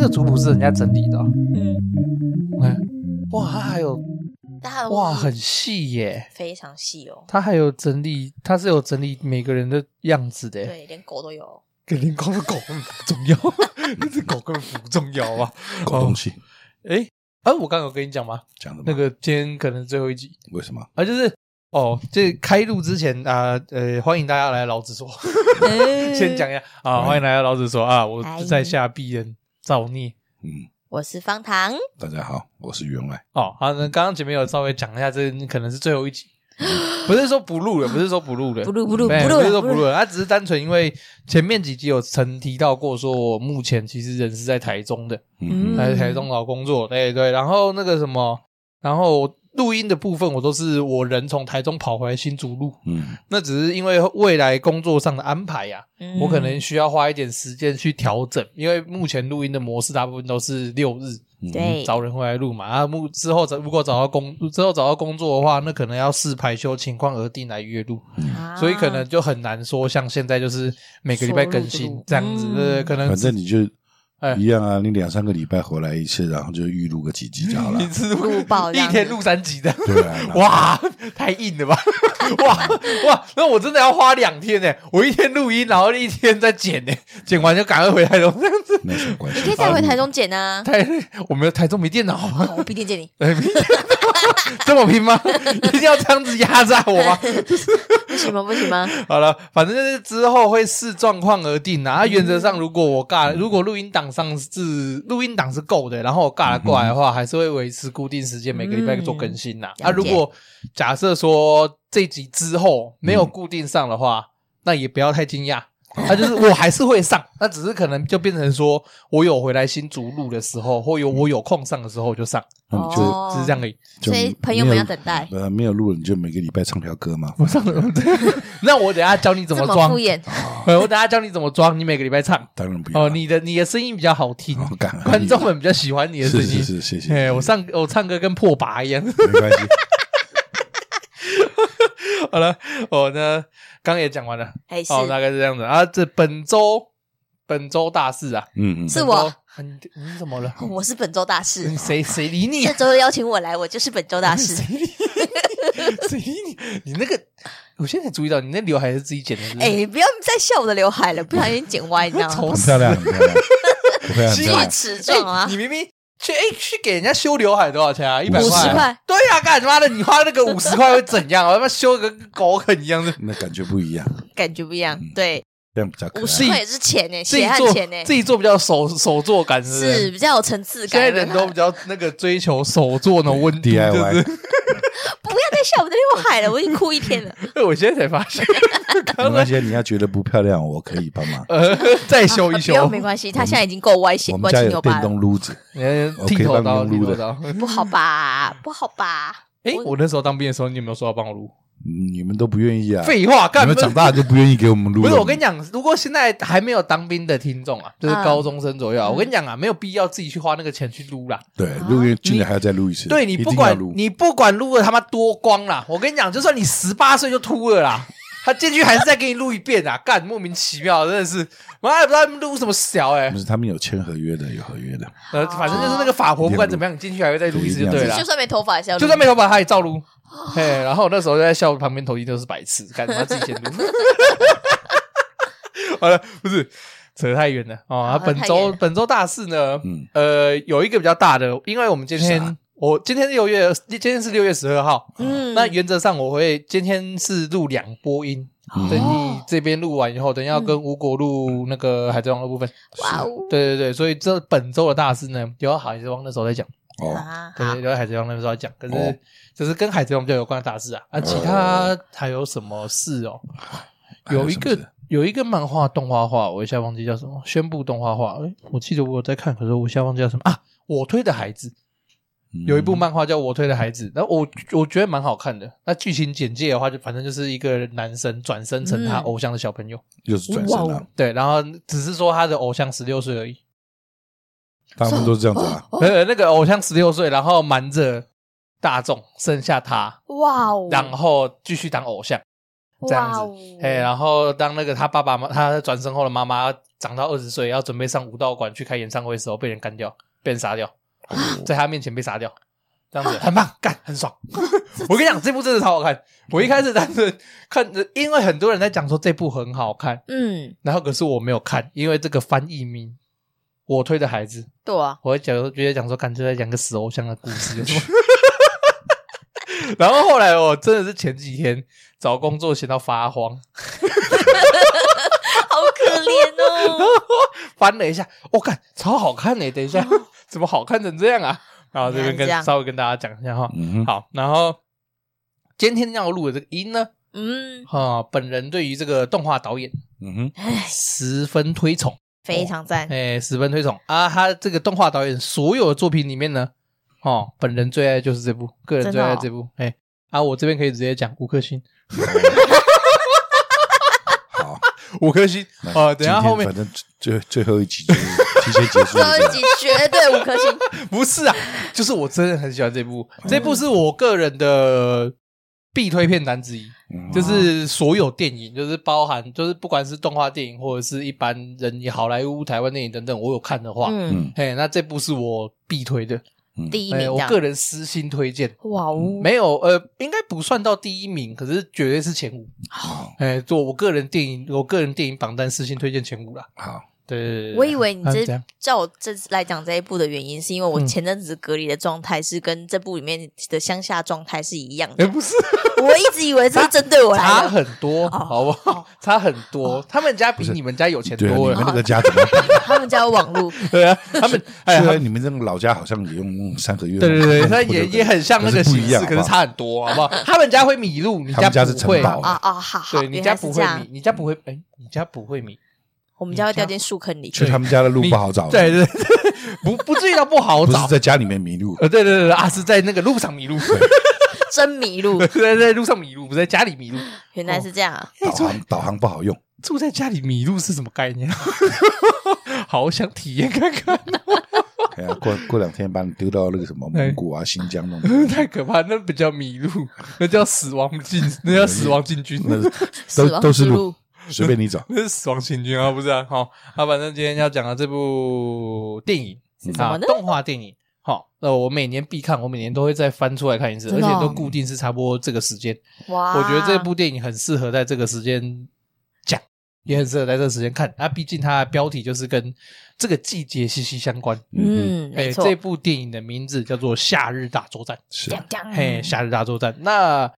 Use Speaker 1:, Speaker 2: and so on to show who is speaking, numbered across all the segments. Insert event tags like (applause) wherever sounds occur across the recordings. Speaker 1: 个族谱是人家整理的哦、
Speaker 2: 嗯，
Speaker 1: 哎，哇，它还有
Speaker 2: 但它的
Speaker 1: 哇，
Speaker 2: 位置
Speaker 1: 很细耶，
Speaker 2: 非常细哦，
Speaker 1: 它还有整理，它是有整理每个人的样子的耶，
Speaker 2: 对，连狗都有。
Speaker 1: 给连光的狗很不重要， (laughs) 那只狗根本不重要啊！
Speaker 3: 搞东西嗯
Speaker 1: 哎，啊，我刚刚有跟你讲吗？
Speaker 3: 讲的
Speaker 1: 那个今天可能最后一集
Speaker 3: 为什么？
Speaker 1: 啊，就是哦，这开录之前啊，呃，欢迎大家来老子说， (laughs) (laughs)
Speaker 2: 嗯
Speaker 1: 先讲一下啊，欢迎大家来老子说啊，我在下鄙人造孽
Speaker 3: 嗯，
Speaker 2: 我是方糖，
Speaker 3: 大家好，我是员外。
Speaker 1: 哦。好，那刚刚前面有稍微讲一下，这可能是最后一集。嗯不是说不录了，不是说不录了，
Speaker 2: 不录不录
Speaker 1: 对
Speaker 2: 不录
Speaker 1: 是说
Speaker 2: 了
Speaker 1: 不
Speaker 2: 不
Speaker 1: 录
Speaker 2: 录
Speaker 1: 了，他啊只是单纯因为前面几集有曾提到过，说我目前其实人是在台中的，
Speaker 3: 嗯
Speaker 2: 嗯
Speaker 1: 来台中找工作，对对。然后那个什么，然后录音的部分我都是我人从台中跑回来新竹录，
Speaker 3: 嗯
Speaker 1: 那只是因为未来工作上的安排呀、
Speaker 2: 嗯
Speaker 1: 我可能需要花一点时间去调整，因为目前录音的模式大部分都是六日
Speaker 3: 嗯，
Speaker 2: 对
Speaker 1: 找人回来录嘛，啊，目之后找如果找到工之后找到工作的话，那可能要视排休情况而定来约录。
Speaker 2: 啊
Speaker 1: (laughs) 所以可能就很难说像现在就是每个礼拜更
Speaker 2: 说录就
Speaker 1: 新
Speaker 2: 录
Speaker 1: 这样子，
Speaker 2: 嗯
Speaker 1: 对对，可能
Speaker 3: 反正你就
Speaker 1: 哎
Speaker 3: 一样啊，你两三个礼拜回来一次，然后就预录个几集就好了
Speaker 1: 一。次录
Speaker 2: 录爆这
Speaker 1: 一
Speaker 2: 样子
Speaker 1: 天录三集的，
Speaker 3: 对啊，然后
Speaker 1: 哇，太硬了吧，哇哇，那我真的要花两天呢，我一天录音，然后一天再剪呢，剪完就赶快回台中，这样子
Speaker 3: 没什么关系。
Speaker 2: 你可以再回台中捡
Speaker 1: (laughs)
Speaker 2: 啊。哦
Speaker 1: 太累，我没有台中没电脑吗？
Speaker 2: 好我必定见你，
Speaker 1: 哎没电脑 (laughs) 这么拼吗？一定要这样子压榨我吗？
Speaker 2: 不行吗？不行吗？
Speaker 1: 好了，反正就是之后会视状况而定啊。啊原则上，如果我尬，如果录音档上是录音档是够的，然后我尬了过来的话，还是会维持固定时间，每个礼拜做更新呐。
Speaker 2: 嗯
Speaker 1: 啊，
Speaker 2: 了解
Speaker 1: 如果假设说这集之后没有固定上的话，那也不要太惊讶。那、就是我还是会上，那只是可能就变成说我有回来新竹录的时候，或有我有空上的时候我就上，
Speaker 3: 那你嗯就
Speaker 2: 哦
Speaker 1: 只嗯是这样而已。 (laughs)
Speaker 3: 就
Speaker 2: 所以朋友们要等待
Speaker 3: 没有呃，没有录了你就每个礼拜唱条歌嘛。
Speaker 1: 我上了，那我等一下教你怎
Speaker 2: 这
Speaker 1: 么
Speaker 2: 么
Speaker 1: 装
Speaker 2: 敷，衍，
Speaker 1: 呃我等一下教你怎么装，你每个礼拜唱。
Speaker 3: 当然不要
Speaker 1: 哦，
Speaker 3: 了
Speaker 1: 你的你的声音比较好听
Speaker 3: 好，感恩
Speaker 1: 观众们比较喜欢你的声
Speaker 3: 是
Speaker 1: 音。
Speaker 3: 是是，谢谢。
Speaker 1: 哎，我唱我唱歌跟破拔一样。 (laughs)
Speaker 3: 没关系，
Speaker 1: 好了，我呢刚也讲完了，
Speaker 2: 哎是
Speaker 1: 哦，大概是这样子啊。这本周本周大事啊，
Speaker 3: 嗯嗯，
Speaker 2: 是我
Speaker 1: 本周，你你怎么了？
Speaker 2: 哦我是本周大事
Speaker 1: 你。谁谁理你
Speaker 2: 这
Speaker 1: 啊？
Speaker 2: 周邀请我来，我就是本周大事
Speaker 1: (laughs) 谁。理你？ (laughs) 谁理你？你那个，我现在才注意到你那刘海是自己剪的是不是，
Speaker 2: 哎，不要再笑我的刘海了，不小心剪歪，你知
Speaker 1: (laughs)
Speaker 2: 道吗？
Speaker 1: 丑
Speaker 3: 很
Speaker 1: 死
Speaker 3: 漂
Speaker 1: 了！
Speaker 3: 亮，很漂亮，很漂亮很漂
Speaker 2: 锯
Speaker 3: 亮。
Speaker 2: 齿状啊
Speaker 1: 你！明明去哎、去给人家修刘海多少钱啊？一百
Speaker 3: 50
Speaker 1: 块啊
Speaker 2: 块？
Speaker 1: 对呀、啊，干他妈的，你花那个五十块会怎样啊？我 (laughs) 他妈修得跟狗啃一样的。
Speaker 3: 那感觉不一样，
Speaker 2: 感觉不一样。对，
Speaker 3: 这样比较可
Speaker 2: 五
Speaker 3: 爱
Speaker 2: 十。块也是钱呢，
Speaker 1: 嗯自己
Speaker 2: 血汗
Speaker 1: 做
Speaker 2: 钱呢，
Speaker 1: 自己做比较手手作感是不是
Speaker 2: 是比较有层次
Speaker 1: 现
Speaker 2: 感。
Speaker 1: 在人都比较那个追求手作的
Speaker 3: (laughs)
Speaker 1: 温度，对不
Speaker 3: DIY，
Speaker 1: 对？
Speaker 2: 不要再笑我的刘海了，我已经哭一天
Speaker 1: (laughs)
Speaker 2: 了。
Speaker 1: (laughs) 我现在才发现， (laughs)
Speaker 3: 没关系，你要觉得不漂亮，我可以帮忙。
Speaker 1: 呃，再修
Speaker 2: 啊 (laughs)
Speaker 1: 一
Speaker 2: 不用
Speaker 1: 修，
Speaker 2: 没关系，他现在已经够歪斜
Speaker 3: 我们
Speaker 2: 歪
Speaker 3: 家
Speaker 2: 七
Speaker 3: 有
Speaker 2: 扭八
Speaker 3: 电
Speaker 2: 了，
Speaker 3: 动撸子，
Speaker 1: 呃
Speaker 3: 我可以
Speaker 1: 剃头刀，
Speaker 3: 帮你
Speaker 1: 剃
Speaker 3: 撸
Speaker 1: 头
Speaker 3: 的
Speaker 1: 刀。
Speaker 2: 不好吧？不好吧？
Speaker 1: 哎，我那时候当兵的时候，你有没有说要帮我录？
Speaker 3: 你们都不愿意啊。
Speaker 1: 废话，
Speaker 3: 你
Speaker 1: 干
Speaker 3: 们
Speaker 1: 不是
Speaker 3: 长大了就不愿意给我们录
Speaker 1: 不
Speaker 3: 了。
Speaker 1: 是，我跟你讲，如果现在还没有当兵的听众啊，就是
Speaker 2: 嗯
Speaker 1: 高中生左右啊，
Speaker 2: 嗯
Speaker 1: 我跟你讲啊，没有必要自己去花那个钱去撸啦。
Speaker 3: 对，录音进来还要再录一次。
Speaker 1: 对啊你
Speaker 3: 一定
Speaker 1: 不
Speaker 3: 要
Speaker 1: 管
Speaker 3: 录
Speaker 1: 你不管撸了他妈多光啦，我跟你讲，就算你十八岁就秃了啦，他进去还是再给你撸一遍啊， (laughs) 干莫名其妙，真的是，妈也不知道他们撸什么小哎、
Speaker 3: 不是他们有签合约的，有合约的。
Speaker 1: 呃，反正就是那个法婆，不管怎么样，你进去还会再撸一次就对了
Speaker 2: 就。算没头发也是要录
Speaker 1: 就算没头发，他也照撸。嘿，然后我那时候就在笑旁边头巾都是白痴，干什么自己先撸？ (laughs) 好了，不是扯太远了哦。啊
Speaker 2: 好
Speaker 1: 本
Speaker 2: 太远
Speaker 1: 周
Speaker 2: 了
Speaker 1: 本周大事呢，
Speaker 3: 嗯
Speaker 1: 呃，有一个比较大的，因为我们今天
Speaker 3: 啥
Speaker 1: 我今天六月，今天是六月十二号，
Speaker 2: 嗯
Speaker 1: 那原则上我会今天是录两波音，
Speaker 3: 嗯
Speaker 1: 等你这边录完以后，等一下要跟吴国录那个海贼王的部分。
Speaker 2: 嗯哇哦
Speaker 1: 对对对，所以这本周的大事呢，留到海贼王的时候再讲。
Speaker 3: 哦，
Speaker 2: 啊，
Speaker 1: 对，
Speaker 2: 好
Speaker 1: 留在海贼王那边时候再讲。可
Speaker 3: 哦
Speaker 1: 是这是跟海贼王比较有关的大事啊，啊，其他还有什么事哦？有一
Speaker 3: 还有什么
Speaker 1: 个
Speaker 3: 事
Speaker 1: 有一个漫画动画化，我一下忘记叫什么，宣布动画化。诶，我记得我有在看，可是我一下忘记叫什么啊。我推的孩子
Speaker 3: 嗯
Speaker 1: 有
Speaker 2: 嗯
Speaker 1: 一部漫画叫《我推的孩子》，那我我觉得蛮好看的。那剧情简介的话，就反正就是一个男生转生成他
Speaker 2: 嗯
Speaker 1: 偶像的小朋友，
Speaker 3: 又是转身
Speaker 2: 哇
Speaker 3: 了
Speaker 2: 哦，
Speaker 1: 对，然后只是说他的偶像十六岁而已，
Speaker 3: 大部分都是这样子啊。
Speaker 2: 哦
Speaker 1: 呃，那个偶像十六岁，然后瞒着大众剩下他，
Speaker 2: 哇哦，
Speaker 1: 然后继续当偶像这样
Speaker 2: 哇
Speaker 1: 子啊
Speaker 2: 哦，
Speaker 1: 嗯哎，然后当那个他爸爸妈他转身后的妈妈长到二十岁要准备上武道馆去开演唱会的时候被人干掉，被人杀掉， (gasps) 在他面前被杀掉，哦这样子很棒，干很 (laughs) 爽。我跟你讲，这部真的超好看。我一开始单纯看着，因为很多人在讲说这部很好看，
Speaker 2: 嗯，
Speaker 1: 然后可是我没有看，因为这个翻译名，我推的孩子，
Speaker 2: 对啊，
Speaker 1: 我会讲，觉得讲说，感觉在讲个死偶像的故事，有 (laughs) 什么？然后后来我真的是前几天找工作闲到发慌，
Speaker 2: 好可怜哦。
Speaker 1: 翻了一下，我、看超好看呢、等一下， (laughs) 怎么好看成这样啊？然后这边
Speaker 2: 原来这
Speaker 1: 跟
Speaker 2: 样
Speaker 1: 稍微跟大家讲一下哈。
Speaker 3: 嗯哼，
Speaker 1: 好，然后今天要录的这个音呢，
Speaker 2: (laughs) 嗯，
Speaker 1: 哈、本人对于这个动画导演
Speaker 3: 嗯
Speaker 1: (laughs)
Speaker 3: 哼，
Speaker 2: 唉，
Speaker 1: 十分推崇，
Speaker 2: 非常赞。
Speaker 1: 哎，十分推崇啊！他这个动画导演所有的作品里面呢，哦，本人最爱就是这部，个人最爱这部，哎、啊，我这边可以直接讲五颗星，
Speaker 3: 好，
Speaker 1: 五颗星
Speaker 3: 那
Speaker 1: (laughs) 哦、等一下
Speaker 3: 今天
Speaker 1: 后面
Speaker 3: 反正最最后一集就是提前结束
Speaker 2: 最
Speaker 3: 了，
Speaker 2: 后一集绝对五颗星，
Speaker 1: 不是啊，就是我真的很喜欢这部，
Speaker 3: 哦
Speaker 1: 这部是我个人的必推片单之一，
Speaker 3: 嗯
Speaker 1: 就是所有电影，就是包含就是不管是动画电影或者是一般人好莱坞、台湾电影等等，我有看的话，
Speaker 2: 嗯，
Speaker 3: 嗯
Speaker 1: 哎、那这部是我必推的，
Speaker 2: 第一
Speaker 1: 哎、
Speaker 2: 名这
Speaker 1: 我
Speaker 2: 样。
Speaker 1: 个人私心推荐。
Speaker 2: 哇哦，
Speaker 1: 没有，呃，应该不算到第一名，可是绝对是前五。
Speaker 3: 好
Speaker 1: 哎，做我个人电影，我个人电影榜单私信推荐前五啦。
Speaker 3: 好，
Speaker 1: 对对对对
Speaker 2: 我以
Speaker 3: (laughs)
Speaker 2: 为你
Speaker 1: 啊
Speaker 2: 这
Speaker 1: 怎样
Speaker 2: 叫我这次来讲这一部的原因，是因为我
Speaker 1: 嗯
Speaker 2: 前阵子隔离的状态是跟这部里面的乡下状态是一样的。
Speaker 1: 哎
Speaker 3: (laughs)
Speaker 1: 不是
Speaker 2: 我一直以为这是针 (laughs) 对我
Speaker 1: 差
Speaker 2: 来
Speaker 3: 啊
Speaker 2: 哦的。
Speaker 1: 很多，好不好？差很
Speaker 2: 哦
Speaker 1: 多，他们家比
Speaker 3: 不是
Speaker 1: 你们家有钱
Speaker 3: 对啊，你
Speaker 1: 多
Speaker 3: 们
Speaker 1: 了。
Speaker 3: 那个家怎么办？
Speaker 2: (laughs) 他们家有网
Speaker 3: (laughs)
Speaker 2: 路，
Speaker 1: 对啊，他们 (laughs) 哎，他
Speaker 3: 虽
Speaker 1: 们
Speaker 3: 然你们这个老家好像也用三合院，
Speaker 1: 对对对，他
Speaker 3: 或者
Speaker 1: 也也很像那个
Speaker 3: 可是不
Speaker 1: 形
Speaker 3: 一
Speaker 1: 式
Speaker 3: 样，，
Speaker 1: 可是差很多，
Speaker 2: (laughs)
Speaker 1: 好不好？他们家会迷路，你
Speaker 3: 他们家是
Speaker 1: 不会
Speaker 3: 城。堡
Speaker 2: 啊啊，好好，
Speaker 1: 对你
Speaker 2: 原
Speaker 1: 家
Speaker 2: 来是
Speaker 1: 不
Speaker 2: 这
Speaker 1: 会
Speaker 2: 样
Speaker 1: 迷，，你家不会，哎，你家不会迷，
Speaker 2: 我们家会掉进树坑里。
Speaker 3: 就他们家的路不好找，
Speaker 1: 对对，对 (laughs) 不不至于到不好
Speaker 3: 哦不
Speaker 1: 找
Speaker 3: 是。在家里面迷路，
Speaker 1: 呃，对对对对啊，是在那个路上迷路。
Speaker 2: 真迷路，
Speaker 1: 在在路上迷路，不在家里迷路。
Speaker 2: 原
Speaker 3: 哦
Speaker 2: 来是这样 (laughs) 啊。
Speaker 3: 导航导航不好用， (laughs)
Speaker 1: 住在家里迷路是什么概念？ (laughs) 好想体验看看，
Speaker 3: 哎呀，过过两天把你丢到那个什么蒙古啊、新疆那种， (laughs)
Speaker 1: 太可怕，那不叫迷路，那叫死亡进，那叫死亡进军，
Speaker 3: 那
Speaker 2: 死
Speaker 3: 都
Speaker 2: 亡
Speaker 3: 都是
Speaker 2: 之
Speaker 3: 路，，随便你找。
Speaker 1: (laughs) 那是死亡进军啊，不是啊？好，啊，反正今天要讲的这部电影
Speaker 2: 是什
Speaker 1: 啊，
Speaker 2: 么呢
Speaker 1: 动画电影。好，那我每年必看，我每年都会再翻出来看一次，而
Speaker 2: 真的哦
Speaker 1: 且都固定是差不多这个时间。
Speaker 2: 哇！
Speaker 1: 我觉得这部电影很适合在这个时间讲，也很适合在这个时间看。那、毕竟它的标题就是跟这个季节息息相关。
Speaker 3: 嗯，
Speaker 2: 嗯，
Speaker 1: 哎、
Speaker 2: 没错，
Speaker 1: 这部电影的名字叫做《夏日大作战》。
Speaker 3: 是啊
Speaker 2: 这样
Speaker 1: 嘿，《夏日大作战》那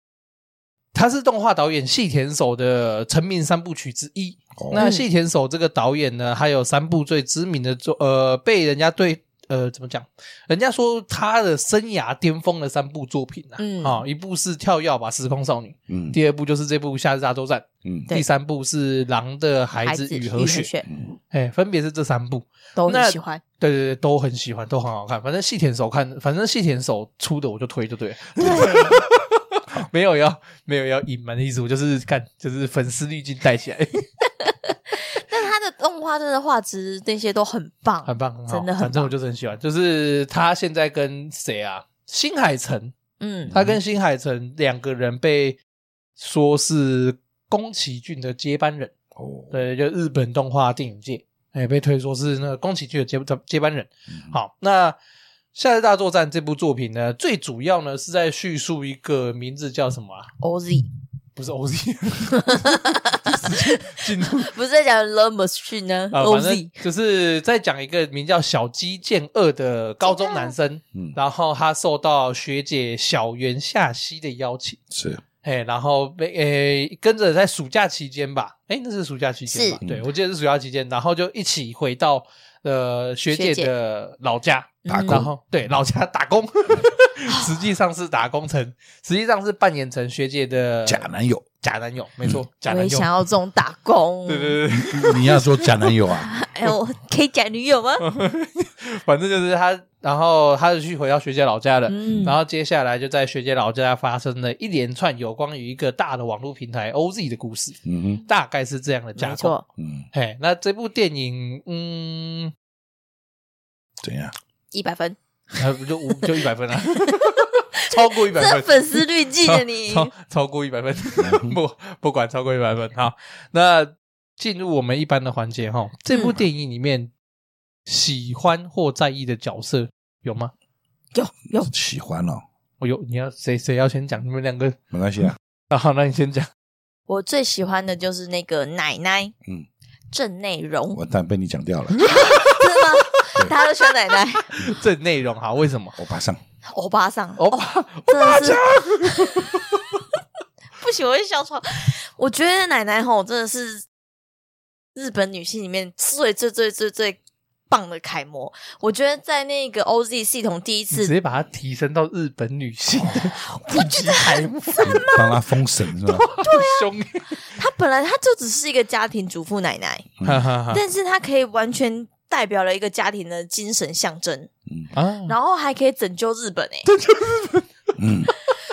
Speaker 1: 它是动画导演细田守的成名三部曲之一。
Speaker 3: 哦
Speaker 1: 那
Speaker 2: 嗯
Speaker 1: 细田守这个导演呢，还有三部最知名的作，呃，被人家对。呃，怎么讲？人家说他的生涯巅峰的三部作品啊，
Speaker 2: 嗯
Speaker 1: 哦，一部是《跳跃吧时空少女》，
Speaker 3: 嗯
Speaker 1: 第二部就是这部《夏日大作战》，
Speaker 3: 嗯
Speaker 2: 对
Speaker 1: 第三部是《狼的孩
Speaker 2: 孩
Speaker 1: 子
Speaker 2: 子
Speaker 1: 与
Speaker 2: 与
Speaker 1: 和
Speaker 2: 和
Speaker 1: 雪》，
Speaker 2: 雪
Speaker 3: 嗯，
Speaker 1: 哎，分别是这三部。
Speaker 2: 都很
Speaker 1: 那
Speaker 2: 喜欢，
Speaker 1: 对对对，都很喜欢，都很好看。反正细田守看，反正细田守出的我就推就对了， (laughs) 没有要没有要隐瞒的意思，我就是看就是粉丝滤镜带起来，
Speaker 2: 但他的动画真的画质那些都很棒，
Speaker 1: 很棒，很好。
Speaker 2: 真的很棒
Speaker 1: 反正我就是很喜欢。就是他现在跟谁啊？新海诚，
Speaker 2: 嗯，
Speaker 1: 他跟新海诚两个人被说是宫崎骏的接班人。
Speaker 3: 哦，
Speaker 1: 对，就日本动画电影界，哎，被推说是那个宫崎骏的接接班人。好，那《夏日大作战》这部作品呢，最主要呢是在叙述一个名字叫什么、啊？
Speaker 2: OZ
Speaker 1: 不是 OZ，直接进入
Speaker 2: 不是在讲 l o m a s 去呢
Speaker 1: 啊，反正
Speaker 2: ，OZ
Speaker 1: 就是在讲一个名叫小鸡健二的高中男生，
Speaker 3: 嗯，
Speaker 1: 然后他受到学姐小圆夏希的邀请。
Speaker 3: 是
Speaker 1: 哎，然后被哎跟着在暑假期间吧，哎，那是暑假期间吧？
Speaker 3: 是
Speaker 1: 对，我记得是暑假期间，然后就一起回到呃学姐
Speaker 2: 学姐
Speaker 1: 的老家，
Speaker 3: 打
Speaker 2: 嗯
Speaker 1: 然后对老家打工， (laughs) 实际上是打工成，实际上是扮演成学姐的
Speaker 3: 假男友，
Speaker 1: 假男友，没错，假
Speaker 2: 我
Speaker 1: 男
Speaker 2: 也
Speaker 1: 友
Speaker 2: 想。嗯要这种打工，
Speaker 1: (laughs) 对对对对，
Speaker 3: (laughs) 你要说假男友啊？
Speaker 2: 哎，我可以讲女友吗？
Speaker 1: 反正就是他，然后他就去回到学姐老家了。
Speaker 2: 嗯
Speaker 1: 然后接下来就在学姐老家发生了一连串有关于一个大的网络平台 OZ 的故事，
Speaker 3: (laughs) 嗯哼，
Speaker 1: 大概是这样的架
Speaker 2: 没
Speaker 1: 构。
Speaker 2: 错，
Speaker 3: 嗯，
Speaker 1: 嘿，那这部电影，嗯，
Speaker 3: 怎 (laughs) 样？
Speaker 2: 一百分，
Speaker 1: 那呃不就五就一百分了、啊 (laughs) 超过一百
Speaker 2: 这
Speaker 1: 分，
Speaker 2: 粉丝滤镜的你，
Speaker 1: 超超超过一百分，不不管超过一百分好，那进入我们一般的环节哈，这
Speaker 2: 嗯
Speaker 1: 部电影里面喜欢或在意的角色有吗？
Speaker 2: 有有，
Speaker 3: 喜欢哦，
Speaker 1: 我有，你要谁谁要先讲？你们两个，
Speaker 3: 没关系啊。
Speaker 1: 啊，好，那你先讲。 (laughs)
Speaker 2: 我最喜欢的就是那个奶奶，
Speaker 3: 嗯
Speaker 2: 嗯，郑内容，
Speaker 1: 哦
Speaker 2: (laughs)
Speaker 3: 完蛋，被你讲掉了，
Speaker 2: 真的吗？大家都喜欢奶奶，
Speaker 1: 这内容好，为什么？哦
Speaker 3: 我巴上。
Speaker 2: 欧巴桑，哦
Speaker 1: 欧巴，
Speaker 2: 真的是，
Speaker 1: (laughs)
Speaker 2: 不行，我会笑出来。我觉得奶奶吼真的是日本女性里面最最最最最棒的楷模。我觉得在那个 OZ 系统第一
Speaker 1: 你直
Speaker 2: 次，
Speaker 1: 接把它提升到日本女性的
Speaker 2: 哦
Speaker 1: 顶级海母，
Speaker 3: 帮他封神是吧？
Speaker 2: 啊
Speaker 1: 凶。欸
Speaker 2: 她本来她就只是一个家庭主妇奶奶，
Speaker 3: 嗯
Speaker 1: 哈哈哈
Speaker 2: 但是她可以完全代表了一个家庭的精神象征，
Speaker 1: 啊！
Speaker 2: 然后还可以拯救日本诶、
Speaker 3: 嗯，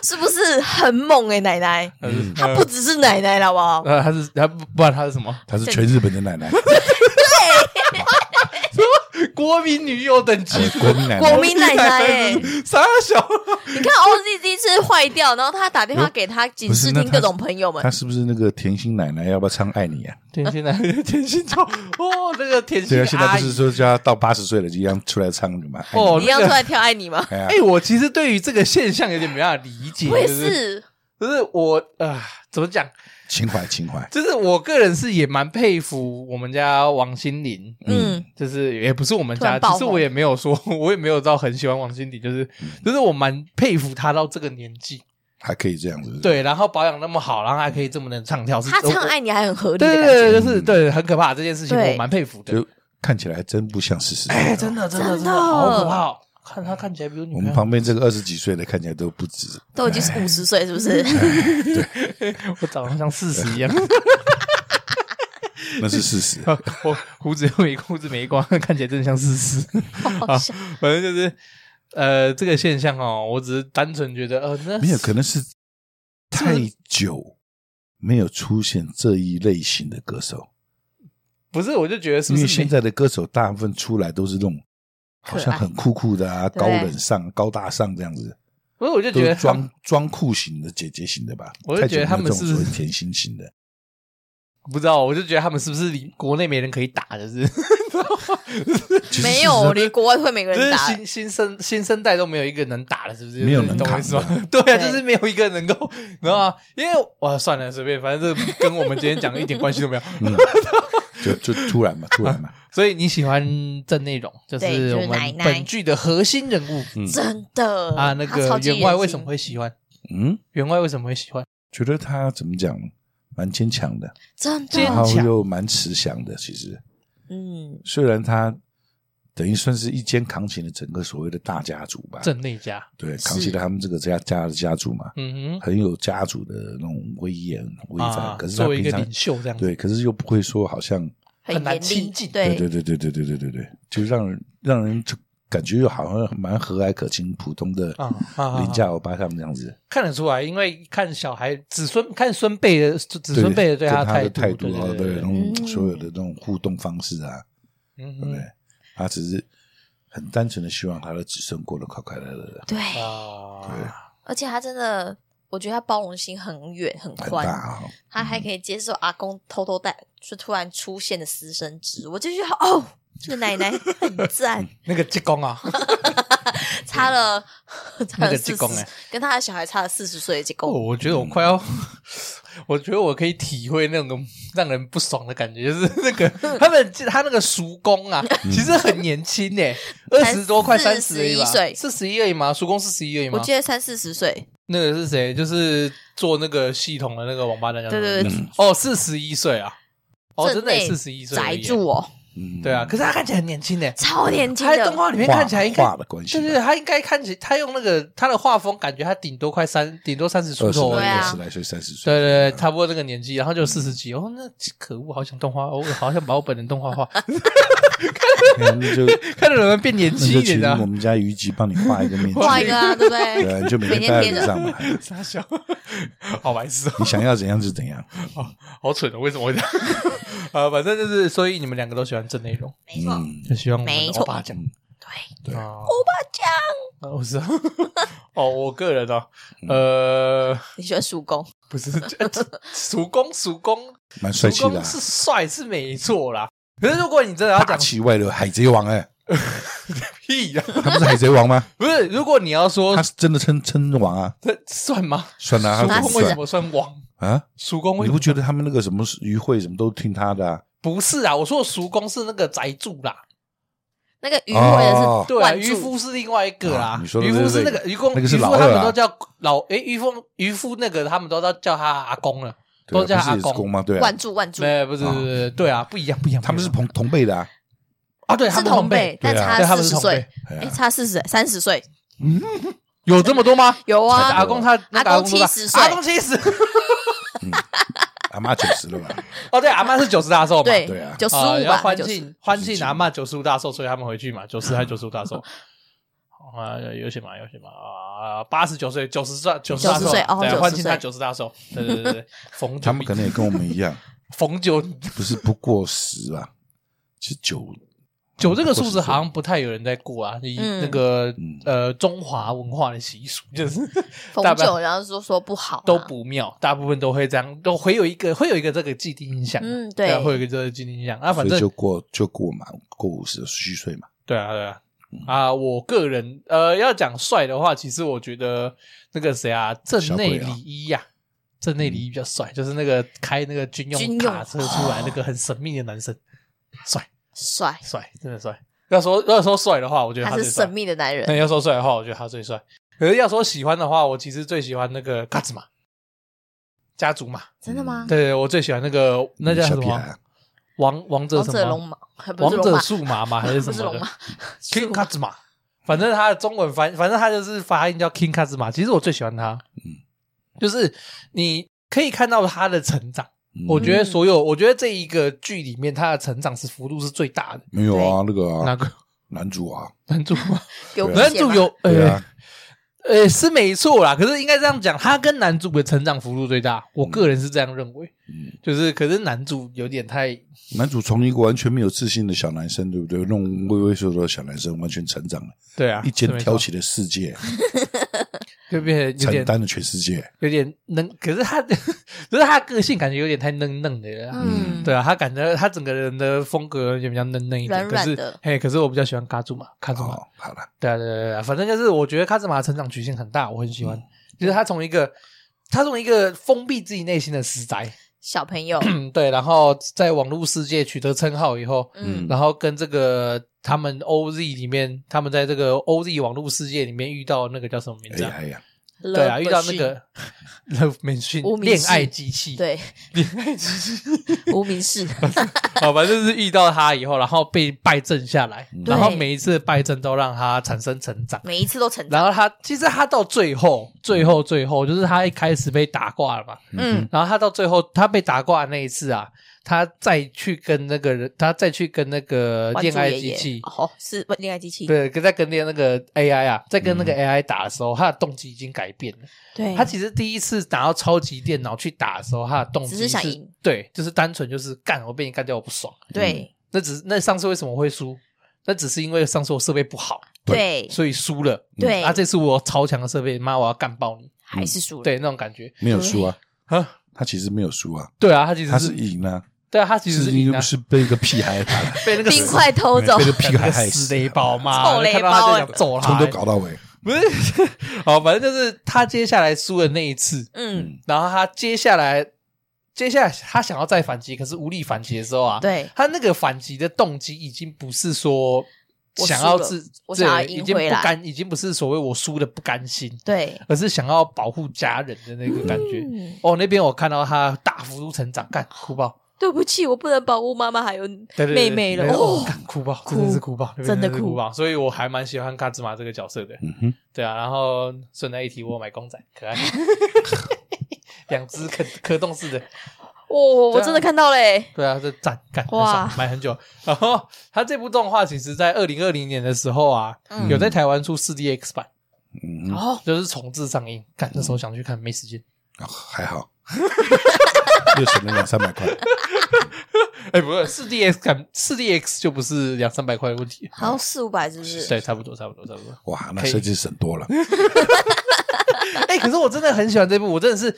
Speaker 2: 是不是很猛诶、奶奶？她不只是奶奶了，好不好？
Speaker 1: 呃，他是他不不然他是什么？
Speaker 3: 她是全日本的奶奶，
Speaker 1: 国民女友等级
Speaker 3: 呃国民奶奶
Speaker 2: 国。民奶奶欸诶、
Speaker 1: 傻小，
Speaker 2: 你看 OZ 第一次坏掉，然后他打电话给他警视厅各种朋友们
Speaker 3: 她，是不是那个甜心奶奶？要不要唱《爱你》啊？
Speaker 1: 甜心男，甜心超哦，那个甜心
Speaker 3: 对啊，现在
Speaker 1: 阿
Speaker 3: 不是
Speaker 1: 姨。
Speaker 3: 说叫她到八十岁了，就一样出来唱什么？爱你
Speaker 1: 哦
Speaker 2: 一样出来跳爱你
Speaker 1: (laughs)
Speaker 2: 吗？
Speaker 3: 哎呀
Speaker 1: 哎、，我其实对于这个现象有点没办法理解，
Speaker 2: 我也
Speaker 1: 就是
Speaker 2: 是，
Speaker 1: 就是我啊、怎么讲？
Speaker 3: 情怀情怀，
Speaker 1: 就是我个人是也蛮佩服我们家王心凌，
Speaker 2: 嗯，
Speaker 1: 就是也不是我们
Speaker 2: 突
Speaker 1: 家，
Speaker 2: 然爆
Speaker 1: 其
Speaker 2: 红
Speaker 1: 实我也没有说， (laughs) 我也没有到很喜欢王心凌，就是就是我蛮佩服她到这个年纪，
Speaker 3: 还可以这样子。，
Speaker 1: 对，然后保养那么好，然后还可以这么能唱跳，是
Speaker 2: 他唱
Speaker 1: 我
Speaker 2: 爱你还很合理的
Speaker 1: 对
Speaker 2: 感
Speaker 1: 对
Speaker 2: 觉，
Speaker 1: 对，对就是对很可怕这件事情，
Speaker 2: 对
Speaker 1: 我蛮佩服的。
Speaker 3: 就看起来还真不像四十岁。
Speaker 1: 哎，真的真的真
Speaker 2: 真
Speaker 1: 的
Speaker 2: 的
Speaker 1: 好可怕哦！看她看起来比我女
Speaker 3: 我
Speaker 1: 朋
Speaker 3: 们
Speaker 1: 友，
Speaker 3: 旁边这个二十几岁的看起来都不止。
Speaker 2: 都已经是五十岁，是不
Speaker 1: (laughs)
Speaker 2: 是？
Speaker 1: 我长得像四十一样， (laughs)
Speaker 3: 那是事实。
Speaker 1: 我胡子又没胡子没光，看起来真的像四十。
Speaker 2: 好笑
Speaker 1: 反正就是呃，这个现象哦，我只是单纯觉得呃，那
Speaker 3: 没有，可能是太久没有出现这一类型的歌手，
Speaker 1: 不是，我就觉得是
Speaker 3: 因
Speaker 1: 不
Speaker 3: 为
Speaker 1: 是
Speaker 3: 现在的歌手大部分出来都是那种好像很酷酷的啊，
Speaker 2: 可
Speaker 3: 高
Speaker 2: 爱
Speaker 3: 冷上、高大上这样子，
Speaker 1: 不是，我就
Speaker 3: 都
Speaker 1: 觉
Speaker 3: 是
Speaker 1: 得他们
Speaker 3: 装装酷型的、姐姐型的吧。
Speaker 1: 我就觉得他们
Speaker 3: 太久没有这种
Speaker 1: 是
Speaker 3: 所谓甜心型的，
Speaker 1: 不知道，我就觉得他们是不是离国内没人可以打的是，
Speaker 2: (laughs)
Speaker 3: 其实
Speaker 2: 没有，连国外会每个
Speaker 1: 就
Speaker 2: 人
Speaker 1: 是
Speaker 2: 打，
Speaker 1: 新新生新生代都没有一个能打的，是不是？
Speaker 3: 没有能
Speaker 1: 你懂我
Speaker 3: 扛
Speaker 1: 意
Speaker 3: 的
Speaker 1: 思吗？ (laughs) 对啊，
Speaker 2: 对
Speaker 1: 就是没有一个能够，然后啊，因为哇，算了，随便，反正这跟我们今天讲的一点关系都没有。
Speaker 3: 就就突然嘛，突
Speaker 1: (laughs)
Speaker 3: 然嘛，
Speaker 1: 所以你喜欢郑内容，就
Speaker 2: 对就是
Speaker 1: 我
Speaker 2: 奶
Speaker 1: 们
Speaker 2: 奶
Speaker 1: 本剧的核心人物
Speaker 3: 嗯
Speaker 2: 真的
Speaker 1: 啊。那
Speaker 2: 他超
Speaker 1: 个
Speaker 2: 级
Speaker 1: 员外为
Speaker 2: 人
Speaker 1: 什么
Speaker 2: 性
Speaker 1: 会喜欢？
Speaker 3: 嗯，
Speaker 1: 员外为什么会喜欢？
Speaker 3: 觉得他怎么讲，蛮坚强的，
Speaker 2: 真
Speaker 1: 坚
Speaker 2: 的？
Speaker 3: 然后
Speaker 1: 强
Speaker 3: 又蛮慈祥的，其实。
Speaker 2: 嗯，
Speaker 3: 虽然他等于算是一肩扛起了整个所谓的大家族吧，
Speaker 1: 郑内家，
Speaker 3: 对，扛起了他们这个家家的家族嘛，
Speaker 1: 嗯哼，
Speaker 3: 很有家族的那种威严威范。
Speaker 1: 啊，
Speaker 3: 可是他
Speaker 1: 作为一
Speaker 3: 平
Speaker 1: 个
Speaker 3: 常
Speaker 1: 领袖这样子，
Speaker 3: 对，可是又不会说好像，
Speaker 1: 很难
Speaker 2: 严
Speaker 1: 亲
Speaker 2: 厉
Speaker 1: 近，
Speaker 3: 对对
Speaker 2: 对，
Speaker 3: 对对对对对对对，就让人让人就感觉又好像蛮和蔼可亲、普通的
Speaker 1: 啊啊啊
Speaker 3: 邻家欧巴他们这样子，
Speaker 1: 看得出来，因为看小孩子孙看孙辈的子孙辈的对
Speaker 3: 他
Speaker 1: 他
Speaker 3: 的
Speaker 1: 态
Speaker 3: 度啊，
Speaker 1: 对
Speaker 3: 对那
Speaker 1: 对，
Speaker 3: 种
Speaker 2: 嗯
Speaker 3: 所有的那种互动方式啊，
Speaker 1: 嗯
Speaker 3: 对不对
Speaker 1: 嗯？
Speaker 3: 他只是很单纯的希望他的子孙过得快快乐乐的，
Speaker 2: 对，
Speaker 1: 啊，
Speaker 2: 而且他真的，我觉得他包容心很远很
Speaker 3: 很
Speaker 2: 宽，
Speaker 3: 大啊、
Speaker 2: 他还可以接受阿公偷偷带，就突然出现的私生子，我就觉得哦，这个奶奶很
Speaker 3: (laughs)
Speaker 2: 赞，
Speaker 3: 嗯
Speaker 1: 那个济公啊， (laughs)
Speaker 2: 差了差
Speaker 1: 那个
Speaker 2: 了
Speaker 1: 济
Speaker 2: 四
Speaker 1: 公
Speaker 2: 十
Speaker 1: 哎，
Speaker 2: 跟他的小孩差了四十岁的济
Speaker 1: 哦，
Speaker 2: 公，
Speaker 1: 我觉得我快要，我觉得我可以体会那种让人不爽的感觉，就是那个他们他那个叔公啊，其实很年轻诶，二十多快三十而已吧，
Speaker 2: 41岁
Speaker 1: 四十一而已吗？叔公四十一而已
Speaker 2: 我
Speaker 1: 吗？
Speaker 2: 记得三四十岁，
Speaker 1: 那个是谁？就是做那个系统的那个王八蛋叫什
Speaker 2: 对
Speaker 1: 么，
Speaker 3: 嗯
Speaker 2: 对对，
Speaker 1: 哦，四十一岁啊，哦，真
Speaker 2: 镇
Speaker 1: 的
Speaker 2: 内
Speaker 1: 四十一岁而
Speaker 2: 宅
Speaker 1: 已耶，
Speaker 2: 住哦，
Speaker 3: 嗯，
Speaker 1: 对啊，可是他看起来很年轻诶。
Speaker 2: 超年轻
Speaker 1: 他在动
Speaker 2: 的，
Speaker 1: 画里面
Speaker 3: 画
Speaker 1: 看起来应该
Speaker 3: 画的关系吧，
Speaker 1: 对对，对他应该看起他用那个他的画风，感觉他顶多快三，顶多三十出
Speaker 3: 二十
Speaker 1: 头而
Speaker 2: 对
Speaker 1: 已。
Speaker 2: 啊
Speaker 3: 二十来岁、三十岁，
Speaker 1: 对对对，差不多这个年纪，然后就四十几，哦，那可恶，好想动画，我好想把我本人动画画，
Speaker 3: (laughs) 对，
Speaker 1: (laughs)
Speaker 3: 那就
Speaker 1: 看着有人变年
Speaker 3: 那
Speaker 1: 轻
Speaker 3: 就
Speaker 1: 一点
Speaker 3: 请
Speaker 1: 的啊
Speaker 3: 我，们家虞姬帮你画一个面具，
Speaker 2: 画一个
Speaker 1: (laughs)
Speaker 2: 啊，对不对？
Speaker 3: (laughs) 对，你就每天戴在脸上嘛。
Speaker 1: 傻笑，好白痴哦，
Speaker 3: 你想要怎样就怎样，
Speaker 1: 好蠢哦，为什么会这样？ (laughs) 啊，反正就是，所以你们两个都喜欢正内容，
Speaker 2: 没错，
Speaker 3: 嗯，
Speaker 1: 就希望我
Speaker 2: 没
Speaker 1: 们
Speaker 2: 错
Speaker 1: 欧巴讲，
Speaker 2: 对，
Speaker 3: 对
Speaker 1: 欧巴讲，我是啊哦 (laughs) 哦，我个人哦，
Speaker 3: 嗯
Speaker 1: 呃，
Speaker 2: 你喜欢叔公？
Speaker 1: 不是， (laughs) 呃叔公叔公
Speaker 3: 蛮帅气
Speaker 1: 叔
Speaker 3: 的
Speaker 1: 公
Speaker 3: 啊，
Speaker 1: 是帅是没错啦。可是如果你真的要
Speaker 3: 大
Speaker 1: 讲
Speaker 3: 起外流海贼王哎、
Speaker 1: 屁呀，
Speaker 3: 他不是海贼王吗？
Speaker 1: 不是，如果你要说
Speaker 3: 啊他是真的称称王啊，
Speaker 1: 这算吗？
Speaker 3: 算了、啊，
Speaker 1: 叔
Speaker 3: 他
Speaker 2: 那
Speaker 3: 不
Speaker 1: 公为什
Speaker 3: 算
Speaker 1: 么算王？
Speaker 3: 啊？
Speaker 1: 叔公为
Speaker 3: 你
Speaker 1: 什
Speaker 3: 不
Speaker 1: 么
Speaker 3: 觉得他们那个什么渔会什么都听他的、啊？
Speaker 1: 不是啊？我说的叔公是那个宅住啦，
Speaker 2: 那个鱼尾的
Speaker 3: 哦
Speaker 2: 是
Speaker 1: 对啊，
Speaker 2: 万
Speaker 1: 渔
Speaker 2: 柱
Speaker 1: 夫是另外一个
Speaker 3: 啊
Speaker 1: 啦。
Speaker 3: 你说的
Speaker 1: 渔
Speaker 3: 对
Speaker 1: 夫
Speaker 3: 对
Speaker 1: 是那
Speaker 3: 对
Speaker 1: 个渔公，
Speaker 3: 那
Speaker 1: 渔
Speaker 3: 个是
Speaker 1: 夫
Speaker 3: 老
Speaker 1: 他
Speaker 3: 二
Speaker 1: 们
Speaker 3: 啊
Speaker 1: 都叫老诶，渔夫渔夫那个他们都叫叫他阿公了，
Speaker 3: 对
Speaker 1: 都
Speaker 3: 啊
Speaker 1: 叫
Speaker 3: 不
Speaker 1: 阿
Speaker 3: 是也是公吗？对、啊
Speaker 2: 万，柱万柱，
Speaker 1: 没有，不是，
Speaker 3: 啊
Speaker 1: 不是对啊，不一样，不一样。
Speaker 3: 他们是
Speaker 1: 不一样
Speaker 3: 同同辈的啊。
Speaker 1: 啊，对，他
Speaker 2: 是
Speaker 1: 们
Speaker 2: 同辈，
Speaker 3: 对啊
Speaker 2: 但
Speaker 1: 对，他
Speaker 2: 差四
Speaker 1: 们是
Speaker 2: 十
Speaker 1: 同
Speaker 2: 岁
Speaker 1: 辈，，
Speaker 3: 哎呀
Speaker 2: 哎，差四十三十岁，
Speaker 1: 有这么多吗？
Speaker 2: 有
Speaker 1: 那个
Speaker 2: 啊
Speaker 1: 阿，公他那个
Speaker 2: 阿公
Speaker 1: 多大
Speaker 2: 70岁
Speaker 1: 阿公七十。
Speaker 3: 阿妈九十了嘛？
Speaker 1: (laughs) 哦，对，阿妈是九十大寿嘛，
Speaker 2: 对
Speaker 3: 对啊
Speaker 2: 九十
Speaker 1: 啊，
Speaker 2: 五
Speaker 1: 要
Speaker 2: 吧，
Speaker 1: 欢
Speaker 2: 九十
Speaker 1: 庆欢庆阿妈九十五大寿，所以他们回去嘛，九
Speaker 3: (laughs)
Speaker 1: 十还九十五大寿。好啊，有些嘛，有些嘛啊，八十九岁，九十岁，九十大寿，
Speaker 2: 90岁哦
Speaker 1: 对，
Speaker 2: 90
Speaker 1: 欢庆他
Speaker 2: 岁
Speaker 1: 九十大寿，对对对对，逢
Speaker 3: 他
Speaker 1: 九
Speaker 3: 们可能也跟我们一样，
Speaker 1: 逢九
Speaker 3: 不是不过时啊，是九
Speaker 1: 九这个数字好像不太有人在过啊，你
Speaker 2: 嗯
Speaker 1: 那个
Speaker 3: 嗯
Speaker 1: 呃中华文化的习俗就是
Speaker 2: 逢
Speaker 1: 大半
Speaker 2: 九，然后说说不好啊，
Speaker 1: 都不妙，大部分都会这样，都会有一个会有一个这个既定印象啊，
Speaker 2: 嗯
Speaker 1: 对
Speaker 2: 对
Speaker 1: 啊，会有一个这个既定印象啊，
Speaker 3: 所
Speaker 1: 反
Speaker 3: 以
Speaker 1: 正
Speaker 3: 就过就过嘛，过五十虚岁嘛。
Speaker 1: 对啊，对啊，
Speaker 3: 嗯
Speaker 1: 啊，我个人呃，要讲帅的话，其实我觉得那个谁啊，镇内
Speaker 3: 小鬼啊嗯
Speaker 1: 里一呀、镇内里一比较帅，就是那个开那个军用
Speaker 2: 军用
Speaker 1: 卡车出来那个很神秘的男生，帅
Speaker 2: 帅，
Speaker 1: 帅，真的帅。要说要说帅的话，我觉得
Speaker 2: 他
Speaker 1: 最
Speaker 2: 是
Speaker 1: 帅
Speaker 2: 神。秘的男
Speaker 1: 那
Speaker 2: 人，
Speaker 1: 要说帅的话，我觉得他最帅。可是要说喜欢的话，我其实最喜欢那个卡兹玛家族嘛，
Speaker 2: 真的吗？
Speaker 1: 嗯对对，我最喜欢那个那叫什
Speaker 3: 小啊屁
Speaker 1: 么
Speaker 3: 孩，
Speaker 1: 王王者
Speaker 2: 王
Speaker 1: 什
Speaker 2: 者
Speaker 1: 么
Speaker 2: 龙马，还不
Speaker 1: 王
Speaker 2: 是龙
Speaker 1: 者
Speaker 2: 马，
Speaker 1: 数码吗？还是什
Speaker 2: 不是
Speaker 1: 么
Speaker 2: 龙
Speaker 1: 的
Speaker 2: 马？
Speaker 1: King
Speaker 2: 树
Speaker 1: Kazma，反正他的中文翻，反正他就是发音叫 King Kazma。其实我最喜欢他，
Speaker 3: 嗯
Speaker 1: 就是你可以看到他的成长。
Speaker 3: 嗯
Speaker 1: 我觉得所有，我觉得这一个剧里面他的成长是幅度是最大的。
Speaker 3: 没有啊，那个
Speaker 1: 哪
Speaker 3: 啊，
Speaker 1: 个
Speaker 3: 男主啊，
Speaker 1: 男主吗？
Speaker 2: 有
Speaker 3: 对啊
Speaker 1: (laughs) 男主有，
Speaker 3: 对
Speaker 1: 呃
Speaker 3: 啊，
Speaker 1: 呃，是没错啦。可是应该这样讲，他跟男主的成长幅度最大。我个人是这样认为，
Speaker 3: 嗯，
Speaker 1: 就是可是男主有点太
Speaker 3: 男主从一个完全没有自信的小男生，对不对？那种畏畏缩缩的小男生，完全成长了，
Speaker 1: 对啊，
Speaker 3: 一
Speaker 1: 是
Speaker 3: 肩
Speaker 1: 没
Speaker 3: 挑
Speaker 1: 错，
Speaker 3: 起了世界，
Speaker 1: 就变得有
Speaker 3: 承
Speaker 1: 点
Speaker 3: 担了全世界。
Speaker 1: 有点嫩，可是他，可 (laughs) 是他个性感觉有点太嫩嫩的了啊、
Speaker 2: 嗯，
Speaker 1: 对啊，他感觉他整个人的风格也比较嫩嫩一点，
Speaker 2: 软软
Speaker 1: 可是
Speaker 2: 的
Speaker 1: 嘿，可是我比较喜欢卡祖玛，卡祖玛，
Speaker 3: 哦，好了，
Speaker 1: 对啊，对啊对啊对啊，反正就是我觉得卡祖玛的成长曲线很大，我很喜欢，就是他从一个他从一个封闭自己内心的死宅，
Speaker 2: 小朋
Speaker 1: (clears throat)
Speaker 2: 友，
Speaker 1: 嗯，对，然后在网络世界取得称号以后，
Speaker 2: 嗯
Speaker 1: 然后跟这个他们 OZ 里面，他们在这个 OZ 网络世界里面遇到那个叫什么名
Speaker 3: 哎
Speaker 1: 字、
Speaker 3: 呀
Speaker 1: 啊？
Speaker 3: 哎呀，
Speaker 1: 对啊，
Speaker 2: Love
Speaker 1: 遇到那
Speaker 2: Machine，
Speaker 1: 个 Love Machine
Speaker 2: 无名
Speaker 1: 恋
Speaker 2: 氏
Speaker 1: 爱机器， (laughs)
Speaker 2: 对
Speaker 1: 恋爱机器。
Speaker 2: 无名
Speaker 1: (laughs)
Speaker 2: 氏，
Speaker 1: 好，哦反正就是遇到他以后，然后被败阵下来，
Speaker 2: 对
Speaker 1: 然后每一次的败阵都让他产生成长。
Speaker 2: 每一次都成长，
Speaker 1: 然后他其实他到最后，最后最后就是他一开始被打挂了嘛，
Speaker 2: 嗯，
Speaker 1: 然后他到最后他被打挂的那一次啊，他再去跟那个人，他再去跟那个
Speaker 2: 关注
Speaker 1: 恋爱
Speaker 2: 爷
Speaker 1: 机
Speaker 2: 爷
Speaker 1: 器，
Speaker 2: 哦，是恋爱机器，
Speaker 1: 对，跟在跟那个 AI 啊，在跟那
Speaker 2: 嗯
Speaker 1: 个 AI 打的时候，他的动机已经改变了。
Speaker 2: 对，
Speaker 1: 他其实第一次拿到超级电脑去打的时候，他的动机
Speaker 2: 只是想赢，
Speaker 1: 对，就是单纯就是干，我被你干掉，我不爽。
Speaker 2: 对
Speaker 1: 那只是那上次为什么会输？那只是因为上次我设备不好，
Speaker 2: 对
Speaker 1: 所以输了。
Speaker 2: 对
Speaker 1: 啊，，这次我有超强的设备，妈，我要干爆你！
Speaker 2: 还是输了，
Speaker 1: 对，那种感觉
Speaker 3: 没有输啊，
Speaker 1: 啊，
Speaker 3: 他其实没有输啊，
Speaker 1: 对啊，他其实
Speaker 3: 他是
Speaker 1: 是
Speaker 3: 赢了，
Speaker 1: 对啊，他其实
Speaker 3: 是
Speaker 1: 是赢
Speaker 3: 因
Speaker 1: 啊
Speaker 3: 为，是被一个屁孩打了，
Speaker 1: 被那个
Speaker 2: 冰块偷走
Speaker 3: 被，个屁孩害
Speaker 1: 死
Speaker 3: (laughs) 死，
Speaker 1: 雷包嘛，
Speaker 2: 臭雷
Speaker 1: 看到他就
Speaker 2: 包
Speaker 1: 想揍他，
Speaker 3: 啊从头搞到尾，
Speaker 1: 不是，好，反正就是他接下来输的那一次，
Speaker 2: 嗯，
Speaker 1: 然后他接下来，接下来他想要再反击，可是无力反击的时候啊，
Speaker 2: 对
Speaker 1: 他那个反击的动机已经不是说
Speaker 2: 我
Speaker 1: 想
Speaker 2: 输
Speaker 1: 要
Speaker 2: 了
Speaker 1: 自，
Speaker 2: 我
Speaker 1: 对
Speaker 2: 想要
Speaker 1: 已
Speaker 2: 赢
Speaker 1: 经
Speaker 2: 回
Speaker 1: 不
Speaker 2: 来
Speaker 1: 甘，已经不是所谓我输的不甘心，
Speaker 2: 对，
Speaker 1: 而是想要保护家人的那个感觉。
Speaker 2: 嗯，
Speaker 1: 哦，那边我看到他大幅度成长，干哭爆，
Speaker 2: 对不起，我不能保护妈妈还有
Speaker 1: 对对对
Speaker 2: 妹妹了
Speaker 1: 对，
Speaker 2: 哦，
Speaker 1: 干哭爆，
Speaker 2: 哭
Speaker 1: 真的是哭爆，那边
Speaker 2: 真的
Speaker 1: 是
Speaker 2: 哭
Speaker 1: 哭爆，所以我还蛮喜欢卡兹玛这个角色的。
Speaker 3: 嗯哼，
Speaker 1: 对啊，然后顺带一提，我有买公仔，
Speaker 2: (laughs)
Speaker 1: 可爱，两只可可动式的。
Speaker 2: 我我
Speaker 1: 对啊
Speaker 2: 真的看到欸嘞，
Speaker 1: 对啊，这赞干很
Speaker 2: 哇
Speaker 1: 爽，买很久。然后他这部动画其实在二零二零年的时候啊，
Speaker 2: 嗯
Speaker 1: 有在台湾出四 DX 版，
Speaker 3: 嗯哼，
Speaker 2: 哦，
Speaker 1: 就是重置上映。干那时候想去看，没时间。
Speaker 3: (laughs) 啊还好，又省了两三百块。
Speaker 1: 哎，不是四 D X 感，四 D X 就不是两三百块的问题，
Speaker 2: 好像四五百是不是？
Speaker 1: 对，差不多，差不多，差不多。
Speaker 3: 哇，那
Speaker 1: 可以
Speaker 3: 设计省多了。
Speaker 1: 哎、可是我真的很喜欢这部，我真的是，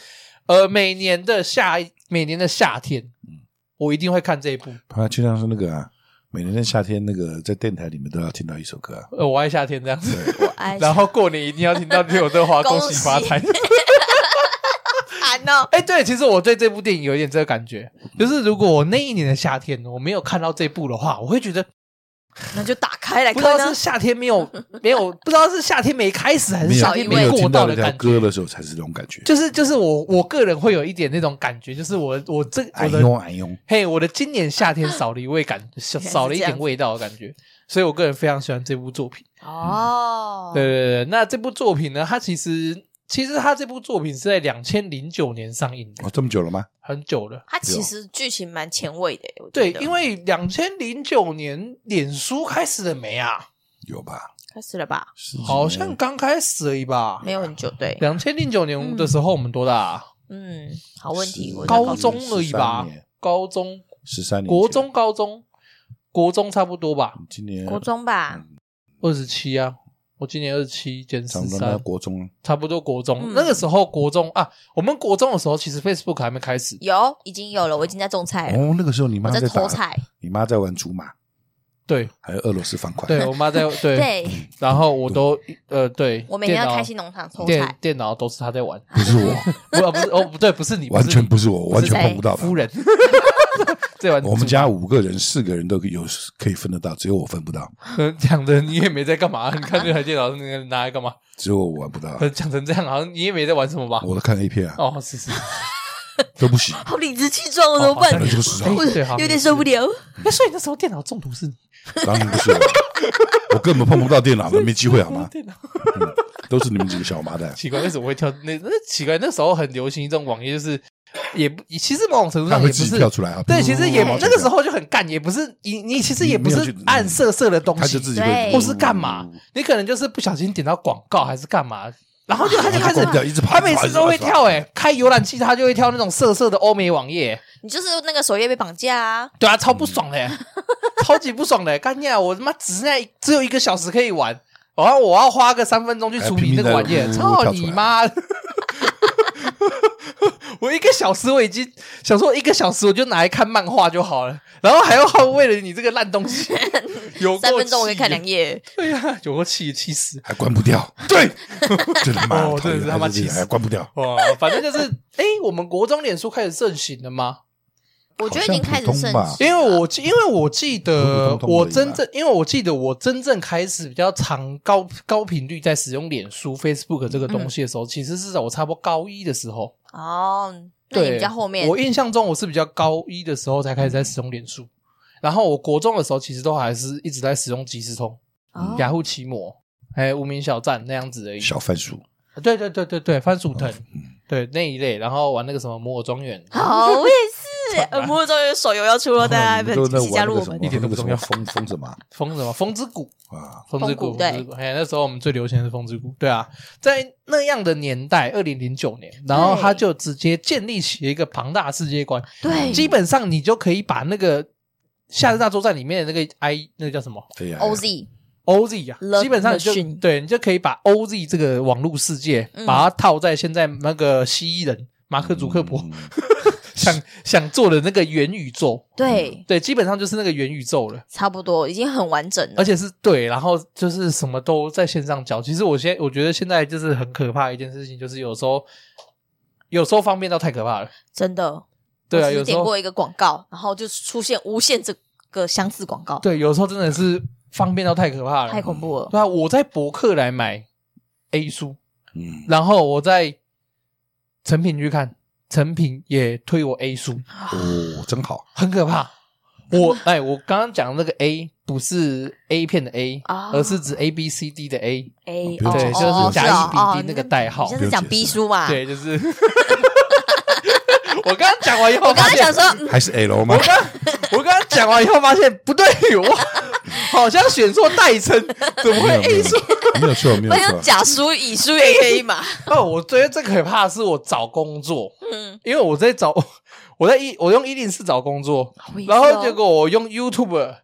Speaker 1: 呃，每年的夏，每年的夏天，我一定会看这一部。
Speaker 3: 他就像是那个啊，每年的夏天，那个在电台里面都要听到一首歌啊。
Speaker 1: 呃，我爱夏天这样子，
Speaker 2: 我爱
Speaker 1: 然后过年一定要听到刘德华
Speaker 2: 恭
Speaker 1: 恭
Speaker 2: 喜
Speaker 1: 喜发财。
Speaker 2: 烦哦，
Speaker 1: 哎、对，其实我对这部电影有一点这个感觉，就是如果我那一年的夏天我没有看到这部的话，我会觉得
Speaker 2: 那就打开来
Speaker 1: 不知道
Speaker 2: 看
Speaker 1: 是
Speaker 2: 啊。
Speaker 1: 夏天
Speaker 2: (laughs)
Speaker 1: 没有没有，不知道是夏天没开始还是
Speaker 3: 没有
Speaker 1: 夏
Speaker 2: 少
Speaker 1: 天
Speaker 2: 一
Speaker 1: 没
Speaker 2: 位
Speaker 1: 过
Speaker 3: 听到
Speaker 1: 到的
Speaker 3: 那条
Speaker 1: 感觉。
Speaker 3: 歌的时候，才是这种感觉。
Speaker 1: 就是就是我我个人会有一点那种感觉，就是我我这
Speaker 3: 哎
Speaker 1: 我的
Speaker 3: 呦哎呦，
Speaker 1: 嘿，我的今年夏天少了一
Speaker 2: (laughs)
Speaker 1: 味感，少
Speaker 2: 原来是
Speaker 1: 少了一
Speaker 2: 这样
Speaker 1: 点味道的感觉，所以我个人非常喜欢这部作品。
Speaker 2: 哦，
Speaker 1: 对对对，那这部作品呢，它其实其实它这部作品是在两千零九年上映的
Speaker 3: 哦，，这么久了吗？
Speaker 1: 很久了。
Speaker 2: 它其实剧情蛮前卫的，欸我觉
Speaker 1: 哦对，
Speaker 2: 得
Speaker 1: 因为两千零九年脸书开始了没啊？
Speaker 3: 有吧？
Speaker 2: 开始了吧，
Speaker 3: 十几年
Speaker 1: 好像刚开始而已吧。
Speaker 2: 没有很久，对，
Speaker 1: 两千零九年的时候我们多大啊？
Speaker 2: 嗯，好问题，
Speaker 3: 是
Speaker 2: 我在
Speaker 1: 高
Speaker 2: 考虑
Speaker 1: 中而已吧
Speaker 3: 13年？
Speaker 1: 高中、
Speaker 3: 十三年前，
Speaker 1: 国中、高中、国中差不多吧？
Speaker 3: 今年
Speaker 2: 国中
Speaker 1: 嗯
Speaker 2: 吧，
Speaker 1: 二十七啊，我今年二十七减
Speaker 3: 差
Speaker 1: 十
Speaker 3: 不多到
Speaker 1: 三，
Speaker 3: 国中
Speaker 1: 差不多国中、
Speaker 2: 嗯
Speaker 1: 那个时候国中啊，我们国中的时候其实 Facebook 还没开始，
Speaker 2: 有已经有了，我已经在种菜了，
Speaker 3: 哦，那个时候你
Speaker 2: 哎我
Speaker 3: 妈
Speaker 2: 在偷
Speaker 3: 打，
Speaker 2: 菜，
Speaker 3: 你妈在玩竹马， (laughs)
Speaker 1: 对
Speaker 3: 还有俄罗斯方块。
Speaker 1: 对，我妈在对
Speaker 2: 对
Speaker 1: 然后我都呃对，
Speaker 2: 我每天
Speaker 1: 电
Speaker 2: 要
Speaker 1: 脑
Speaker 2: 开心农场偷
Speaker 1: 电
Speaker 2: 菜，
Speaker 1: 电脑都是她在玩，
Speaker 3: 不是我，
Speaker 1: 不啊不是哦不对，不是你，
Speaker 3: 完全
Speaker 1: 不
Speaker 3: 不是我，完全碰不到
Speaker 1: 夫
Speaker 3: 的。
Speaker 1: 人 (laughs) 在玩，
Speaker 3: 我们家五个人，四个人都有可以分得到，只有我分不到，
Speaker 1: 呃 (laughs) 讲的你也没在干嘛， (laughs) 你看这台电脑那个拿来干嘛？ (laughs)
Speaker 3: 只有我玩不到。
Speaker 1: 呃讲成这样，好像你也没在玩什么吧？
Speaker 3: 我都看 A 片啊，
Speaker 1: 哦，是是，
Speaker 3: 都不行。
Speaker 2: 好理直气壮，我怎么办
Speaker 1: 哦？
Speaker 3: 那就是啊
Speaker 1: 哎
Speaker 2: 我
Speaker 1: 对好
Speaker 2: 有点受不了。
Speaker 1: 那所以那时候电脑中毒是你
Speaker 3: 当然不是我，
Speaker 1: (laughs)
Speaker 3: 我根本碰不到电脑，没机会好吗？
Speaker 1: 电脑。
Speaker 3: 嗯都是你们几个小麻蛋，
Speaker 1: 奇怪，为什么会跳那那奇怪？那时候很流行一种网页，就是也不其实某种程度
Speaker 3: 他
Speaker 1: 上也
Speaker 3: 会
Speaker 1: 不
Speaker 3: 自己
Speaker 1: 是
Speaker 3: 跳出来啊。
Speaker 1: 对，其实也
Speaker 2: 嗯
Speaker 1: 那个时候就很干，也不是你你其实也不
Speaker 3: 你没
Speaker 1: 是
Speaker 3: 有去
Speaker 1: 暗色色的东
Speaker 3: 他
Speaker 1: 西
Speaker 3: 就，自己哦
Speaker 2: 对
Speaker 3: 会，嗯
Speaker 1: 或是干嘛，你可能就是不小心点到广告还是干嘛，然后就他就开
Speaker 3: 啊他
Speaker 1: 始
Speaker 3: 就掉，一直跑，
Speaker 1: 他每次都会跳，哎，开浏览器他就会跳那种色色的欧美网页，
Speaker 2: 你就是那个首页被绑架啊！
Speaker 1: 对啊，超不爽的 (laughs) 欸，超级不爽的欸，干呀！我他妈只剩下一只有一个小时可以玩，然后我要花个三分钟去处理哎那个玩意 (laughs)
Speaker 3: 还
Speaker 1: 儿，
Speaker 3: 拼命地呜
Speaker 1: 操
Speaker 3: 跳出
Speaker 1: 你
Speaker 3: 来
Speaker 1: 妈！我一个小时我已经想说一个小时我就拿来看漫画就好了，然后还要耗为了你这个烂东
Speaker 2: (laughs)
Speaker 1: 西，有
Speaker 2: 三
Speaker 1: 过
Speaker 2: 分钟我可以
Speaker 1: 气
Speaker 2: 看两，页，
Speaker 1: 对呀、有过气气死！
Speaker 3: 还关
Speaker 1: (laughs)
Speaker 3: 不掉。对， (laughs) 真他妈
Speaker 1: 哦
Speaker 3: 讨
Speaker 1: 真
Speaker 3: 厌，
Speaker 1: 的是他妈
Speaker 3: 还
Speaker 1: 气死
Speaker 3: 还关不掉。
Speaker 1: 哇，反正就是， (laughs) 哎、我们国中脸书开始盛行了吗？
Speaker 2: 我觉得已经开始盛
Speaker 3: 好像普通吧
Speaker 2: 行，
Speaker 1: 因为我记因为我记得
Speaker 3: 普普通通而已吧
Speaker 1: 我真正，因为我记得我真正开始比较常高高频率在使用脸书、Facebook 这个东西的
Speaker 2: 嗯
Speaker 1: 时候，其实是在我差不多高一的时候。
Speaker 2: 哦，那你
Speaker 1: 对，
Speaker 2: 比较后面
Speaker 1: 我印象中我是比较高一的时候才开始在使用脸
Speaker 2: 嗯
Speaker 1: 书，然后我国中的时候其实都还是一直在使用即时通、
Speaker 2: 哦
Speaker 1: 雅虎奇摩、哎无名小站那样子而已。
Speaker 3: 小番薯，
Speaker 1: 对对对对对，番薯藤，
Speaker 3: 嗯，
Speaker 1: 对那一类，然后玩那个什么摩尔庄园，
Speaker 2: 好，我也是。
Speaker 1: (laughs)
Speaker 2: 呃，魔咒有手游要出了，大家
Speaker 3: 嗯都在
Speaker 2: 一起加
Speaker 3: 玩
Speaker 2: 入
Speaker 3: 那个
Speaker 2: 我
Speaker 3: 什
Speaker 2: 们，
Speaker 3: 么
Speaker 1: 啊一点都不
Speaker 3: 那个什
Speaker 1: 重
Speaker 3: 么
Speaker 1: 要
Speaker 3: 风风什么啊
Speaker 1: 风什么风之谷。
Speaker 3: 啊？
Speaker 1: 风之谷，
Speaker 2: 风谷对
Speaker 1: 风之谷哎，那时候我们最流行的是风之谷，对啊，在那样的年代，二零零九年，然后他就直接建立起一个庞大的世界观，
Speaker 2: 对
Speaker 1: 基本上你就可以把那个《夏日大作战》里面的那个 I 那个叫什么
Speaker 3: 哎呀，
Speaker 2: OZ
Speaker 1: OZ 啊，
Speaker 2: Love
Speaker 1: 基本上你就
Speaker 2: Machine
Speaker 1: 对，你就可以把 OZ 这个网络世界，
Speaker 2: 嗯
Speaker 1: 把它套在现在那个蜥蜴人马克·祖克伯
Speaker 3: 嗯，
Speaker 1: 想想做的那个元宇宙，
Speaker 2: 对，
Speaker 1: 对，基本上就是那个元宇宙了。
Speaker 2: 差不多已经很完整了
Speaker 1: 而。且是对，然后就是什么都在线上交。其实我现我觉得现在就是很可怕的一件事情，就是有时候有时候方便到太可怕了。
Speaker 2: 真的。
Speaker 1: 对啊
Speaker 2: 我只是
Speaker 1: 有时候
Speaker 2: 点过一个广告，然后就出现无限这个相似广告，
Speaker 1: 对，有时候真的是方便到太可怕了。
Speaker 2: 太恐怖了。
Speaker 1: 对啊，我在博客来买 A 书，
Speaker 3: 嗯，
Speaker 1: 然后我在成品去看，成品也推我 A 书，
Speaker 3: 哦，真好，
Speaker 1: 很可怕。我哎，我刚刚讲的那个 A 不是 A 片的 A，、
Speaker 2: 哦
Speaker 1: 而是指 A B C D 的 A。
Speaker 2: 哎，
Speaker 3: 对
Speaker 2: 哦
Speaker 3: 就是
Speaker 2: 哦
Speaker 3: 甲
Speaker 2: 哦
Speaker 1: 乙丙
Speaker 2: 哦
Speaker 1: 丁那个
Speaker 2: 你
Speaker 1: 代号
Speaker 2: 你现在讲 B 书嘛？
Speaker 1: 对，就是 (laughs) 我刚刚讲完以后，
Speaker 2: 我刚
Speaker 1: 发
Speaker 2: 刚
Speaker 1: 现
Speaker 2: 想说，嗯
Speaker 3: 还是 L 吗
Speaker 1: 我？刚我刚刚讲完以后发现不对，我 (laughs) 好像选错代称，怎么
Speaker 3: 没
Speaker 1: 会
Speaker 3: 有没
Speaker 1: A
Speaker 3: 有
Speaker 1: 说？
Speaker 3: 没有错，没
Speaker 2: 我
Speaker 3: 有
Speaker 2: 想
Speaker 3: 错，
Speaker 2: 甲输乙输也可以嘛。
Speaker 1: 哦，我觉得最可怕的是我找工作，
Speaker 2: 嗯，
Speaker 1: 因为我在找 (laughs) 我在一我用一零四找工作，
Speaker 2: 好意思
Speaker 1: 然
Speaker 2: 哦
Speaker 1: 后结果我用 YouTube，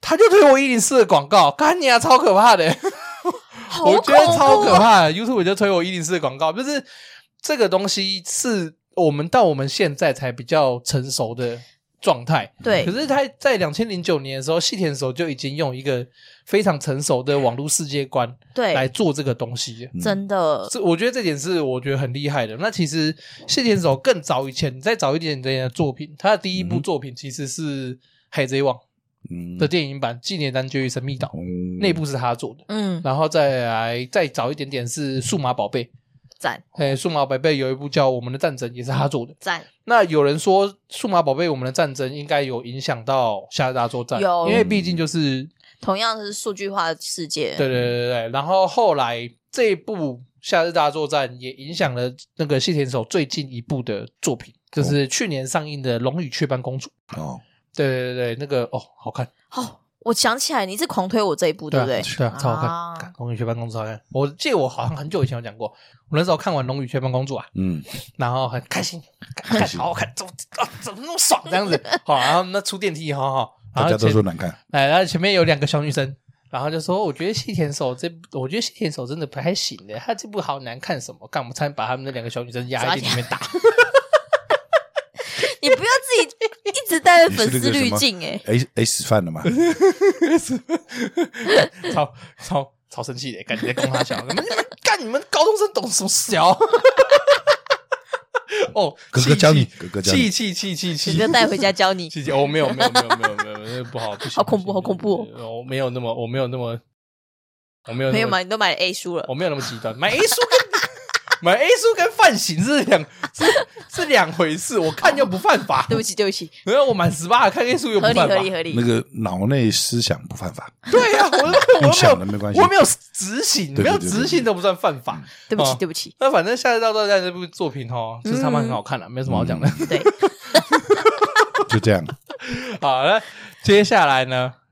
Speaker 1: 他就推我一零四的广告，干你啊，超可怕的！
Speaker 2: 好
Speaker 1: 我觉得
Speaker 2: 恐怖啊
Speaker 1: 超可
Speaker 2: 哦。
Speaker 1: 怕的，YouTube 就推我一零四的广告，就是这个东西是我们到我们现在才比较成熟的状态。可
Speaker 2: 对，
Speaker 1: 是他在两千零九年的时候，细田守就已经用一个非常成熟的网络世界观
Speaker 2: 对，
Speaker 1: 来做这个东西了。
Speaker 3: 嗯
Speaker 2: 真的，
Speaker 1: 这我觉得这点是我觉得很厉害的。那其实谢田守更早以前，再早一点点的作品，他的第一部
Speaker 3: 嗯
Speaker 1: 作品其实是《海贼王》
Speaker 3: 嗯哦
Speaker 1: 的电影版《纪念单绝与神秘岛》，内
Speaker 3: 内
Speaker 1: 部是他做的。
Speaker 2: 嗯，
Speaker 1: 然后再来再早一点点是《数码宝贝》，
Speaker 2: 赞
Speaker 1: 哎，《数码宝贝》有一部叫《我们的战争》，也是他做的。
Speaker 2: 赞，
Speaker 1: 那有人说，《数码宝贝：我们的战争》应该有影响到《夏日大作战》，
Speaker 2: 有
Speaker 1: 因为毕竟就是
Speaker 2: 同样是数据化的世界，
Speaker 1: 对对对对对。然后后来这一部《夏日大作战》也影响了那个细田守最近一部的作品，
Speaker 2: 哦
Speaker 1: 就是去年上映的《龙与雀斑公主》。
Speaker 3: 哦，
Speaker 1: 对对对对，那个哦，好看，
Speaker 2: 哦，我想起来，你是狂推我这一部，对
Speaker 1: 啊
Speaker 2: 不对？
Speaker 1: 对啊，超好
Speaker 2: 啊
Speaker 1: 看，干龙与雀斑公主》好看。我记得我好像很久以前有讲过，我那时候看完《龙与雀斑公主》啊，
Speaker 3: 嗯，
Speaker 1: 然后很开心，看
Speaker 3: 开
Speaker 1: 看
Speaker 3: 心
Speaker 1: 好好看，怎么啊怎么那么爽这样
Speaker 3: (laughs)
Speaker 1: 子？好，然后那出电梯，好好，然
Speaker 3: 大
Speaker 1: 后
Speaker 3: 家都
Speaker 1: 前
Speaker 3: 说难看，
Speaker 1: 哎，然后前面有两个小女生，然后就说：“我觉得细田守这，我觉得细田守真的不太行的，他这部好难看什么？干我们差点把他们那两个小女生压在里面
Speaker 3: (laughs)
Speaker 1: 打。啊
Speaker 2: 你不要自己一直带着粉丝滤
Speaker 3: 你是
Speaker 2: 镜
Speaker 1: (laughs)
Speaker 2: 哎，
Speaker 3: ，S S 犯了嘛，
Speaker 2: 嗯
Speaker 1: 超超超生气的，感觉在攻他小，你们你们 (laughs) 干你们高中生懂什么小？
Speaker 3: (laughs)
Speaker 1: 哦，
Speaker 3: 哥
Speaker 1: 气
Speaker 3: 哥教你，
Speaker 1: 气
Speaker 3: 哥哥教
Speaker 1: 气
Speaker 3: 你，
Speaker 1: 气气气
Speaker 2: 你就
Speaker 1: 气。”
Speaker 2: 带回家教
Speaker 1: (laughs)
Speaker 2: 你。
Speaker 1: 谢谢哦，没有没有没有没有没有，没有不好，不行，
Speaker 2: 好恐怖
Speaker 1: 不行呃
Speaker 2: 好恐怖！
Speaker 1: 我没有那么，我没有那么，我没有那么
Speaker 2: 没有嘛，你都买 A 书了
Speaker 1: 我，没有那么极端，买 A 书跟买 A 书跟犯刑是两是是两回事，我看又不犯法
Speaker 2: 对，不起，对不起，
Speaker 1: 然后我满十八看 A 书又不
Speaker 2: 合
Speaker 1: 犯
Speaker 2: 理
Speaker 1: 法
Speaker 2: 合，理合
Speaker 3: 那
Speaker 2: 理，
Speaker 3: 个脑内思想不犯法，
Speaker 1: 对呀、我
Speaker 3: 用
Speaker 1: 我
Speaker 3: 想
Speaker 1: 又
Speaker 3: 的
Speaker 1: 没
Speaker 3: 啊没关系
Speaker 1: 有我，没有执行，
Speaker 3: 对对
Speaker 1: 没有
Speaker 3: 对对嗯
Speaker 1: 执行都不算犯法。
Speaker 2: 对不起
Speaker 1: 哦
Speaker 2: 对不起，
Speaker 1: 那反正《夏日大作战》这部作品哦，就是他妈
Speaker 2: 嗯
Speaker 1: 很好看了、没有什么好讲
Speaker 3: 嗯
Speaker 1: 的。
Speaker 2: 对，
Speaker 3: 就这样，
Speaker 1: (laughs) 好，那接下来呢？
Speaker 3: 嗯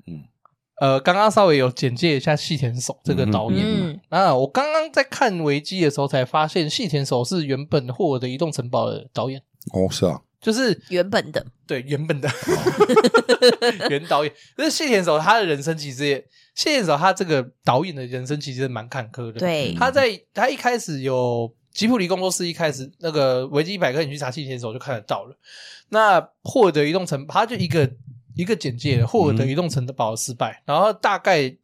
Speaker 1: 呃，刚刚稍微有简介一下细田守这个导演。
Speaker 2: 嗯，
Speaker 1: 那我刚刚在看维基的时候才发现，细田守是原本《霍尔的移动城堡》的导演，
Speaker 3: 哦，是啊，
Speaker 1: 就是
Speaker 2: 原本的
Speaker 1: 对原 (laughs) 本的原导演，就是谢田守他的人生其实也，谢田守他这个导演的人生其实蛮坎坷的。，
Speaker 2: 对，
Speaker 1: 他在他一开始有吉普力工作室，一开始那个维基百科你去查谢田守就看得到了。那霍尔的移动城，他就一个一个简介，霍尔的移动城堡的失败，然后大概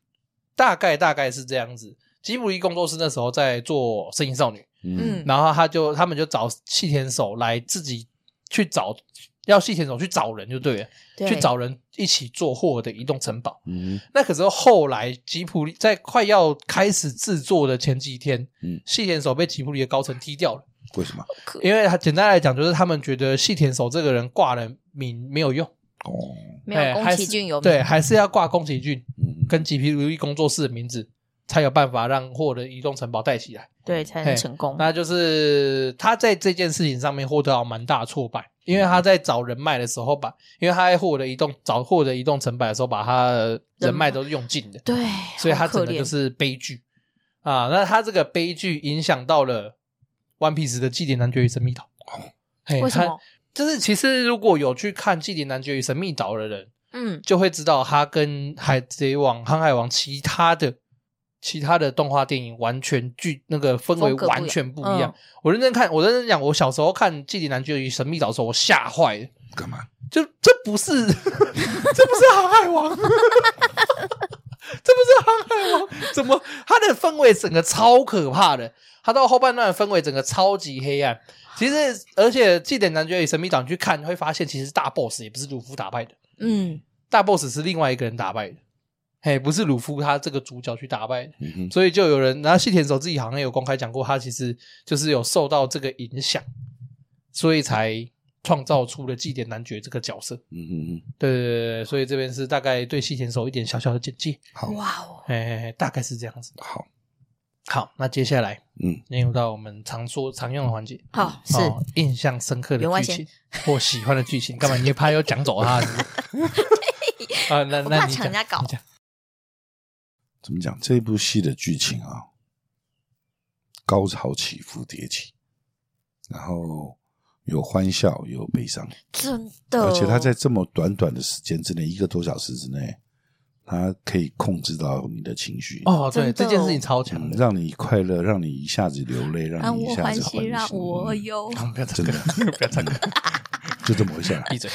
Speaker 1: 大概大概是这样子。吉普力工作室那时候在做《声音少女》，
Speaker 3: 嗯
Speaker 2: 嗯，
Speaker 1: 然后他就他们就找细田守来自己去找，要细田守去找人就对了，
Speaker 2: 对
Speaker 1: 去找人一起做霍尔的移动城堡。
Speaker 3: 嗯
Speaker 1: 那可是后来吉普力在快要开始制作的前几天，
Speaker 3: 嗯，
Speaker 1: 细田守被吉普力的高层踢掉了，
Speaker 3: 为什么？
Speaker 1: 因为他简单来讲就是他们觉得细田守这个人挂了名没有用，
Speaker 3: 哦，
Speaker 2: 没有
Speaker 1: 哎
Speaker 2: 宫
Speaker 1: 还
Speaker 2: 崎
Speaker 1: 是
Speaker 2: 骏有
Speaker 1: 对，还是要挂宫崎骏
Speaker 3: 嗯，
Speaker 1: 跟吉普力工作室的名字，才有办法让霍尔的移动城堡带起来。
Speaker 2: 对才
Speaker 1: 哎
Speaker 2: 能成功，
Speaker 1: 那就是他在这件事情上面获得到蛮大的挫败，因为他在找人脉的时候把，因为他在获得移动找获得移动成败的时候，把他的人脉都用尽了，
Speaker 2: 对，
Speaker 1: 所以他
Speaker 2: 好可
Speaker 1: 整个
Speaker 2: 怜
Speaker 1: 就是悲剧啊。那他这个悲剧影响到了《One Piece》的《祭典男爵与神秘岛》嘿，
Speaker 2: 为什
Speaker 1: 哎他
Speaker 2: 么？
Speaker 1: 就是其实如果有去看《祭典男爵与神秘岛》的人，
Speaker 2: 嗯，
Speaker 1: 就会知道他跟《海贼王》《航海王》其他的其他的动画电影完全剧那个氛围
Speaker 2: 风格不一样嗯
Speaker 1: 完全不一样。我认真看，我认真讲，我小时候看《寄灵男爵与神秘岛》的时候，我吓坏了，
Speaker 3: 干嘛？
Speaker 1: 就这不是 (laughs) 这不是航海王。 (laughs) 这不是航海王，怎么他的氛围整个超可怕的？他到后半段的氛围整个超级黑暗。其实，而且《祭典男爵与神秘岛》你去看，你会发现其实大 boss 也不是鲁夫打败的，
Speaker 2: 嗯
Speaker 1: 大 boss 是另外一个人打败的，嘿，不是鲁夫他这个主角去打败的，
Speaker 3: 嗯哼，
Speaker 1: 所以就有人，然后细田守自己好像也有公开讲过，他其实就是有受到这个影响，所以才创造出了祭典男爵这个角色。
Speaker 3: 嗯哼嗯哼，
Speaker 1: 对对对对，所以这边是大概对细田守一点小小的简介，
Speaker 3: 好，
Speaker 2: 哇哦，
Speaker 1: 嘿嘿嘿，大概是这样子。
Speaker 3: 好，
Speaker 1: 好，那接下来
Speaker 3: 嗯，
Speaker 1: 进入到我们常说常用的环节。
Speaker 2: 好是
Speaker 1: 哦印象深刻的
Speaker 2: 员外 (laughs)
Speaker 1: 剧情或喜欢的剧情，干嘛？你怕又讲走他是不是？啊，那
Speaker 2: 我
Speaker 1: 那
Speaker 2: 怕
Speaker 1: 你
Speaker 2: 抢
Speaker 1: 讲
Speaker 2: 人家稿
Speaker 1: 你讲
Speaker 3: 怎么讲？这部戏的剧情啊，高潮起伏迭起，然后有欢笑，有悲伤，
Speaker 2: 真的。
Speaker 3: 而且他在这么短短的时间之内，一个多小时之内，他可以控制到你的情绪，
Speaker 1: 哦，
Speaker 2: 真的
Speaker 1: 对，这
Speaker 2: 哦
Speaker 1: 件事情超强
Speaker 3: 嗯，
Speaker 1: 的，
Speaker 3: 让你快乐，让你一下子流泪，让
Speaker 2: 让
Speaker 3: 你一
Speaker 2: 啊我
Speaker 3: 下
Speaker 2: 欢
Speaker 3: 子欢
Speaker 2: 喜，让我
Speaker 3: 嗯
Speaker 2: 忧。
Speaker 1: 不要
Speaker 3: 真
Speaker 1: 唱歌
Speaker 3: 的，
Speaker 1: (laughs)
Speaker 3: (laughs) 嗯
Speaker 1: 不要唱歌，
Speaker 3: 就这么回事儿。啊
Speaker 1: (laughs) 闭嘴。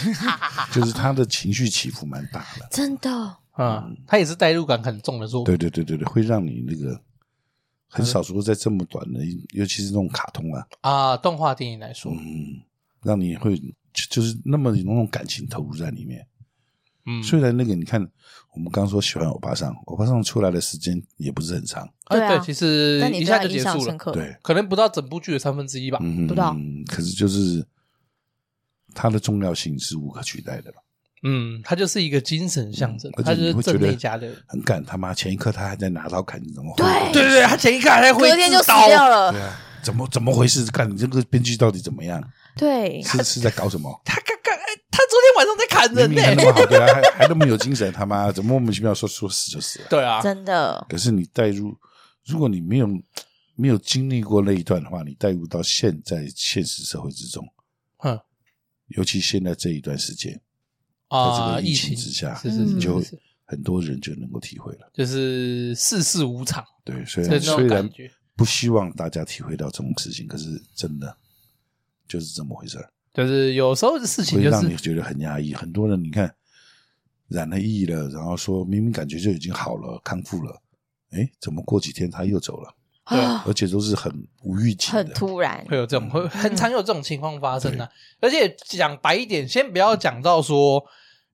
Speaker 3: 就是他的情绪起伏蛮大
Speaker 1: (laughs)
Speaker 3: 的，
Speaker 2: 真的，
Speaker 1: 嗯，他也是代入感很重的作品。
Speaker 3: 对对对对对，会让你那个很少说在这么短的，尤其是那种卡通啊，
Speaker 1: 啊，动画电影来说，
Speaker 3: 嗯，让你会就就是那么有那种感情投入在里面。
Speaker 1: 嗯，
Speaker 3: 虽然那个你看，我们刚说喜欢欧巴桑，欧巴桑出来的时间也不是很长，
Speaker 1: 啊
Speaker 2: 对啊
Speaker 1: 对，其实
Speaker 2: 但你
Speaker 1: 一
Speaker 2: 对
Speaker 1: 下
Speaker 2: 他
Speaker 1: 就
Speaker 2: 印
Speaker 1: 结
Speaker 2: 象
Speaker 1: 束
Speaker 2: 深
Speaker 1: 了，
Speaker 2: 刻，
Speaker 3: 对，
Speaker 1: 可能不到整部剧的三分之一吧。
Speaker 3: 嗯，
Speaker 2: 不知道
Speaker 3: 可是就是它的重要性是无可取代的吧？
Speaker 1: 嗯，它就是一个精神象征，
Speaker 3: 嗯而
Speaker 1: 它就
Speaker 3: 且你
Speaker 1: 是
Speaker 3: 会觉
Speaker 1: 正内
Speaker 3: 得
Speaker 1: 家的。
Speaker 3: 很感他妈，前一刻他还在拿刀砍你，怎么会
Speaker 2: 对
Speaker 1: (laughs) 对对对，他前一刻还在挥
Speaker 2: 隔天就
Speaker 1: 自
Speaker 2: 死
Speaker 1: 刀
Speaker 2: 掉了
Speaker 3: 对。啊，怎么怎么回事？看你这个编剧到底怎么样？
Speaker 2: 对，
Speaker 3: 是是在搞什么？
Speaker 1: 他刚刚，哎他昨天晚上在砍
Speaker 3: 明
Speaker 1: 人
Speaker 3: 明还那
Speaker 1: 呢。
Speaker 3: 么好，对啊，还还那么有精神，他妈怎么莫名其妙说说死就死了？
Speaker 1: 对啊，
Speaker 2: 真的，
Speaker 3: 可是你带入，如果你没有没有经历过那一段的话，你带入到现在现实社会之中，
Speaker 1: 嗯
Speaker 3: 尤其现在这一段时间，在这
Speaker 1: 啊，
Speaker 3: 个
Speaker 1: 疫
Speaker 3: 疫情
Speaker 1: 情
Speaker 3: 之下
Speaker 1: 是是
Speaker 2: 嗯
Speaker 1: 是
Speaker 3: 就是会
Speaker 1: 是，
Speaker 3: 很多人就能够体会了。
Speaker 1: 就是世事无常，
Speaker 3: 对，虽
Speaker 1: 这
Speaker 3: 然
Speaker 1: 种
Speaker 3: 虽然
Speaker 1: 感觉
Speaker 3: 不希望大家体会到这种事情，可是真的就是这么回事儿，
Speaker 1: 就是有时候的事情
Speaker 3: 会
Speaker 1: 就
Speaker 3: 让你
Speaker 1: 是
Speaker 3: 觉得很压抑。很多人你看染了疫了，然后说明明感觉就已经好了、康复了，哎，怎么过几天他又走了？
Speaker 1: 对
Speaker 2: 啊，
Speaker 3: 而且都是很无预警的，
Speaker 2: 很突然，
Speaker 1: 会有
Speaker 3: 嗯
Speaker 1: 这种会很常有这种情况发生的。而且讲白一点，先不要讲到说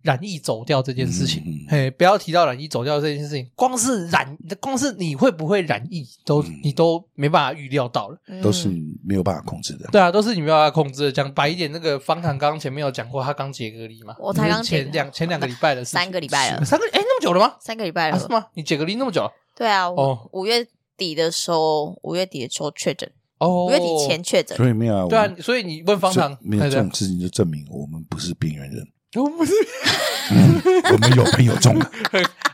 Speaker 1: 染疫走掉这件事情，
Speaker 3: 嗯嗯嗯
Speaker 1: 嘿，不要提到染疫走掉这件事情，光是染，光是你会不会染疫，都、
Speaker 3: 嗯
Speaker 1: 你都没办法预料到了。
Speaker 2: 嗯
Speaker 3: 都是你没有办法控制的。
Speaker 1: 对啊，都是你没有办法控制的。讲白一点，那个方糖刚刚前面有讲过，他刚解隔离嘛，
Speaker 2: 我才刚解
Speaker 1: 前两前两个礼拜的事情，
Speaker 2: 三个礼拜了，
Speaker 1: 三个哎、那么久了吗？
Speaker 2: 三个礼拜
Speaker 1: 啊，是
Speaker 2: 了，
Speaker 1: 吗？你解隔离那么久了？
Speaker 2: 对啊，
Speaker 1: 哦
Speaker 2: 我五月底的时候，五月底的时候确诊，
Speaker 1: 哦，
Speaker 2: 五月底前确诊，
Speaker 3: 所以没有啊，
Speaker 1: 对
Speaker 3: 我
Speaker 1: 啊
Speaker 3: 们，
Speaker 1: 所以你问方
Speaker 3: 这
Speaker 1: 糖，
Speaker 3: 没有
Speaker 1: 对
Speaker 3: 这
Speaker 1: 对
Speaker 3: 种事情，就证明我们不是边缘人，
Speaker 1: 我 (laughs) 不是
Speaker 3: 我们有朋友中，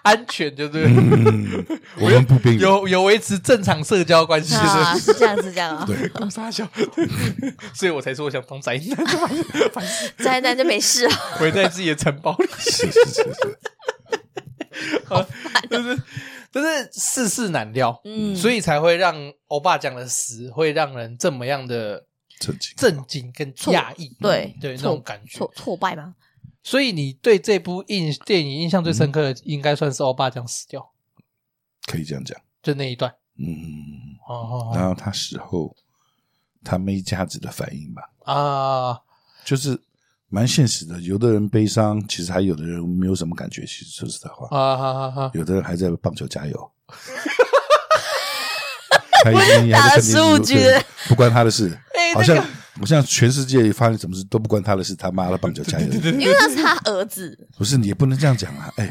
Speaker 1: 安全，对不对？
Speaker 3: 嗯，我们不边缘。
Speaker 1: 有有维持正常社交关系，
Speaker 2: 是
Speaker 1: (laughs)
Speaker 2: 啊，
Speaker 1: 就是
Speaker 2: 这样，是这样啊，
Speaker 3: 对，
Speaker 1: 公傻笑， (laughs) 所以我才说我想当宅男，烦死
Speaker 2: 在那就没事啊，
Speaker 1: (laughs) 回在自己的城堡里， (laughs)
Speaker 3: 是是是是，
Speaker 1: 就是就是世事难料，
Speaker 2: 嗯，
Speaker 1: 所以才会让欧巴讲的死会让人这么样的
Speaker 3: 正经。
Speaker 1: 震惊跟讶异，
Speaker 2: 对
Speaker 1: 对那
Speaker 2: 挫
Speaker 1: 种感觉
Speaker 2: 挫。挫败吗？
Speaker 1: 所以你对这部印电影印象最深刻的，应该算是欧巴讲死掉
Speaker 3: 可以这样讲，
Speaker 1: 就那一段。
Speaker 3: 嗯，
Speaker 1: 哦
Speaker 3: 然后他死后，他妹家子的反应吧，
Speaker 1: 啊，
Speaker 3: 就是蛮现实的。有的人悲伤，其实还有的人没有什么感觉。其实说实在话，
Speaker 1: 啊哈哈哈！
Speaker 3: 有的人还在棒球加油。他已经
Speaker 2: 打了
Speaker 3: 还在看电视
Speaker 2: 15局
Speaker 3: 对不关他的事。
Speaker 1: 哎
Speaker 3: 好
Speaker 1: 那
Speaker 3: 像
Speaker 1: 个
Speaker 3: 好像全世界发生什么事都不关他的事，他妈的棒球加油！
Speaker 1: 嗯
Speaker 2: 因为那是他
Speaker 1: (laughs)
Speaker 2: 儿子，
Speaker 3: 不是你也不能这样讲啊！哎，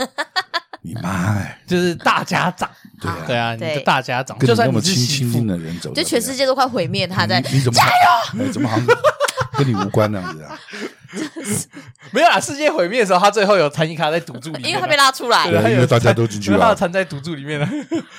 Speaker 3: 你妈哎，
Speaker 1: 就是大家长，
Speaker 3: 对啊
Speaker 1: 对啊，你的
Speaker 2: 对
Speaker 1: 大家长，
Speaker 3: 跟
Speaker 1: 就
Speaker 3: 你
Speaker 1: 算
Speaker 3: 那
Speaker 1: 你
Speaker 3: 么
Speaker 1: 是
Speaker 3: 亲
Speaker 1: 媳
Speaker 3: 亲
Speaker 1: 妇
Speaker 3: 近，的人走了，
Speaker 2: 就全世界都快毁灭，他在
Speaker 1: 嗯
Speaker 3: 你你怎么加油？哎，怎么好像跟你无关那样子啊？
Speaker 1: 没有啦，啊世界毁灭的时候，他最后有弹一卡在赌注里面啊，
Speaker 2: 因为他被拉出来
Speaker 1: 对，，他
Speaker 3: 对
Speaker 1: 有
Speaker 3: 因为大家都进去
Speaker 1: 因
Speaker 3: 啊
Speaker 1: 为他有缠在赌注里
Speaker 2: (laughs)
Speaker 1: 面了。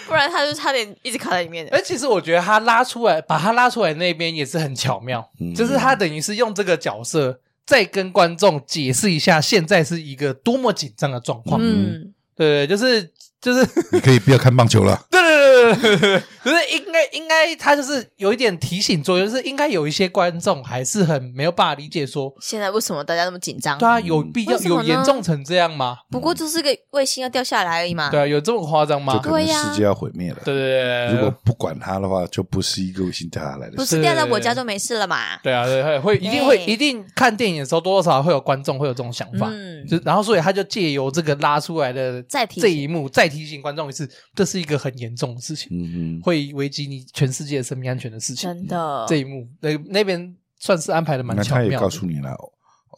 Speaker 2: 不然他就差点一直卡在里面
Speaker 1: 而
Speaker 2: 的。
Speaker 1: 其实我觉得他拉出来，把他拉出来那边也是很巧妙，
Speaker 3: 嗯
Speaker 1: 就是他等于是用这个角色再跟观众解释一下，现在是一个多么紧张的状况。
Speaker 2: 嗯，
Speaker 1: 对对，对就是就是，。
Speaker 3: 你可以不要看棒球了
Speaker 1: 对对对对对对，就是应该应该他就是有一点提醒作用，就是应该有一些观众还是很没有办法理解说，
Speaker 2: 现在为什么大家那么紧张？
Speaker 1: 对啊，有必
Speaker 2: 嗯
Speaker 1: 要
Speaker 2: 为什么
Speaker 1: 有
Speaker 2: 呢
Speaker 1: 严重成这样吗？
Speaker 2: 不过就是个卫星要掉下来而已嘛。
Speaker 1: 嗯对啊，有这么夸张
Speaker 3: 就
Speaker 1: 吗？
Speaker 3: 可能
Speaker 2: 对呀
Speaker 3: 世界要毁灭了。
Speaker 1: 对对对，
Speaker 3: 如果不管他的话，就不是一个卫星掉下来的
Speaker 2: 不
Speaker 3: 事。
Speaker 2: 是掉在我家就没事了嘛。
Speaker 1: 对啊，对，会会一定会
Speaker 2: 对
Speaker 1: 一定看电影的时候，多多少少会有观众会有这种想法，
Speaker 2: 嗯，
Speaker 1: 就然后所以他就借由这个拉出来的
Speaker 2: 再提
Speaker 1: 这
Speaker 2: 醒
Speaker 1: 一幕，再提醒观众一次，这是一个很严重的事情，
Speaker 3: 嗯哼，
Speaker 1: 会危及你全世界的生命安全的事情。
Speaker 2: 真的，
Speaker 1: 这一幕那那边算是安排的蛮
Speaker 3: 那
Speaker 1: 巧
Speaker 3: 他也
Speaker 1: 妙
Speaker 3: 告
Speaker 1: 的，
Speaker 3: 诉你了，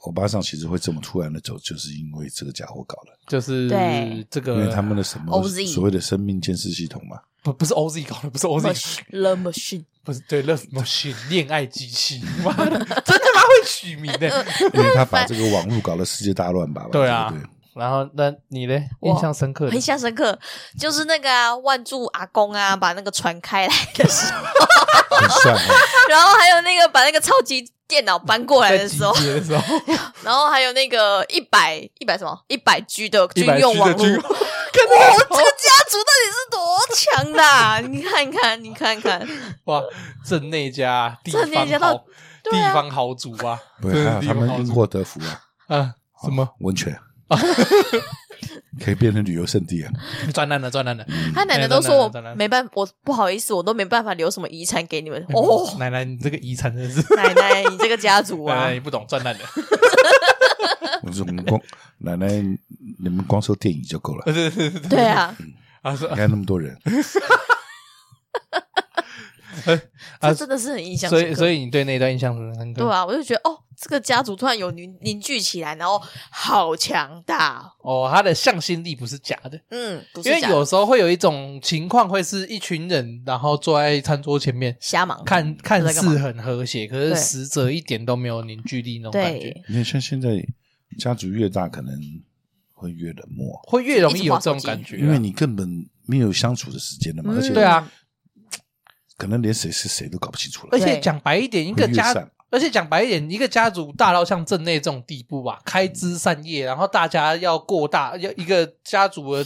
Speaker 3: 欧巴桑其实会这么突然的走，就是因为这个家伙搞的，
Speaker 1: 就是
Speaker 2: 对
Speaker 1: 这
Speaker 3: 因为
Speaker 1: 个
Speaker 3: 他们的什么
Speaker 2: OZ
Speaker 3: 所谓的生命监视系统
Speaker 1: (laughs)
Speaker 3: 嘛，
Speaker 1: 不不是 OZ 搞的，不是 OZ，
Speaker 2: machine love machine，
Speaker 1: 不是对 Love Machine 恋爱机器，
Speaker 2: (laughs)
Speaker 1: 妈的，真他妈会取名的，
Speaker 2: 嗯
Speaker 3: 因为他把这个网络搞得世界大乱吧？
Speaker 1: 对啊
Speaker 3: 不对
Speaker 1: 然后那你嘞，
Speaker 2: 我
Speaker 1: 印象深刻的
Speaker 2: 很印象深刻，就是那个啊，万柱阿公啊，把那个船开来 (laughs) 的时候，
Speaker 3: 很像啊，
Speaker 2: 然后还有那个把那个超级电脑搬过来
Speaker 1: 在
Speaker 2: 的
Speaker 1: 集
Speaker 2: 时候，
Speaker 1: 结
Speaker 2: (laughs)
Speaker 1: 的时候，
Speaker 2: 然后还有那个一百一百什么一百 G 的军
Speaker 1: 100 G
Speaker 2: 用
Speaker 1: 的
Speaker 2: 网络，
Speaker 1: 军 (laughs)
Speaker 2: (laughs)
Speaker 1: 用
Speaker 2: 哇，这个家族到底是多强的啊、你看看，你看看，
Speaker 1: 哇，镇内家，地
Speaker 2: 镇内家
Speaker 1: 方
Speaker 2: 到
Speaker 1: 豪，
Speaker 2: 对啊
Speaker 1: 地方豪族啊，
Speaker 3: 不
Speaker 1: 真
Speaker 3: 是
Speaker 1: 的
Speaker 3: 还有
Speaker 1: 地
Speaker 3: 他
Speaker 1: 方
Speaker 3: 们
Speaker 1: 豪
Speaker 3: 因
Speaker 1: 族
Speaker 3: 祸得福啊，
Speaker 1: 啊？什么
Speaker 3: 啊
Speaker 1: (laughs)
Speaker 3: 温泉可以变成旅游胜地啊，
Speaker 1: 专栏的专栏的？
Speaker 2: 他奶奶
Speaker 1: 哎
Speaker 2: 都说
Speaker 1: 当然
Speaker 2: 我
Speaker 1: 当然
Speaker 2: 没办法，我不好意思，我都没办法留什么遗产给你
Speaker 1: (laughs)
Speaker 2: 们哦。
Speaker 1: 奶奶，你这个遗产真的是，
Speaker 2: (laughs) 奶奶，你这个家族
Speaker 1: 奶
Speaker 2: 啊
Speaker 1: 奶，你不懂专栏的，
Speaker 3: 我说我们光奶奶，你们光收电影就够了，
Speaker 1: (laughs) 对对对对
Speaker 2: 对啊，
Speaker 1: 啊是
Speaker 3: 你看那么多人，
Speaker 1: 啊
Speaker 2: 这真的是很印象
Speaker 1: 所
Speaker 2: 深
Speaker 1: 以嗯
Speaker 2: 刻。
Speaker 1: 所以你对那一段印象很深刻，
Speaker 2: 对啊，我就觉得哦，这个家族突然有凝凝聚起来，然后好强大。
Speaker 1: 哦，他的向心力不是假的，
Speaker 2: 嗯，不
Speaker 1: 因为
Speaker 2: 是假的
Speaker 1: 有时候会有一种情况，会是一群人然后坐在餐桌前面，
Speaker 2: 瞎忙。
Speaker 1: 看看
Speaker 2: 在干嘛
Speaker 1: 似很和谐，可是
Speaker 2: 对
Speaker 1: 实则一点都没有凝聚力那种感觉，
Speaker 2: 对，
Speaker 3: 你看像现在家族越大，可能会越冷漠，
Speaker 1: 会越容易有
Speaker 2: 一直滑手
Speaker 1: 这种
Speaker 2: 机
Speaker 1: 感觉啊，
Speaker 3: 因为你根本没有相处的时间了嘛，
Speaker 2: 嗯
Speaker 3: 而且
Speaker 1: 对啊，
Speaker 3: 可能连谁是谁都搞不清楚了
Speaker 1: 而。且讲白一点，一个
Speaker 3: 会越
Speaker 1: 家
Speaker 3: 散，
Speaker 1: 而且讲白一点，一个家族大到像镇内这种地步吧，开枝散叶，然后大家要过大，要一个家族的，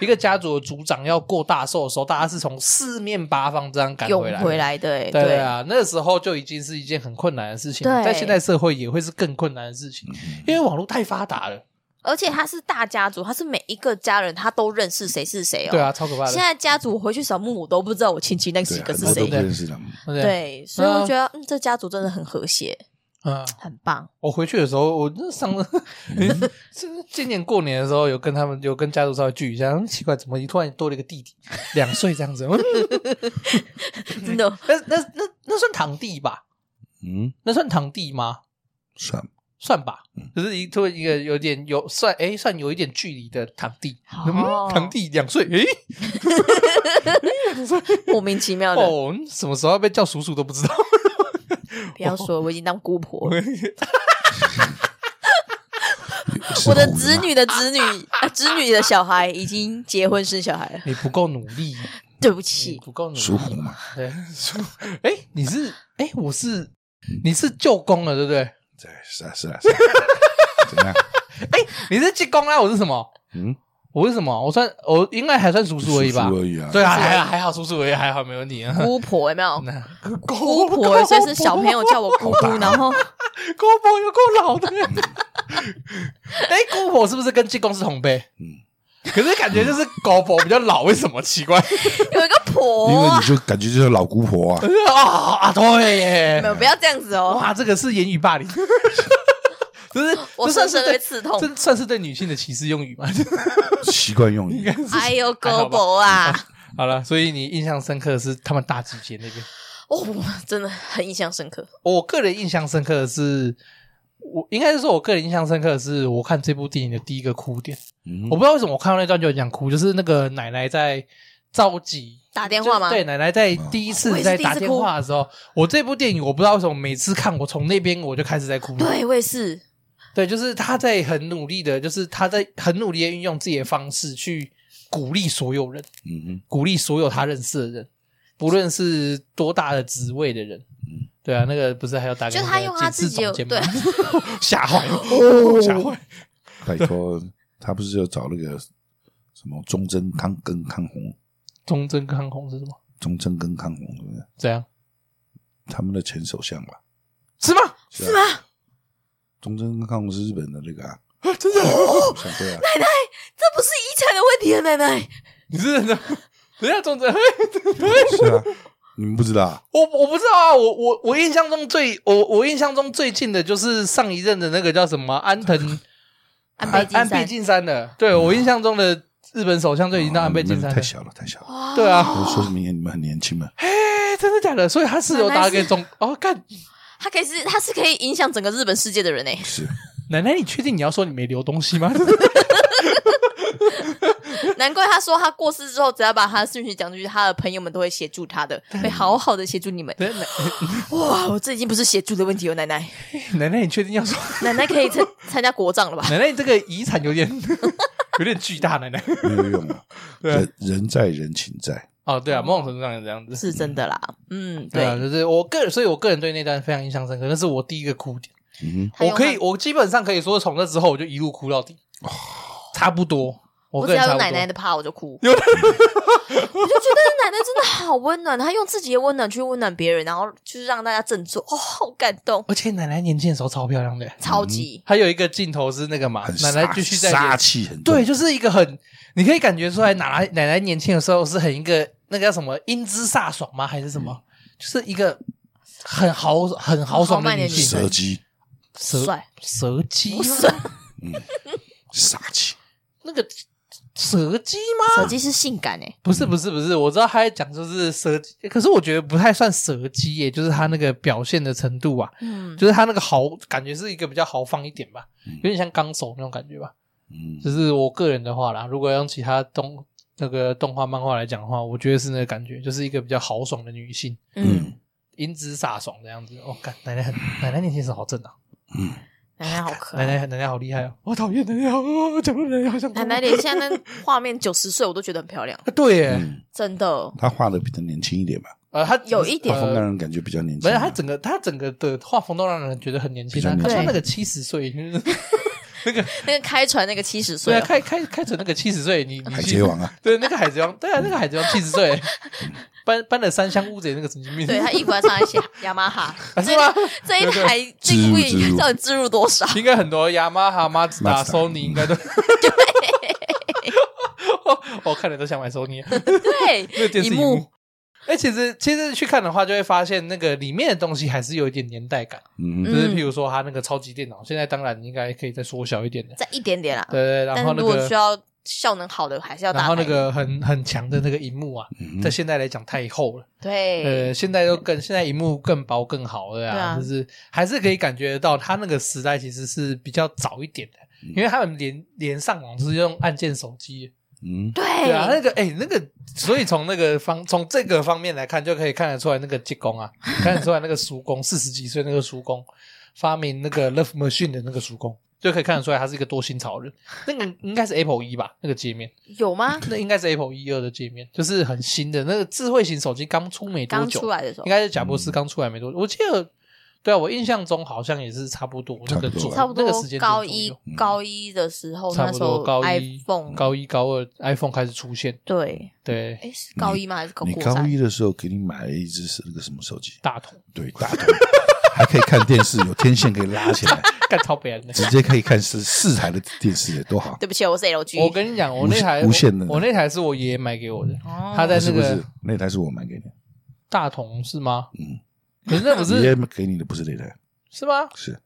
Speaker 1: 一个家族的族长要过大寿的时候，大家是从四面八方这样赶
Speaker 2: 涌
Speaker 1: 回来的。
Speaker 2: 回来的，
Speaker 1: 对，啊，那时候就已经是一件很困难的事情，
Speaker 2: 对
Speaker 1: 在现代社会也会是更困难的事情，
Speaker 3: 嗯
Speaker 1: 因为网络太发达了。
Speaker 2: 而且他是大家族，他是每一个家人他都认识谁是谁哦。
Speaker 1: 对啊，，超可怕的
Speaker 2: 现。在家族我回去扫墓，我都不知道我亲戚那
Speaker 3: 对
Speaker 2: 几
Speaker 3: 啊，
Speaker 2: 个
Speaker 3: 很
Speaker 2: 是
Speaker 3: 多都
Speaker 2: 谁
Speaker 3: 不。认识他们。
Speaker 1: 对不对，
Speaker 2: 对，所以我觉得，嗯，这家族真的很和谐，
Speaker 1: 嗯，
Speaker 2: 很
Speaker 1: (laughs)
Speaker 2: 棒。
Speaker 1: 我回去的时候，我那上 (laughs) 了，是今年过年的时候有跟他们有跟家族稍微聚一下，嗯奇怪，怎么突然多了一个弟弟，两岁这 (laughs) 样子？嗯
Speaker 2: 真的，
Speaker 1: 那那那那算堂弟吧？
Speaker 3: 嗯，
Speaker 1: 那算堂弟吗？
Speaker 3: 算
Speaker 1: (laughs)
Speaker 3: 了
Speaker 1: 算吧，就是一突然一个有点有算哎、算有一点距离的堂弟，
Speaker 2: 哦
Speaker 1: 嗯堂弟两岁，哎、
Speaker 2: 莫名其妙的，
Speaker 1: 哦，嗯什么时候要被叫叔叔都不知道。
Speaker 2: 不要说我已经当姑婆了，我的
Speaker 3: 是红嘛
Speaker 2: 子女的子女，啊子女的小孩已经结婚生小孩了。
Speaker 1: (laughs) 你不够努力，
Speaker 2: 对不
Speaker 1: 你
Speaker 2: 起，
Speaker 1: 不够努力，
Speaker 3: 属虎嘛，
Speaker 1: 对，属哎、你是哎、我是你是舅公了，对不对？
Speaker 3: 对，是啊，是啊，是 (laughs) 啊怎么样？
Speaker 1: 你是济公啦，啊我是什么？
Speaker 3: 嗯，
Speaker 1: 我是什么？我算我应该还算叔叔而已吧？
Speaker 3: 叔叔而已啊
Speaker 1: 对啊，还好还好，叔叔而已，还好没问 (laughs) 题。
Speaker 2: 姑婆有没有？
Speaker 1: 嗯那
Speaker 2: 姑婆，所以是小朋友叫我姑姑
Speaker 3: 好，吧
Speaker 2: 然后
Speaker 1: 姑婆有够老的。 (laughs) 哎、姑婆是不是跟济公是同辈？嗯
Speaker 3: 嗯，
Speaker 1: 可是感觉就是狗婆比较老，为什么奇怪？
Speaker 2: 有一个婆
Speaker 3: 因为
Speaker 2: 啊，
Speaker 3: 你就感觉就是老姑婆啊，
Speaker 1: 啊 (laughs) 啊，对
Speaker 2: 没
Speaker 1: 耶！
Speaker 2: 有，不要这样子
Speaker 1: (laughs)
Speaker 2: 哦，
Speaker 1: 哇，这个是言语霸凌， (laughs) 就是
Speaker 2: 我
Speaker 1: 这算是
Speaker 2: 深深
Speaker 1: 对
Speaker 2: 被刺痛
Speaker 1: 这算是对女性的歧视用语吗？ (laughs)
Speaker 3: 习惯用语。
Speaker 2: 哎呦，姑婆啊， (laughs)
Speaker 1: 好了，所以你印象深刻的是他们大集结那边。
Speaker 2: 哦，真的很印象深刻。
Speaker 1: 我个人印象深刻的是，我应该是说，我个人印象深刻的是，我看这部电影的第一个哭点。
Speaker 3: 嗯
Speaker 1: 我不知道为什么我看到那段就很想哭，就是那个奶奶在着急
Speaker 2: 打电话吗
Speaker 1: 就是对，奶奶在第一
Speaker 2: 我
Speaker 1: 次
Speaker 2: 也是
Speaker 1: 在
Speaker 2: 第一次
Speaker 1: 打电话的时候，我这部电影我不知道为什么每次看我从那边我就开始在哭。
Speaker 2: 对，我也是，
Speaker 1: 对，就是她在很努力的，就是她在很努力的运用自己的方式去鼓励所有人，
Speaker 3: 嗯
Speaker 1: 鼓励所有她认识的人，不论是多大的职位的人。对啊，那个不是还有打给
Speaker 2: 就
Speaker 1: 那
Speaker 2: 她
Speaker 1: 个
Speaker 2: 用她
Speaker 1: 检视
Speaker 2: 自己有
Speaker 1: 总监吗
Speaker 2: 对
Speaker 1: (laughs) 吓坏了，
Speaker 3: 哦
Speaker 1: 吓坏了。
Speaker 3: 哼，拜托，他不是有找那个什么忠贞康跟康弘，
Speaker 1: 忠贞康弘是什么？
Speaker 3: 忠贞跟康弘，对不对？
Speaker 1: 怎样？
Speaker 3: 他们的前首相吧？
Speaker 1: 是吗？
Speaker 3: 是吗？忠贞跟康弘是日本的那个啊，
Speaker 1: 真的？
Speaker 3: (laughs) 首相对啊，
Speaker 2: 这不是遗产的问题啊，奶奶。
Speaker 1: 你是真的？ (laughs) 等一下，忠贞，
Speaker 3: 是啊，你们不知道啊？
Speaker 1: 我我不知道啊，我我我印象中最我我印象中最近的就是上一任的那个叫什么啊安藤
Speaker 2: (laughs) 安倍晋
Speaker 1: 安倍
Speaker 2: 三，
Speaker 1: 晋三的，对我印象中的日本首相就已经到安倍晋
Speaker 3: 啊你
Speaker 1: 三
Speaker 3: 们
Speaker 1: 了
Speaker 3: 嗯太，小了，太小了。
Speaker 2: 哇
Speaker 1: 对啊，
Speaker 3: 我说明你们很年轻嘛，
Speaker 1: 哎，真的假的？所以他是有打给总哦，干
Speaker 2: 他可以是他是可以影响整个日本世界的人呢。欸
Speaker 3: 是
Speaker 1: (laughs) 奶奶，你确定你要说你没留东西吗？
Speaker 2: 难怪他说他过世之后，只要把他的讯息讲出去，他的朋友们都会协助他的，会好好的协助你们。
Speaker 1: 对奶
Speaker 2: 哇，我这已经不是协助的问题哦了，奶奶，
Speaker 1: 奶奶，你确定要 (laughs) 说？
Speaker 2: (laughs) 奶奶可以参参加国葬了吧？
Speaker 1: 奶奶，你这个遗产有点 (laughs) 有点巨大，奶奶。
Speaker 3: 没有用啊。
Speaker 1: 对啊
Speaker 3: 人人在人情在，
Speaker 1: (laughs) 哦，对啊，某种程度上也这样
Speaker 2: (laughs)
Speaker 1: 子。
Speaker 2: 是真的啦，嗯，对，
Speaker 1: 对啊，就是我个人，所以我个人对那段非常印象深刻，那是我第一个哭点。
Speaker 3: 嗯
Speaker 2: 他
Speaker 1: 我
Speaker 2: 用
Speaker 1: 可以，
Speaker 2: 他，
Speaker 1: 我基本上可以说，从那之后我就一路哭到底，差不多。
Speaker 2: 我
Speaker 1: 我个
Speaker 2: 只
Speaker 1: 人
Speaker 2: 要
Speaker 1: 差
Speaker 2: 有
Speaker 1: 不多
Speaker 2: 奶奶的趴，我就
Speaker 1: (laughs)
Speaker 2: 哭。我就觉得奶奶真的好温暖，她用自己的温暖去温暖别人，然后就是让大家振作，哦，好感动，
Speaker 1: 而且奶奶年轻的时候超漂亮的，
Speaker 2: 超级。
Speaker 1: 还有一个镜头是那个嘛
Speaker 3: 很，
Speaker 1: 奶奶
Speaker 3: 杀
Speaker 1: 继续在
Speaker 3: 杀气很重
Speaker 1: 对，，就是一个很，你可以感觉出来奶奶奶奶年轻的时候是很一个那个叫什么英姿飒爽吗？还是什么？就是一个很豪很豪爽的
Speaker 2: 豪
Speaker 1: 女
Speaker 2: 迈的
Speaker 1: 性
Speaker 3: 蛇，姬
Speaker 1: 蛇
Speaker 2: 帅
Speaker 1: 蛇姬吗，
Speaker 3: 杀气，
Speaker 1: 那个蛇姬吗？
Speaker 2: 手机是性感哎、
Speaker 1: 不是不是不是，我知道他在讲就是蛇姬，可是我觉得不太算蛇姬耶，就是他那个表现的程度啊，
Speaker 2: 嗯，
Speaker 1: 就是他那个豪感觉是一个比较豪放一点吧，有点像纲手那种感觉吧。
Speaker 3: 嗯，
Speaker 1: 就是我个人的话啦，如果要用其他动那个动画漫画来讲的话，我觉得是那个感觉，就是一个比较豪爽的女性，
Speaker 2: 嗯，
Speaker 1: 英姿飒爽的样子。哦，干奶奶很奶奶年轻时候好正啊，
Speaker 2: 奶奶好可
Speaker 1: 奶
Speaker 2: 爱。
Speaker 1: 奶奶奶好厉害哦，我讨厌奶奶，哦，讲到奶奶好想哭啊
Speaker 2: 奶奶连现在那画面九十岁我都觉得很漂亮，
Speaker 1: 对耶，
Speaker 3: 嗯，
Speaker 2: 真的。
Speaker 3: 他画的比较年轻一点嘛，
Speaker 1: 呃，她
Speaker 2: 有一点
Speaker 3: 画风让
Speaker 1: 呃
Speaker 3: 人感觉比较年轻
Speaker 1: 没
Speaker 3: 啊一
Speaker 1: 有，
Speaker 3: 点。
Speaker 1: 她整个她整个的画风都让人觉得很年轻
Speaker 3: 比较
Speaker 1: 啊。
Speaker 3: 年
Speaker 1: 她
Speaker 3: 轻
Speaker 1: 像那个七十
Speaker 2: (laughs)
Speaker 1: 岁，就是那个
Speaker 2: 那个开船那个七十岁
Speaker 1: 对啊，
Speaker 2: 啊，
Speaker 1: 开开开成那个七十岁，你你
Speaker 3: 海
Speaker 1: 去
Speaker 3: 贼
Speaker 2: (laughs)
Speaker 3: 王啊，
Speaker 1: 对那个海贼王，对啊，那个海贼王七十岁，搬搬了三箱屋子的那个神 (laughs) 经病，
Speaker 2: 对他衣服还穿一些雅马
Speaker 1: (laughs)
Speaker 2: 哈，
Speaker 1: 啊是吗？
Speaker 2: 这一台这
Speaker 3: 植
Speaker 2: 一
Speaker 3: 入
Speaker 2: 部
Speaker 3: 植入
Speaker 2: 到底植入多少？
Speaker 1: (laughs) 应该很多雅马哈、马自达、
Speaker 3: Mazda
Speaker 1: 索尼应该都。 (laughs) 我看了都想买索尼，
Speaker 2: 对
Speaker 1: 那个，电视
Speaker 2: 一
Speaker 1: 荧幕
Speaker 2: 幕。
Speaker 1: 哎，其实其实去看的话，就会发现那个里面的东西还是有一点年代感，
Speaker 3: 嗯
Speaker 1: 就
Speaker 2: 嗯
Speaker 1: 是譬如说它那个超级电脑，现在当然应该可以再缩小一点的，
Speaker 2: 再一点点啦。
Speaker 1: 对对，对
Speaker 2: 嗯但
Speaker 1: 然
Speaker 2: 是
Speaker 1: 后
Speaker 2: 如
Speaker 1: 那
Speaker 2: 果需
Speaker 1: 个
Speaker 2: 要效能好的，还是要打牌。
Speaker 1: 然后那个很很强的那个荧幕啊，
Speaker 3: 嗯
Speaker 1: 在现在来讲太厚了，
Speaker 2: 对，
Speaker 1: 呃，现在都更现在荧幕更薄更好了
Speaker 2: 对
Speaker 1: 啊，
Speaker 2: 啊
Speaker 1: 就是还是可以感觉得到它那个时代其实是比较早一点的，
Speaker 2: 嗯
Speaker 1: 因为他们连连上网是用按键手机，
Speaker 3: 嗯，
Speaker 1: 对啊，那
Speaker 2: 对，
Speaker 1: 个哎、那个，所以从那个方从这个方面来看，就可以看得出来那个技
Speaker 2: (laughs)
Speaker 1: 工啊，看得出来那个叔公四十几岁那个叔公发明那个 Love Machine 的那个叔公。就可以看得出来，他是一个多新潮人。那个应该是 Apple 一吧，那个界面，
Speaker 2: 有吗？
Speaker 1: 那应该是 Apple 一二的界面，就是很新的那个智慧型手机刚出没多
Speaker 2: 刚
Speaker 1: 久，
Speaker 2: 出来的时候
Speaker 1: 应，该是贾
Speaker 3: 嗯
Speaker 1: 博士刚出来没多久。我记得，对啊，我印象中好像也是差不多那个
Speaker 3: 差不
Speaker 1: 左
Speaker 3: 多
Speaker 2: 差不
Speaker 1: 那
Speaker 2: 多
Speaker 1: 个时间点
Speaker 2: 高
Speaker 1: 左
Speaker 2: 一
Speaker 1: 右
Speaker 2: 高一的时候，
Speaker 1: 差
Speaker 2: 那
Speaker 1: 不
Speaker 2: 时
Speaker 1: 多
Speaker 2: 候
Speaker 1: 高一
Speaker 2: iPhone
Speaker 1: 高一高二 iPhone 开始出现，
Speaker 2: 对，
Speaker 1: 对，
Speaker 2: 哎，是高一吗？还是高
Speaker 3: 你
Speaker 2: 过
Speaker 3: 高
Speaker 2: 三
Speaker 3: 一？的时候给你买了一只是那个什么手机？
Speaker 1: 大同 (laughs)
Speaker 3: 对，大头，还可以看电视，有天线可以拉起来，
Speaker 1: 干超别
Speaker 2: (laughs)
Speaker 1: 人的。
Speaker 3: 直接可以看四四台的电视，多好！
Speaker 2: 对不起，我是 LG。
Speaker 1: 我跟你讲，我
Speaker 3: 无
Speaker 1: 那台
Speaker 3: 无线的
Speaker 1: 我，我那台是我爷爷买给我的，
Speaker 2: 哦
Speaker 1: 他在那
Speaker 3: 不是不
Speaker 1: 个
Speaker 3: 是，那台是我买给你，
Speaker 1: 大同是吗？
Speaker 3: 嗯，
Speaker 1: 可是那不
Speaker 3: 的，爷
Speaker 1: 是
Speaker 3: 爷给 (laughs) 你的不是那台，
Speaker 1: 是吗？
Speaker 3: 是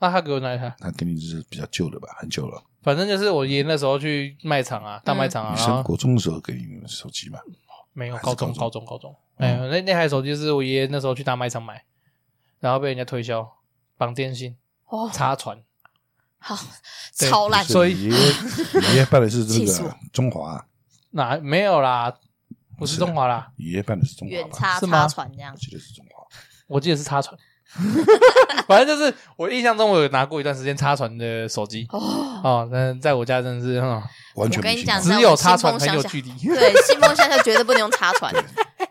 Speaker 1: 那他给我哪一台？
Speaker 3: 他给你的是比较旧的吧，很久了。
Speaker 1: 反正就是我爷爷那时候去卖场
Speaker 2: 嗯
Speaker 1: 啊，大卖场啊，
Speaker 3: 你
Speaker 1: 然
Speaker 3: 上
Speaker 1: 后
Speaker 3: 国中的时候给你的手机嘛？
Speaker 1: 没有
Speaker 3: 还是
Speaker 1: 高中
Speaker 3: 高嗯
Speaker 1: 高中高中，哎，那那台手机是我爷爷那时候去大卖场买，然后被人家推销绑电信
Speaker 2: 哦，
Speaker 1: 插船，
Speaker 2: 好，
Speaker 1: 对
Speaker 2: 超烂，
Speaker 1: 所以
Speaker 3: 你
Speaker 2: (laughs)
Speaker 3: 爷爷你爷爷办的是这
Speaker 2: 气死我
Speaker 3: 个中华，
Speaker 1: 哪没有啦？不是中华啦，
Speaker 3: 爷爷办的是中华
Speaker 2: 远
Speaker 3: 吧？
Speaker 2: 差
Speaker 1: 是吗
Speaker 2: 插船这样
Speaker 3: 我。记得是中华。
Speaker 1: 我记得是插船。 (laughs) 反正就是我印象中，我有拿过一段时间插船的手机
Speaker 2: 哦，
Speaker 1: 哦，但在我家真的是，嗯、
Speaker 3: 完全
Speaker 2: 我跟
Speaker 3: 没
Speaker 2: 你
Speaker 3: 信
Speaker 2: 讲
Speaker 3: 号，
Speaker 1: 只有插船很有距离， (laughs)
Speaker 2: 对，新风向下绝对不能用插船。 (laughs)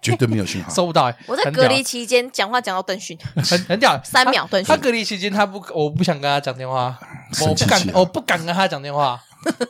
Speaker 3: 绝对没有信号。
Speaker 1: 收不到、欸。
Speaker 2: 我在
Speaker 1: 很
Speaker 2: 隔
Speaker 1: 屌
Speaker 2: 离期间讲话讲到邓勋，
Speaker 1: 很很屌，
Speaker 2: 三秒
Speaker 1: 他
Speaker 2: 断讯
Speaker 1: 他隔离期间，他不，我不想跟他讲电话，我
Speaker 3: 生
Speaker 1: 不
Speaker 3: 气
Speaker 1: 敢
Speaker 3: 气，啊
Speaker 1: 我不敢跟他讲电话。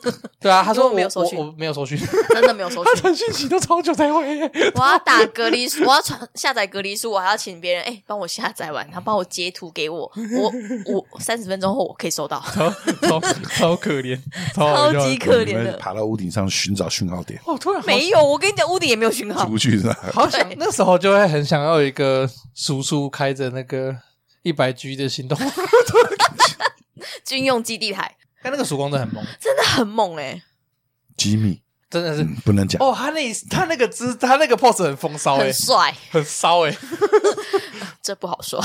Speaker 1: (laughs) 对啊，他说
Speaker 2: 因为我没
Speaker 1: 我
Speaker 2: 有收
Speaker 1: 我
Speaker 2: 讯
Speaker 1: 我没有收讯，
Speaker 2: 真的没有收 (laughs)
Speaker 1: (laughs) 他
Speaker 2: 讯。
Speaker 1: 传讯息都超久才回。
Speaker 2: 我要打隔离书，我要传下载隔离书，我还要请别人哎帮、我下载完，他帮我截图给我，我我三十分钟后我可以收到，
Speaker 1: 超超超可怜，超
Speaker 2: 超
Speaker 1: 好笑 (laughs)
Speaker 2: 级可
Speaker 3: 你
Speaker 2: 怜
Speaker 3: 们
Speaker 2: 的。
Speaker 3: 爬到屋顶上寻找讯号点，
Speaker 1: 哦，突然
Speaker 2: (laughs)
Speaker 1: 好
Speaker 2: 没有，我跟你讲，屋顶也没有讯
Speaker 3: 出
Speaker 2: 号，
Speaker 3: 不去
Speaker 1: (laughs)
Speaker 3: 是吧？
Speaker 1: 好想那时候就会很想要有一个叔叔开着那个一百 G
Speaker 2: (laughs)
Speaker 1: 的行动，
Speaker 2: (laughs) 军用基地台
Speaker 1: 但那个曙光真的很猛，
Speaker 2: 真的很猛哎、
Speaker 3: 机密，
Speaker 1: 真的是
Speaker 3: 嗯，不能讲。
Speaker 1: 哦，他那他那个姿他那个 pose 很风骚哎
Speaker 2: 很，帅，
Speaker 1: 欸很骚哎，
Speaker 2: 这不好说。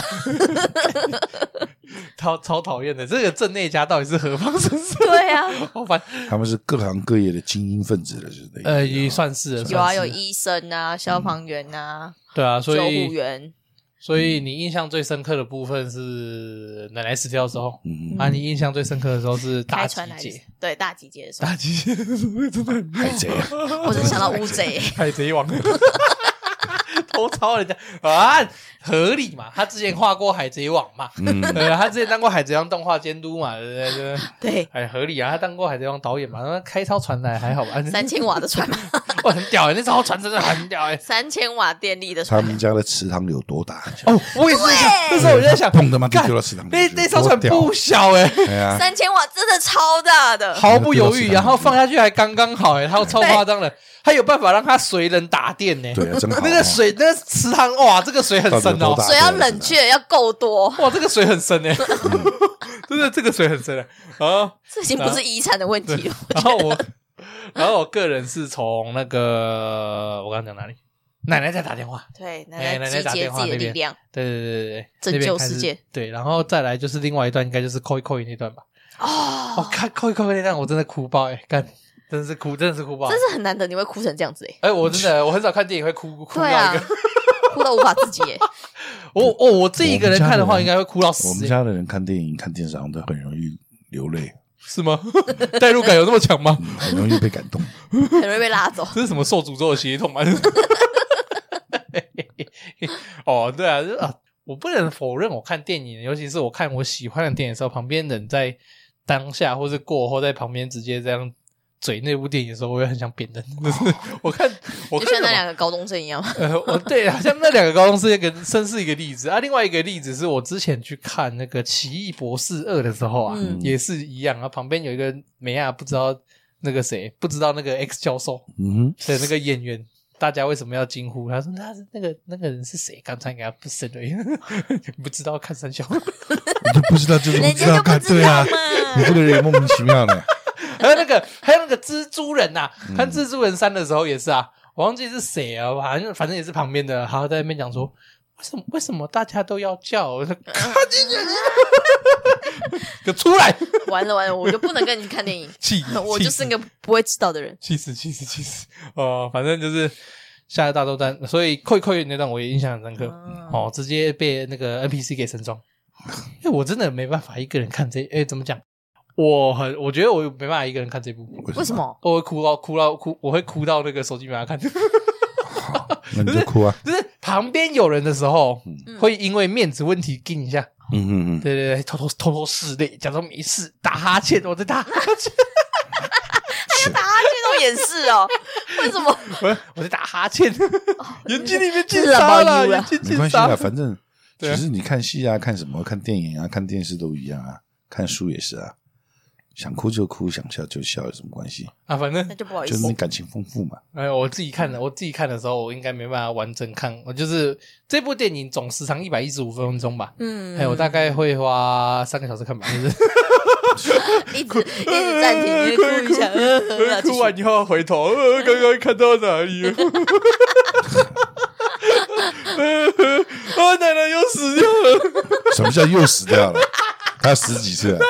Speaker 1: 超超讨厌的。这个正内家到底是何方神圣？
Speaker 2: (laughs) 对啊，
Speaker 1: (laughs) 好烦。
Speaker 3: 他们是各行各业的精英分子了，就是那个
Speaker 1: 呃，也算是了
Speaker 2: (laughs) 有啊，
Speaker 1: 算
Speaker 2: 有
Speaker 1: 是了
Speaker 2: 医生啊，消防员啊，
Speaker 1: 对啊，
Speaker 2: 救
Speaker 1: 所
Speaker 2: 护
Speaker 1: 以
Speaker 2: 员，
Speaker 1: 所以你印象最深刻的部分是奶奶死掉的时候，
Speaker 3: 嗯，
Speaker 1: 啊，你印象最深刻的时候是大
Speaker 2: 开
Speaker 1: 集
Speaker 2: 船来
Speaker 1: 结，
Speaker 2: 对大集结的时候，
Speaker 1: 大集结真的很
Speaker 3: 海
Speaker 1: (laughs)
Speaker 3: 贼啊，
Speaker 2: 我真的想到乌贼，欸
Speaker 1: 海贼王， (laughs) 偷抄人家啊，合理嘛？他之前画过海贼王嘛，
Speaker 3: 嗯，
Speaker 1: 对啊，他之前当过海贼王动画监督嘛，对不对？对不对
Speaker 2: 对，
Speaker 1: 哎，合理啊，他当过海贼王导演嘛，那开超船来还好吧？啊
Speaker 2: 三千瓦的
Speaker 1: (laughs)
Speaker 2: 船嘛，
Speaker 1: 哇，很屌哎、那艘船真的很屌哎、
Speaker 2: 三千瓦电力的
Speaker 3: 他
Speaker 2: 船，
Speaker 3: 们家的池塘有多大？
Speaker 1: 哦，我也是想， (laughs) 那时候我就在想，
Speaker 3: 砰的嘛，就
Speaker 1: 干
Speaker 3: 丢到池塘里
Speaker 1: 那
Speaker 3: 去，
Speaker 1: 那艘
Speaker 3: 多
Speaker 1: 船
Speaker 3: 屌
Speaker 1: 不小哎、(laughs)
Speaker 3: 哎呀，
Speaker 2: 三千瓦真的超大的，
Speaker 1: 毫不犹豫，然后放下去还刚刚好哎、他超夸张的，他有办法让他水冷打电呢、
Speaker 3: 对啊，真好啊。
Speaker 1: 那个水，那个池塘，哇，这个水很深
Speaker 3: 到底有
Speaker 1: 哦
Speaker 3: 多，大
Speaker 2: 水要冷却要够多，
Speaker 1: 哇，这个水很深哎、真的这个水很深哎、啊。
Speaker 2: 这已经不是遗产的问题了。
Speaker 1: 然后我，然后我个人是从那个我刚刚讲哪里，奶奶在打电话，
Speaker 2: (laughs) 对，
Speaker 1: 哎
Speaker 2: 奶奶
Speaker 1: 奶奶
Speaker 2: 集
Speaker 1: 打
Speaker 2: 结
Speaker 1: 电
Speaker 2: 自
Speaker 1: 话
Speaker 2: 己的
Speaker 1: 那
Speaker 2: 力
Speaker 1: 边
Speaker 2: 量，
Speaker 1: 对对对对对，
Speaker 2: 拯
Speaker 1: 那边
Speaker 2: 救
Speaker 1: 开始
Speaker 2: 世界，
Speaker 1: 对，然后再来就是另外一段，应该就是扣一扣一那段吧。我、
Speaker 2: 哦，
Speaker 1: 看扣一扣一那段，我真的哭爆哎、干，真的是哭，真的是哭爆、
Speaker 2: 真是很难得你会哭成这样子哎，
Speaker 1: 哎、我真的我很少看电影会哭 (laughs) 哭到
Speaker 2: 对
Speaker 1: 一
Speaker 2: 啊 (laughs)
Speaker 1: 个，，
Speaker 2: 哭到无法自己
Speaker 1: (laughs)
Speaker 2: 哎，
Speaker 1: 我哦我自己一个人看的话，应该会哭到
Speaker 3: 我
Speaker 1: 死
Speaker 3: 们
Speaker 1: 欸、
Speaker 3: 家的人看电影、看电视好像都很容易
Speaker 1: (laughs)
Speaker 3: 流泪，
Speaker 1: 是吗？代入感有那么强吗？
Speaker 3: 很容易被感
Speaker 1: (laughs)
Speaker 3: 动。
Speaker 2: 很容易被拉走。
Speaker 1: 这是什么受诅咒的血统吗？ (laughs) 哦，对啊，就是啊，我不能否认，我看电影，尤其是我看我喜欢的电影的时候，旁边人在当下或是过后，在旁边直接这样嘴那部电影的时候，我也很想扁人。 (laughs) 就是我看，我 (laughs)
Speaker 2: 就
Speaker 1: 看
Speaker 2: 像
Speaker 1: 什么
Speaker 2: 那两个高中生一样，
Speaker 1: 呃，我对，好像那两个高中是一个真是一个例子啊。另外一个例子是我之前去看那个《奇异博士二》的时候啊，
Speaker 2: 嗯
Speaker 1: 也是一样啊，旁边有一个美亚不知道那个谁，不知道那个 X 教授
Speaker 3: 嗯
Speaker 1: 的那个演员。大家为什么要惊呼？他说：“那是那个那个人是谁？刚才给他不是的，不知道看三小。
Speaker 3: 哼，你就不知道就是不
Speaker 2: 人
Speaker 3: 知
Speaker 2: 家
Speaker 3: 道
Speaker 2: 就不
Speaker 3: 看，
Speaker 2: 知
Speaker 3: 对
Speaker 2: 道
Speaker 3: 啊，
Speaker 1: (laughs)
Speaker 3: 你
Speaker 2: 嘛。
Speaker 3: 这个人也莫名其妙的。
Speaker 1: 还有那个还有那个蜘蛛人呐、看蜘蛛人三的时候也是啊，我忘记是谁啊，反正反正也是旁边的，还在那边讲说，为什么为什么大家都要叫？我说，咔叽叽 (laughs) 叽给我出来，，
Speaker 2: 完了完了，我就不能跟你看电影
Speaker 1: (laughs) 气，
Speaker 2: 我就是
Speaker 1: 气
Speaker 2: 个不会知道的人。
Speaker 1: 气死气死气死哦，反正就是下一大作战，所以扣一扣一那段我也印象很深刻。
Speaker 2: 嗯
Speaker 1: 哦，直接被那个 NPC 给神装。哎、我真的没办法一个人看这，哎、怎么讲？我很，我觉得我没办法一个人看这部，
Speaker 2: 为什？么？
Speaker 1: 我会哭到哭到哭，我会哭到那个手机没法看， (laughs) 就
Speaker 3: 那你就哭啊。
Speaker 1: 是旁边有人的时候，
Speaker 2: 嗯
Speaker 1: 会因为面子问题跟一下，
Speaker 3: 嗯嗯嗯，
Speaker 1: 对对对，偷偷偷偷拭泪，假装没事，打哈欠，我在打哈欠，
Speaker 2: 打哈欠都掩饰
Speaker 1: (laughs)
Speaker 2: 哦，为什么？
Speaker 1: 我我在打哈欠，眼睛里面进
Speaker 2: 自然
Speaker 1: 沙
Speaker 2: 暴
Speaker 1: 了，
Speaker 2: 露了
Speaker 1: 眼睛
Speaker 3: 没
Speaker 1: 进
Speaker 3: 关系
Speaker 1: 沙
Speaker 3: 啊，
Speaker 1: 了，
Speaker 3: 反正
Speaker 1: 对
Speaker 3: 其
Speaker 1: 啊
Speaker 3: 实你看戏啊、看什么、看电影啊、看电视都一样啊，看书也是啊。想哭就哭，想笑就笑，有什么关系？
Speaker 1: 啊，反正
Speaker 2: 那就不好意
Speaker 3: 就
Speaker 2: 思
Speaker 3: 是。你感情丰富嘛。
Speaker 1: 哎，我自己看
Speaker 2: 嗯
Speaker 1: 的，我自己看的时候，我应该没办法完整看，我就是这部电影总时长一百一十五分钟吧。
Speaker 2: 嗯
Speaker 1: 哎、我大概会花三个小时看吧，
Speaker 2: (laughs)
Speaker 1: 就是
Speaker 2: 一直一直暂停，一直哭一
Speaker 1: (laughs)
Speaker 2: 下，呃 (laughs) 呃呃继
Speaker 1: 哭
Speaker 2: 续
Speaker 1: 完以后回头，呃，刚刚看到哪里 (laughs) 了？啊，奶奶又死掉了，奶
Speaker 3: 什么叫又死掉了？他死几次啊？
Speaker 1: 奶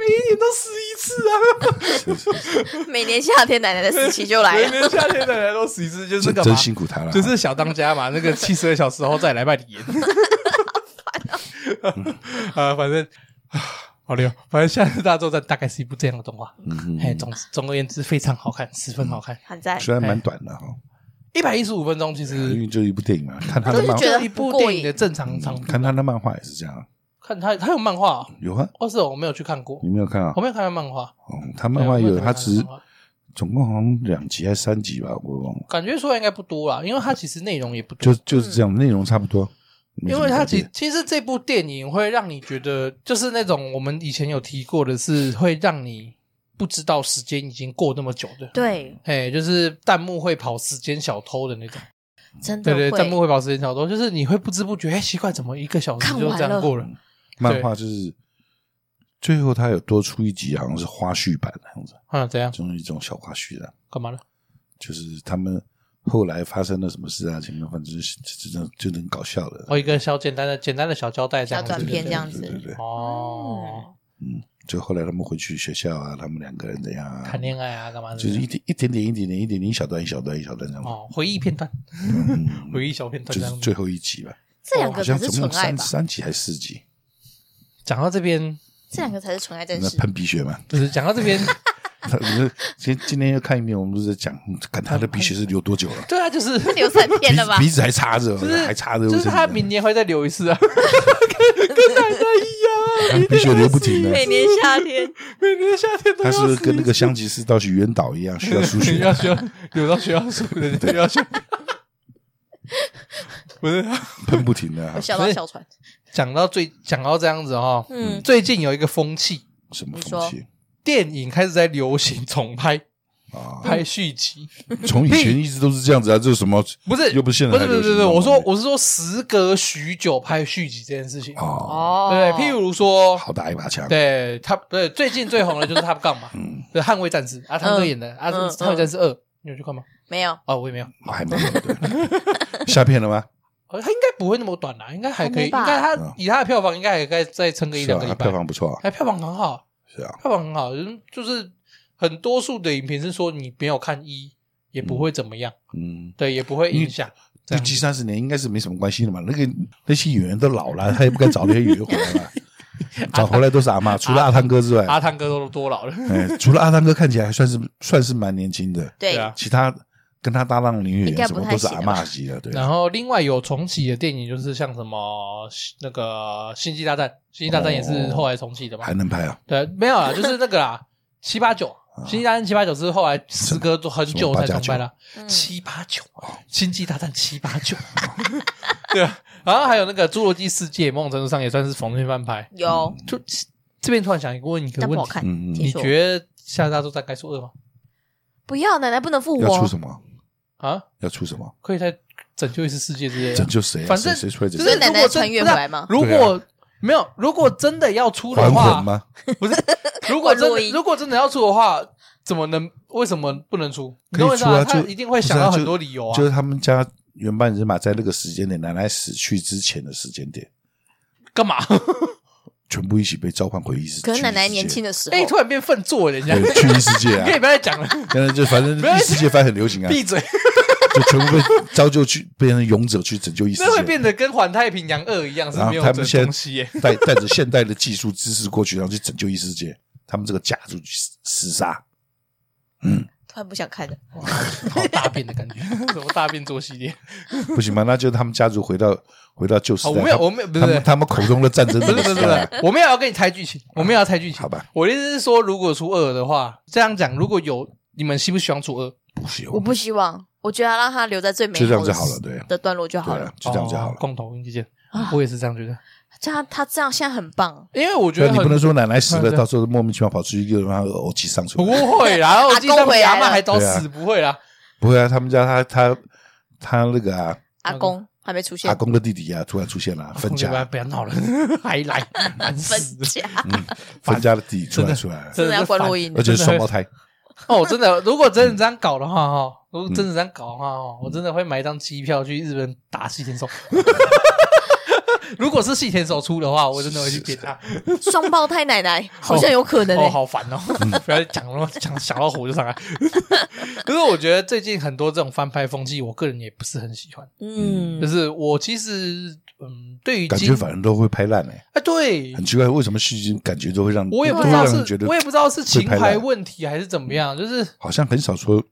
Speaker 1: 每一年都死一次啊，
Speaker 2: 每年夏天奶奶的死期就来
Speaker 1: 每
Speaker 2: 了，
Speaker 1: (laughs) 年夏天奶奶都死一次，就是
Speaker 3: 真
Speaker 1: 那个
Speaker 3: 真
Speaker 1: 嘛，
Speaker 3: 辛苦 (laughs) 他了啊。
Speaker 1: 就是小当家嘛，那个七十二小时后再来
Speaker 2: (laughs)
Speaker 1: 拜年。 (laughs) 啊，反正啊好溜，反正《夏日大作战》大概是一部这样的动画，
Speaker 3: 嗯哼
Speaker 1: 哎，总总而言之非常好看，十分好看，
Speaker 2: 还在
Speaker 3: 虽然蛮短的哈，
Speaker 1: 一百一十五分钟，其
Speaker 3: 因
Speaker 1: 实
Speaker 3: 为就一部电影嘛，看他
Speaker 2: 我
Speaker 3: 的
Speaker 2: 哎就
Speaker 3: 漫
Speaker 2: 觉得
Speaker 1: 就一部电影的正常长
Speaker 3: 嗯
Speaker 1: 度。
Speaker 3: 看他的漫画也是这样，
Speaker 1: 看他他有漫画哦，
Speaker 3: 有啊，
Speaker 1: 哦是哦我没有去看过
Speaker 3: 你，没有看啊
Speaker 1: 我？没有看到漫画，
Speaker 3: 嗯，他漫画有，
Speaker 1: 对我没有看到
Speaker 3: 他只
Speaker 1: 漫画
Speaker 3: 总共好像两集还是三集吧，我忘了，
Speaker 1: 感觉出来应该不多啦，因为它其实内容也不多
Speaker 3: 就，就是这样，内容差不多。没
Speaker 1: 因
Speaker 3: 什么
Speaker 1: 为它
Speaker 3: 改
Speaker 1: 其
Speaker 3: 变
Speaker 1: 其实这部电影会让你觉得，就是那种我们以前有提过的是，会让你不知道时间已经过那么久的。
Speaker 2: 对，
Speaker 1: 哎，就是弹幕会跑时间小偷的那种，
Speaker 2: 真的
Speaker 1: 对对，
Speaker 2: 会
Speaker 1: 弹幕会跑时间小偷，就是你会不知不觉，哎，奇怪，怎么一个小时
Speaker 2: 看
Speaker 1: 就
Speaker 2: 完
Speaker 1: 这样
Speaker 2: 了
Speaker 1: 过了？
Speaker 3: 漫画就是最后他有多出一集，好像是花絮版那样子，
Speaker 1: 啊，怎样？
Speaker 3: 就是一种小花絮的，
Speaker 1: 干嘛呢？
Speaker 3: 就是他们后来发生了什么事啊？前面反正就是就就就能搞笑了。
Speaker 1: 哦，一个小简单的、简单的小交代这样
Speaker 2: 小
Speaker 1: 子，
Speaker 2: 短片这样子
Speaker 3: 对对对对对，
Speaker 1: 哦，
Speaker 3: 嗯，就后来他们回去学校啊，他们两个人怎样啊？
Speaker 1: 谈恋爱啊，干嘛的？
Speaker 3: 就是一点一点点一点点一点点一小段一小段一小段这样子。
Speaker 1: 哦，回忆片段，
Speaker 3: 嗯，
Speaker 1: (laughs) 回忆小片段
Speaker 3: 就
Speaker 1: 这
Speaker 3: 是
Speaker 1: 样子。
Speaker 3: 最后一集吧，
Speaker 2: 这两
Speaker 3: 哦好
Speaker 2: 个
Speaker 3: 像
Speaker 2: 才是
Speaker 3: 总共
Speaker 2: 纯爱
Speaker 3: 三
Speaker 2: 吧？
Speaker 3: 三集还是四集？
Speaker 1: 讲到这边，
Speaker 2: 这两个才是纯爱真
Speaker 3: 那
Speaker 2: (laughs) 实。
Speaker 3: 喷鼻血嘛？
Speaker 1: 就是讲到
Speaker 2: (laughs)
Speaker 1: 这边，
Speaker 3: 他不是今今天又看一遍，我们不是在讲，嗯看他的鼻血是流多
Speaker 2: (laughs)
Speaker 3: 久了？
Speaker 1: 对啊，就是
Speaker 2: 流三
Speaker 3: 鼻
Speaker 2: 天了吧？
Speaker 3: 鼻子还插着，
Speaker 1: 就是
Speaker 3: 还插着卫
Speaker 1: 就
Speaker 3: 生
Speaker 1: 是
Speaker 3: 纸，
Speaker 1: 他明年会再留一次啊， (laughs)
Speaker 3: 他 (laughs) 鼻血流不停的。
Speaker 2: (laughs) 每
Speaker 3: (laughs)
Speaker 2: 年夏天，
Speaker 1: 啊每年夏天都
Speaker 3: 他
Speaker 1: 要
Speaker 3: 是不是
Speaker 1: 死
Speaker 3: 跟那个香吉士到许愿岛一样，需要输血
Speaker 1: (laughs)
Speaker 3: 啊
Speaker 1: 要需要留到学校输的，对，要学。不是
Speaker 3: 喷不停的啊
Speaker 1: (laughs)
Speaker 2: 我，笑到笑喘。
Speaker 1: 讲到最讲到这样子哦，
Speaker 2: 嗯，
Speaker 1: 最近有一个风气，
Speaker 3: 什么
Speaker 2: 你
Speaker 3: 风气
Speaker 1: 电影开始在流行重拍
Speaker 3: 啊？
Speaker 1: 拍续集，
Speaker 3: 从以前一直都是这样子啊，这是什么？
Speaker 1: 不是
Speaker 3: 又不是现在
Speaker 1: 不是
Speaker 3: 才
Speaker 1: 不是不
Speaker 3: 流行
Speaker 1: 是，
Speaker 3: 这种
Speaker 1: 我说
Speaker 3: 东西
Speaker 1: 我是说时隔许久拍续集这件事情，对
Speaker 3: 哦，
Speaker 2: 哦
Speaker 1: 不对，譬如说
Speaker 3: 好大一把枪，
Speaker 1: 对他对最近最红的就是他 Top 杠嘛，
Speaker 3: 嗯，
Speaker 1: 对《捍卫战士》啊，汤哥演的啊，
Speaker 2: 嗯
Speaker 1: 《捍卫战士二》，你有去看吗？
Speaker 2: 没有，
Speaker 1: 哦，我也没有，
Speaker 3: 我还没有对下片了吗？
Speaker 1: 呃他应该不会那么短啦，应该还可以，应
Speaker 2: 还没吧
Speaker 1: 该
Speaker 3: 嗯
Speaker 1: 他以他的票房应该还该再撑 (laughs) 个一
Speaker 3: 是
Speaker 1: 两
Speaker 3: 啊，
Speaker 1: 个礼
Speaker 3: 它
Speaker 1: 拜
Speaker 3: 票，房不错啊，
Speaker 1: 哎，票房很好，
Speaker 3: 是啊，
Speaker 1: 票房很好，嗯就是很多数的影评是说你没有看一也不会怎么样，
Speaker 3: 嗯。
Speaker 1: 对，也不会影响。这
Speaker 3: 六
Speaker 1: 样
Speaker 3: 七三十年应该是没什么关系的嘛。那个那些演员都老了，他也不该找那些演员回来
Speaker 1: (laughs)
Speaker 3: 嘛。找回来都是阿妈，除了阿汤哥之外，
Speaker 1: 阿汤哥都多老了，
Speaker 3: 哎，除了阿汤哥看起来还算是算是蛮年轻的，
Speaker 2: 对
Speaker 1: 对，啊
Speaker 3: 其他跟他搭档的女演
Speaker 2: 应该
Speaker 3: 员
Speaker 2: 不
Speaker 3: 什么
Speaker 2: 太
Speaker 3: 都是
Speaker 2: 行
Speaker 3: 阿妈级的，对
Speaker 1: 然后另外有重启的电影就是像什么那个《星际大战》，《星际大战》也
Speaker 3: 哦
Speaker 1: 是后来重启的嘛
Speaker 3: (laughs) 还。能拍啊？
Speaker 1: 对，没有
Speaker 3: (laughs)
Speaker 1: 啦，就是那个啦，七八九，《星际大战》七八九是后来时隔很久才重拍啦。
Speaker 2: 嗯
Speaker 1: 七八九，
Speaker 3: 哦
Speaker 1: 星际大战七八
Speaker 3: (laughs)
Speaker 1: 九， (laughs) 对啊，然后还有那个《侏罗纪世界》，某种程度上也算是逢天翻拍。
Speaker 2: 有，
Speaker 3: 嗯
Speaker 1: 就这边突然想一个问一个
Speaker 2: 但不
Speaker 1: 问
Speaker 2: 好
Speaker 1: 题，
Speaker 2: 看。
Speaker 3: 嗯嗯
Speaker 1: 你
Speaker 2: 听说
Speaker 1: 觉得下大作战该出二吗？
Speaker 2: 不要，奶奶不能复
Speaker 3: 要出
Speaker 2: 活，
Speaker 3: 什么？
Speaker 1: 啊，
Speaker 3: 要出什么？
Speaker 1: 可以再拯救一次世界之类的，
Speaker 3: 拯救谁啊？
Speaker 1: 反正
Speaker 3: 谁谁出来拯
Speaker 1: 就
Speaker 3: 救
Speaker 1: 是
Speaker 2: 奶奶穿越回来吗
Speaker 1: 如果没有，如果真的要出的
Speaker 3: 还
Speaker 1: 话
Speaker 3: 魂，吗？
Speaker 1: 不是，如果真
Speaker 2: 会录
Speaker 1: 的
Speaker 2: 音
Speaker 1: 如果真的要出的话，怎么能为什么不能出？你
Speaker 3: 可
Speaker 1: 懂我
Speaker 3: 以
Speaker 1: 意思
Speaker 3: 出
Speaker 1: 吗？
Speaker 3: 啊，
Speaker 1: 他
Speaker 3: 就
Speaker 1: 一定会
Speaker 3: 不是
Speaker 1: 想
Speaker 3: 啊
Speaker 1: 到很
Speaker 3: 就
Speaker 1: 多理由啊
Speaker 3: 就。是他们家原班人马在那个时间点，奶奶死去之前的时间点，
Speaker 1: 干嘛？
Speaker 3: 全部一起被召唤回异世。
Speaker 2: 可能奶奶年
Speaker 3: 去
Speaker 2: 轻的时候
Speaker 1: 哎，，突然变笨做人家， (laughs)
Speaker 3: 异世界，对，去异世界
Speaker 1: 可
Speaker 2: (laughs)
Speaker 1: 以
Speaker 3: 啊！
Speaker 1: 不要再讲了，
Speaker 3: 现在就反正
Speaker 1: 没有
Speaker 3: 异世界翻很流行啊，
Speaker 1: 闭
Speaker 3: (laughs)
Speaker 1: 嘴。
Speaker 3: 就全部被招就去变成勇者去拯救异世
Speaker 1: 那会
Speaker 3: 界。
Speaker 1: 变得跟《环太平洋二》一样，是
Speaker 3: 然
Speaker 1: 没
Speaker 3: 后
Speaker 1: 有
Speaker 3: 他
Speaker 1: 这
Speaker 3: 们现
Speaker 1: 东
Speaker 3: 在
Speaker 1: 西
Speaker 3: (laughs)
Speaker 1: 耶。
Speaker 3: 带带着现代的技术知识过去，然后去拯救异世界。他们这个家族去厮杀，
Speaker 2: 突然不想看了。
Speaker 1: 好大便的感觉， (laughs) 什么大便做系列？ (laughs)
Speaker 3: 不行吗？那就他们家族回到回到旧时
Speaker 1: 哦
Speaker 3: 代。
Speaker 1: 我没有
Speaker 3: 他
Speaker 1: 我没有不是
Speaker 3: 啊他们他们口中的战争
Speaker 1: 不是
Speaker 3: 的
Speaker 1: 不是
Speaker 3: 时
Speaker 1: 不是
Speaker 3: 代。，
Speaker 1: 我们也要跟你猜剧情，我们也要猜剧情。
Speaker 3: 好吧，
Speaker 1: 我的意思是说，如果出二的话，这样讲，如果有你们希不希望出二？
Speaker 3: 不行，
Speaker 2: 我不希望，我觉得让他留在最美
Speaker 3: 就这样
Speaker 2: 好
Speaker 3: 就
Speaker 2: 的
Speaker 3: 好了，对，
Speaker 2: 的段落就好
Speaker 3: 对
Speaker 2: 了
Speaker 3: 啊。，就这样就
Speaker 1: 哦
Speaker 3: 好了。啊
Speaker 1: 共同意见，我也是这样觉得，
Speaker 2: 这样他这样现在很棒，
Speaker 1: 因为我觉
Speaker 3: 对，
Speaker 1: 得
Speaker 3: 你不能
Speaker 1: 很
Speaker 3: 说奶奶死
Speaker 1: 对
Speaker 3: 了，
Speaker 1: 对
Speaker 3: 到时候莫名其妙跑出去又他妈偶气上出
Speaker 1: 不
Speaker 3: 来。
Speaker 1: 会啦，然后
Speaker 2: 阿
Speaker 1: 记上
Speaker 2: 公回
Speaker 1: 阿
Speaker 2: 来
Speaker 1: 妈
Speaker 2: 了
Speaker 1: 还早
Speaker 3: 对啊
Speaker 1: 死，不会啦。
Speaker 3: 不会啊，他们家他他他那个啊，
Speaker 2: 阿
Speaker 1: 嗯
Speaker 2: 公还没出现
Speaker 3: 阿，公的弟弟啊，突然出现了，分
Speaker 1: 不要
Speaker 3: 家
Speaker 1: 不要闹了，还来难
Speaker 2: 分
Speaker 1: 死， (laughs)
Speaker 2: 家
Speaker 3: 分家的弟弟出来出来了，
Speaker 2: 真的要关录
Speaker 1: 录
Speaker 2: 音
Speaker 3: 而且是双胞胎，
Speaker 1: 哦，真
Speaker 2: (laughs)
Speaker 1: 的，如果真的这样搞的话，哈，如果真的这样搞的话，哦，我真的会买一张机票去日本打细
Speaker 2: (laughs)
Speaker 1: 田守。如果是细田守出的话，我真的会去扁他。
Speaker 2: 双胞胎奶奶好像有可能欸
Speaker 1: 哦，
Speaker 2: 诶。
Speaker 1: 好
Speaker 3: (laughs)
Speaker 1: 烦哦！不要讲了，讲想到火就上
Speaker 2: (laughs)
Speaker 1: 来。可是我觉得最近很多这种翻拍风气，我个人也不是很喜欢。就
Speaker 2: 嗯，
Speaker 1: 是我其实，嗯，对于
Speaker 3: 感
Speaker 1: 今
Speaker 3: 觉反正都会拍烂哎，
Speaker 1: 啊，对
Speaker 3: 很奇怪，为什么续集感觉都会让
Speaker 1: 我也不
Speaker 3: 都
Speaker 1: 知
Speaker 3: 会
Speaker 1: 道
Speaker 3: 让人觉
Speaker 1: 是
Speaker 3: 得，
Speaker 1: 我也不知道是情
Speaker 3: 会拍
Speaker 1: 怀
Speaker 3: 烂
Speaker 1: 问题还是怎么样，就是
Speaker 3: 好像很少说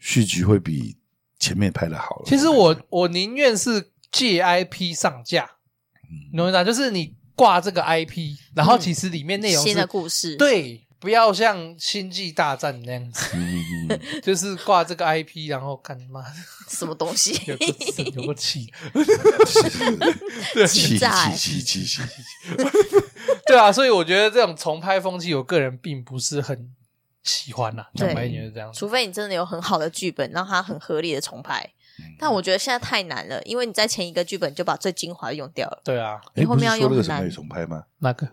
Speaker 3: 续集会比前面拍的好了。
Speaker 1: 其实我我宁愿是借 IP 上架，
Speaker 3: 嗯
Speaker 1: 你懂我意思吗？就是你挂这个 IP，然后其实里面内容
Speaker 2: 嗯新
Speaker 1: 是、
Speaker 2: 的故事，，
Speaker 1: 对，不要像《星际大战》那样子，
Speaker 3: 嗯，嗯嗯
Speaker 1: 就是挂这个 IP，然后干嘛
Speaker 2: 什么东
Speaker 3: (laughs)
Speaker 2: 西？
Speaker 1: 有个字有个气，
Speaker 3: 气
Speaker 2: 气炸欸
Speaker 3: 气气气气，
Speaker 1: (laughs) 对啊，所以我觉得这种重拍风气，我个人并不是很喜欢啦。
Speaker 2: 对
Speaker 1: 讲白一点是这样子，
Speaker 2: 除非你真的有很好的剧本，让他很合理的重拍。
Speaker 3: 嗯
Speaker 2: 但我觉得现在太难了，因为你在前一个剧本就把最精华用掉了。
Speaker 1: 对啊，
Speaker 3: 哎，
Speaker 2: 后
Speaker 3: 不是
Speaker 2: 面要
Speaker 3: 说那
Speaker 2: 用
Speaker 3: 个
Speaker 2: 很
Speaker 3: 什么
Speaker 2: 难
Speaker 3: 也重拍吗？
Speaker 1: 那个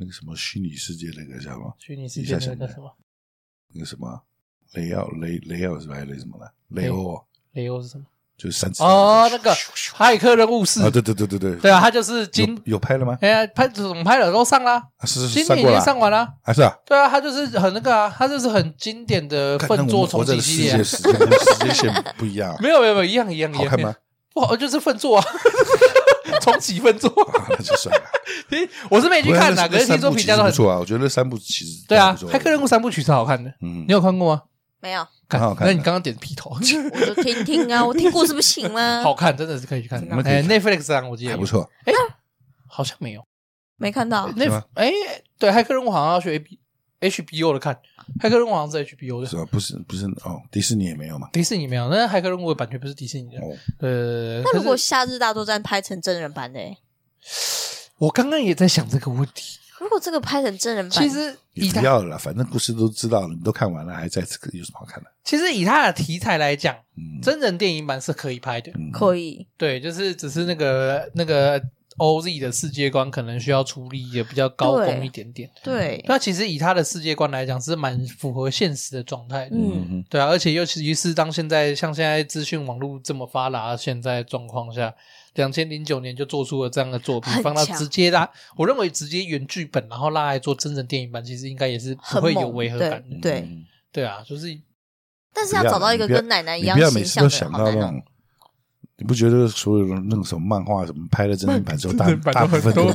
Speaker 3: 那个什么虚拟世界那个叫什么？
Speaker 1: 虚拟世界那个什么
Speaker 3: 那个什么雷奥雷雷奥是吧？还是雷什么的？雷欧
Speaker 1: 雷欧是什么？
Speaker 3: 就是三只
Speaker 1: 哦， (laughs) 那个《哈里克任务四
Speaker 3: 啊，》对对对对对，
Speaker 1: 对啊，他就是今
Speaker 3: 有有拍了吗？
Speaker 1: 哎呀拍总拍了都上啦，
Speaker 3: 啊是是
Speaker 1: 今
Speaker 3: 上
Speaker 1: 年已
Speaker 3: 过
Speaker 1: 经
Speaker 3: 了，
Speaker 1: 上完啦。
Speaker 3: 啊是啊，
Speaker 1: 对啊，他就是很那个啊，他就是很经典的
Speaker 3: 看那
Speaker 1: 粪
Speaker 3: 我
Speaker 1: 作
Speaker 3: 们
Speaker 1: 重
Speaker 3: 活着
Speaker 1: 启
Speaker 3: 的世
Speaker 1: 系
Speaker 3: 界
Speaker 1: 列。啊
Speaker 3: 时间跟时间线不一
Speaker 1: (laughs)，
Speaker 3: 样
Speaker 1: 没有没有没有，一样一样一
Speaker 3: 好
Speaker 1: 样。
Speaker 3: 看吗？
Speaker 1: 不好，就是粪作啊， (laughs) 重启粪
Speaker 3: (laughs)
Speaker 1: 作。
Speaker 3: 啊，那就算了。
Speaker 1: (laughs) 我是没去看
Speaker 3: 不
Speaker 1: 呐，
Speaker 3: 过那
Speaker 1: 可是听说评价都
Speaker 3: 那三部其
Speaker 1: 很
Speaker 3: 实不错啊，我觉得那三部其实
Speaker 1: 对啊，
Speaker 3: 都
Speaker 1: 《
Speaker 3: 不错
Speaker 1: 骇客任务》三部曲是好看的，
Speaker 3: 嗯
Speaker 1: 你，有看过吗？
Speaker 2: 没有，
Speaker 1: 看
Speaker 3: 蛮好看
Speaker 1: 那
Speaker 3: 的
Speaker 1: 你刚刚点劈头， (laughs)
Speaker 2: 我就听听
Speaker 3: (laughs)
Speaker 2: 啊，我听故事不行吗？
Speaker 1: 好看，真的是可以去看
Speaker 3: 真的。可以
Speaker 1: 哎
Speaker 3: 看
Speaker 1: ，Netflix 上我记得
Speaker 3: 还
Speaker 1: 有
Speaker 3: 不，错，
Speaker 1: 好像没有。
Speaker 2: 没看
Speaker 3: (laughs)
Speaker 2: 到，
Speaker 1: 那
Speaker 3: 是吗
Speaker 1: 哎，对，《骇客任务》好像要去 A B HBO 的看，《骇客任务》好像是 HBO
Speaker 3: 是
Speaker 1: 的，
Speaker 3: 吧？不是不是哦，迪士尼也没有嘛。
Speaker 1: 迪士尼没有。那《骇客任务》的版权不是迪士尼的。
Speaker 3: 哦，
Speaker 1: 呃，
Speaker 2: 那如果《
Speaker 1: 可是
Speaker 2: 夏日大作战》拍成真人版的欸，
Speaker 1: 我刚刚也在想这个问题，
Speaker 2: 如果这个拍成真人版，
Speaker 1: 其实以
Speaker 3: 也不
Speaker 1: 它
Speaker 3: 要了啦，反正故事都知道了，你都看完了，还在这个有什么好看的？
Speaker 1: 其实以它的题材来讲，
Speaker 3: 嗯，
Speaker 1: 真人电影版是可以拍的。
Speaker 3: 嗯
Speaker 2: 可以，
Speaker 1: 对，就是只是那个那个 OZ 的世界观可能需要处理的比较高
Speaker 2: 对
Speaker 1: 工一点点。
Speaker 2: 对，
Speaker 1: 那其实以他的世界观来讲，是蛮符合现实的状态的。
Speaker 2: 嗯，
Speaker 3: 哼
Speaker 1: 对啊，而且尤其是当现在像现在资讯网络这么发达，现在状况下，两千零九年就做出了这样的作品
Speaker 2: 很，
Speaker 1: 放到
Speaker 2: 强
Speaker 1: 直接拉，我认为直接原剧本，然后拉来做真人电影版，其实应该也是不
Speaker 2: 很
Speaker 1: 会有
Speaker 2: 猛
Speaker 1: 违和
Speaker 2: 对
Speaker 1: 感的。
Speaker 2: 对
Speaker 3: 嗯
Speaker 1: 对啊，就是
Speaker 2: 但是
Speaker 3: 不
Speaker 2: 要
Speaker 3: 要
Speaker 2: 找到
Speaker 3: 了
Speaker 2: 一个
Speaker 3: 你不要
Speaker 2: 跟奶奶一
Speaker 3: 你
Speaker 2: 样
Speaker 3: 不要每
Speaker 2: 形
Speaker 3: 次
Speaker 2: 象
Speaker 3: 都
Speaker 2: 的人，好
Speaker 3: 想到那
Speaker 2: 难啊。
Speaker 3: 种，你不觉得所有的那种漫画什么拍的真人版
Speaker 1: (laughs)
Speaker 3: 之后，大大部分都
Speaker 1: 不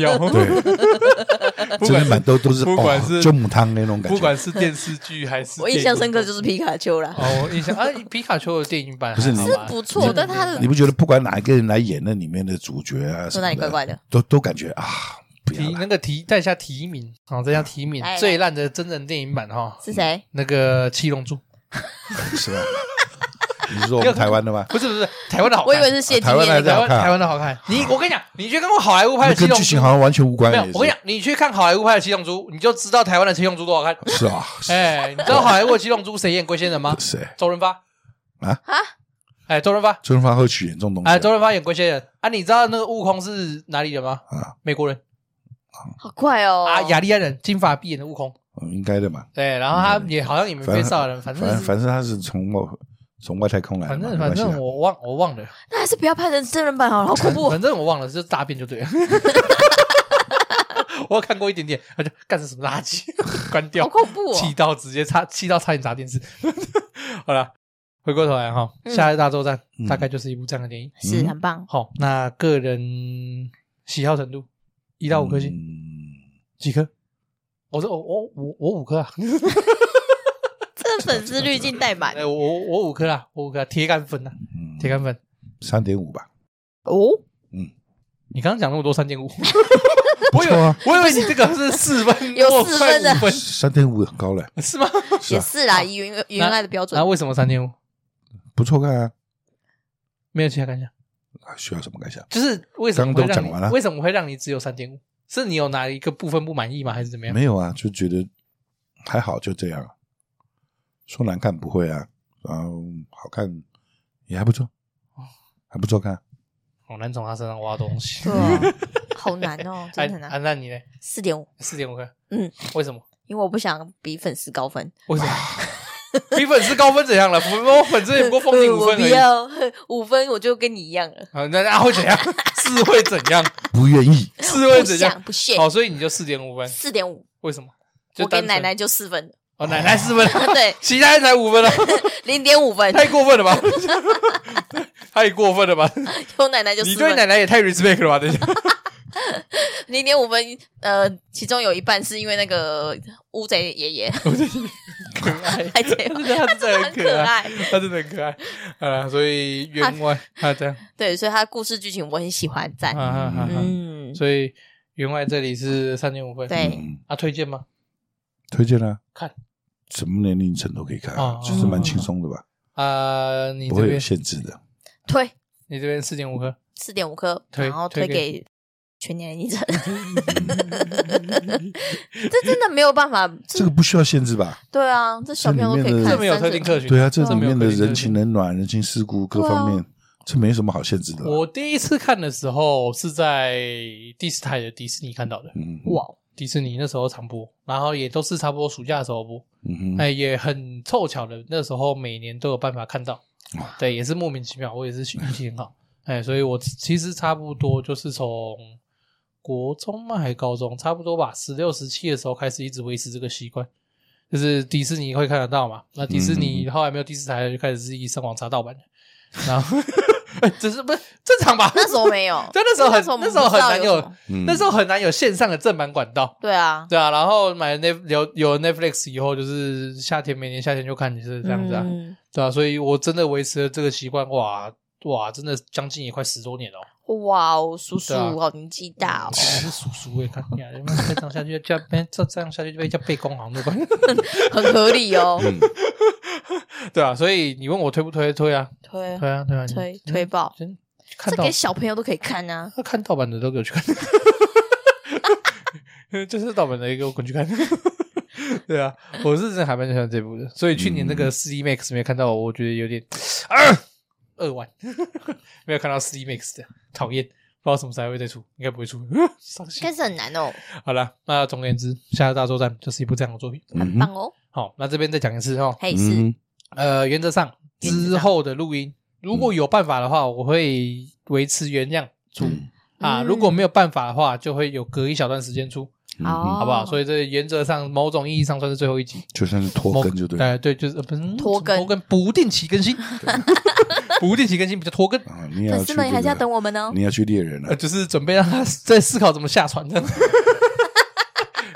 Speaker 1: 要，
Speaker 3: 对，真人版都都
Speaker 1: (laughs)
Speaker 3: 是
Speaker 1: 不管
Speaker 3: 哦
Speaker 1: 是
Speaker 3: 就母汤那种感觉，
Speaker 1: 不管是电视剧还是
Speaker 2: 我印象深刻
Speaker 1: 是。
Speaker 2: 就是皮卡丘啦，
Speaker 1: 哦，我印象啊，皮卡丘的电影版
Speaker 3: 不是
Speaker 1: 还好
Speaker 3: 你
Speaker 1: 吧
Speaker 2: 不错，但他的
Speaker 3: 你不觉得不管哪一个人来演那里面的主角啊什
Speaker 2: 说
Speaker 3: 么
Speaker 2: 哪
Speaker 3: 的，
Speaker 2: 里怪怪的，
Speaker 3: 都都感觉啊，不要
Speaker 1: 提
Speaker 3: 了，
Speaker 1: 那个提再下提名，好，再下提名
Speaker 2: 来来
Speaker 1: 最烂的真人电影版哈，
Speaker 2: 是谁？
Speaker 1: 那个《七龙珠》
Speaker 3: 是吧？ (laughs) 你是说我们台湾的吗？
Speaker 1: 不是不是台湾的好
Speaker 2: 我
Speaker 1: 看，
Speaker 2: 以为是谢金
Speaker 3: 台湾
Speaker 2: 燕那
Speaker 3: 还在
Speaker 1: 台
Speaker 2: 个，
Speaker 3: 好
Speaker 1: 湾
Speaker 3: 看啊
Speaker 1: 台湾的好看。你我跟你讲，你去看过好莱坞拍的《
Speaker 3: 那
Speaker 1: 七
Speaker 3: 跟
Speaker 1: 龙
Speaker 3: 剧
Speaker 1: 珠
Speaker 3: 情》好像完全无关
Speaker 1: 没有
Speaker 3: 也？是
Speaker 1: 我跟你讲，你去看好莱坞拍的《七龙珠》，你就知道台湾的《七龙珠》多
Speaker 3: (laughs)
Speaker 1: 好看。
Speaker 3: 是啊，
Speaker 1: 哎，你知道好莱坞的《七龙珠》谁演龟仙人吗？
Speaker 3: 谁
Speaker 1: 周润发
Speaker 3: (laughs) 啊
Speaker 2: 啊！
Speaker 1: 哎，周润发
Speaker 3: 周润发会去演这种东西啊？
Speaker 1: 哎，周润发演龟仙人啊？你知道那个悟空是哪里人吗？
Speaker 3: 啊，
Speaker 1: 美国人
Speaker 2: 好怪哦！
Speaker 1: 啊，雅利安人，金发碧眼的悟空。
Speaker 3: 嗯应该的嘛。
Speaker 1: 对，然后他也好像也没
Speaker 3: 嗯反
Speaker 1: 被
Speaker 3: 正
Speaker 1: 杀人，反
Speaker 3: 反
Speaker 1: 正
Speaker 3: 正
Speaker 1: 是
Speaker 3: 反正他是从外从外太空来的
Speaker 1: 反
Speaker 3: 嘛，
Speaker 1: 正
Speaker 3: 没
Speaker 1: 反
Speaker 3: 关系啊
Speaker 1: 正我忘我忘了，
Speaker 2: 那还是不要拍成真人版好了，好恐怖哦！
Speaker 1: 反正我忘了，就是大便就对了。
Speaker 2: (laughs)
Speaker 1: 我有看过一点点，他就干是什么垃圾， (laughs) 关掉
Speaker 2: 好，恐怖
Speaker 1: 气
Speaker 2: 哦！
Speaker 1: 到直接差气到差点砸电视。 (laughs) 好了，回过头来哈，
Speaker 2: 嗯
Speaker 1: 《夏日大作战
Speaker 3: 嗯》
Speaker 1: 大概就是一部这样的电影。
Speaker 2: 是
Speaker 3: 嗯
Speaker 2: 很棒，
Speaker 1: 好，那个人喜好程度一到五颗星，
Speaker 3: 嗯
Speaker 1: 几颗？我说我我我我五
Speaker 3: (laughs)
Speaker 1: 颗啊，
Speaker 2: 这个粉丝滤镜带满
Speaker 1: 哎我我我五颗啊，我五颗啊铁杆粉啊，
Speaker 3: 嗯
Speaker 1: 铁杆粉。
Speaker 3: 三点五吧，
Speaker 2: 哦。
Speaker 3: 嗯，
Speaker 1: 你刚刚讲那么多三点
Speaker 3: (laughs)
Speaker 1: 五，
Speaker 3: 不错啊，
Speaker 1: 我以为你这个是四分，
Speaker 2: 有
Speaker 1: 或
Speaker 2: 四
Speaker 1: 快
Speaker 2: 分的
Speaker 1: 五分
Speaker 3: 三点五很
Speaker 1: (laughs)
Speaker 3: 高了，
Speaker 1: 是吗？
Speaker 3: 是
Speaker 2: 也
Speaker 3: 啊，
Speaker 2: 是啦，以原原来的标准
Speaker 1: 啊那，为什么三点五？
Speaker 3: 不错看啊，
Speaker 1: 没有其他感想，
Speaker 3: 啊需要什么感想？
Speaker 1: 就是为什么会
Speaker 3: 刚刚都
Speaker 1: 让
Speaker 3: 讲
Speaker 1: 你
Speaker 3: 完了
Speaker 1: 为什么会让你只有三点五？是你有哪一个部分不满意吗？还是怎么样？
Speaker 3: 没有啊，就觉得还好，就这样。说难看不会啊，然后好看也还不错，还不错
Speaker 1: 哦
Speaker 3: 看。
Speaker 1: 好难从他身上挖东西。
Speaker 2: 对啊，好难 (laughs) 哦，
Speaker 1: 哎
Speaker 2: (laughs) 真的很
Speaker 1: 啊，
Speaker 2: 难。
Speaker 1: 那你呢？
Speaker 2: 四点五，
Speaker 1: 四点五分，
Speaker 2: 嗯，(laughs)
Speaker 1: 为什么？
Speaker 2: 因为我不想比粉丝高分，
Speaker 1: 为什么？ (laughs) 比粉丝高分怎样了？我粉丝也不过封你五
Speaker 2: 我
Speaker 1: 分
Speaker 2: 不
Speaker 1: 而已。
Speaker 2: 要 (laughs) 五分，我就跟你一样了，
Speaker 1: 啊，那那会怎样？
Speaker 2: (laughs)
Speaker 1: 是会怎样？
Speaker 3: 不愿意，
Speaker 1: 是会
Speaker 2: 不
Speaker 1: 怎
Speaker 2: 想
Speaker 1: 样？
Speaker 2: 不屑。
Speaker 1: 哦，所以你就四点五分，
Speaker 2: 四点五，
Speaker 1: 为什么？就
Speaker 2: 我给
Speaker 1: 单纯
Speaker 2: 奶奶就四分， (laughs)
Speaker 1: 哦，奶奶四分， (laughs)
Speaker 2: 对，
Speaker 1: 其他人才五
Speaker 2: (laughs)
Speaker 1: 分了。
Speaker 2: 零点五分，
Speaker 1: 太过分
Speaker 2: (laughs)
Speaker 1: 了吧！太过分了吧！
Speaker 2: 有奶奶就
Speaker 1: 你
Speaker 2: 四
Speaker 1: 对
Speaker 2: 分，
Speaker 1: 奶奶也太 respect 了吧？等一下，
Speaker 2: 零点五分，呃，其中有一半是因为那个乌贼爷爷
Speaker 1: 可爱，
Speaker 2: 还贼，
Speaker 1: 他 (laughs) 真的很
Speaker 2: 很可
Speaker 1: 可爱，
Speaker 2: 爱，
Speaker 1: 他真的很可爱啊！所以员外啊，这样
Speaker 2: 对，所以他的故事剧情我很喜欢，
Speaker 1: 啊
Speaker 2: 赞，
Speaker 1: 啊啊啊！
Speaker 2: 嗯，
Speaker 1: 所以员外这里是三点五分，
Speaker 2: 对，
Speaker 3: 嗯，
Speaker 1: 啊，推荐吗？
Speaker 3: 推荐啊，
Speaker 1: 看
Speaker 3: 什么年龄层都可以看啊
Speaker 1: 哦，
Speaker 3: 就是蛮轻松的吧，
Speaker 1: 啊，你
Speaker 3: 不
Speaker 1: 这
Speaker 3: 会有
Speaker 1: 边
Speaker 3: 限制的。
Speaker 2: 推
Speaker 1: 你这边四点五颗，
Speaker 2: 四点五颗，
Speaker 1: 推
Speaker 2: 然后推
Speaker 1: 推
Speaker 2: 给全年龄层， (laughs) 这真的没有办法，
Speaker 3: 这个不需要限制吧？
Speaker 2: 对啊，这小朋友都可
Speaker 3: 这里
Speaker 2: 以看，
Speaker 3: 面的
Speaker 1: 这没有特定客群，
Speaker 3: 对啊，这
Speaker 1: 这
Speaker 3: 里
Speaker 1: 没有
Speaker 3: 面的
Speaker 1: 特定
Speaker 3: 人
Speaker 1: 客群
Speaker 3: 情冷暖、人情世故各方面，这没什么好限制的啦。
Speaker 1: 啊我第一次看的时候是在第四台的迪士尼看到的，
Speaker 3: 嗯
Speaker 2: 哇，
Speaker 1: 迪士尼那时候常播，然后也都是差不多暑假的时候播。
Speaker 3: 嗯哼，
Speaker 1: 哎，也很凑巧的，那时候每年都有办法看到，对，也是莫名其妙，我也是运气很好，哎，所以我其实差不多就是从国中嘛，还高中，差不多吧，十六、十七的时候开始一直维持这个习惯，就是迪士尼会看得到嘛，那迪士尼后来没有第四台了，就开始自己上网查盗版了，然后哎只是不是正常吧？，
Speaker 2: 那时候没有
Speaker 1: 对，那时候很
Speaker 2: 那
Speaker 1: 那时候很难
Speaker 2: 有
Speaker 1: 有
Speaker 2: 什么，
Speaker 3: 嗯
Speaker 1: 那时候很难有线上的正版管道。
Speaker 2: (laughs) 对啊，
Speaker 1: 对啊，然后买了 Net 有有了 Netflix 以后，就是夏天每年夏天就看，就是这样子啊，
Speaker 2: 嗯
Speaker 1: 对啊，所以我真的维持了这个习惯，哇哇，真的将近也快十多年了、哦。
Speaker 2: 哇哦，叔叔
Speaker 1: 对啊
Speaker 2: 好年纪大
Speaker 1: (laughs)
Speaker 2: 哦
Speaker 1: 我，是叔叔会看，你啊，因为再这样下去就叫被这这样下去就被叫背公行那
Speaker 2: (laughs)
Speaker 1: 关，
Speaker 2: 很合理哦，
Speaker 3: 嗯
Speaker 1: 对啊，所以你问我推不推，推啊，
Speaker 2: 推
Speaker 1: 推啊，对啊，你
Speaker 2: 推推爆，
Speaker 1: 真看
Speaker 2: 这
Speaker 1: 到
Speaker 2: 给小朋友都可以看啊，
Speaker 1: 看盗版的都给我去看， (laughs) 这是盗版的，给我滚去看。 (laughs) 对啊，我是真的还蛮喜欢这部的，所以去年那个四 D Max 没有看到我，我觉得有点啊，二万 (laughs) 没有看到四 D Max 的，讨厌，不知道什么时候还会再出，应该不会出， (laughs) 伤
Speaker 2: 应
Speaker 1: 心
Speaker 2: 该。是很难哦，
Speaker 1: 好了，那总而言之，《夏日大作战》就是一部这样的作品。
Speaker 3: 嗯
Speaker 2: 很
Speaker 3: 哼
Speaker 2: 棒哦，
Speaker 1: 好，那这边再讲一次哦，
Speaker 2: 嘿是，
Speaker 3: 嗯
Speaker 1: 呃，原则上
Speaker 2: 原则上
Speaker 1: 之后的录音，如果有办法的话，我会维持原样出。
Speaker 3: 嗯
Speaker 1: 啊，
Speaker 2: 嗯
Speaker 1: 如果没有办法的话，就会有隔一小段时间出，
Speaker 3: 哼，
Speaker 2: 哦
Speaker 1: 好不好？所以这原则上某种意义上算是最后一集，
Speaker 3: 就算是拖
Speaker 1: 某
Speaker 3: 更就对了
Speaker 1: 哎，对，就是呃不是
Speaker 2: 拖更
Speaker 1: 拖更不定期更新， (laughs) 不定期更新比较拖更，
Speaker 3: 啊，你也要
Speaker 2: 粉
Speaker 3: 去
Speaker 2: 丝们
Speaker 3: 这
Speaker 2: 还是要
Speaker 3: 个
Speaker 2: 等我们哦，
Speaker 3: 你要去猎人了啊
Speaker 1: 呃，，就是准备让他在思考怎么下船的。 (laughs)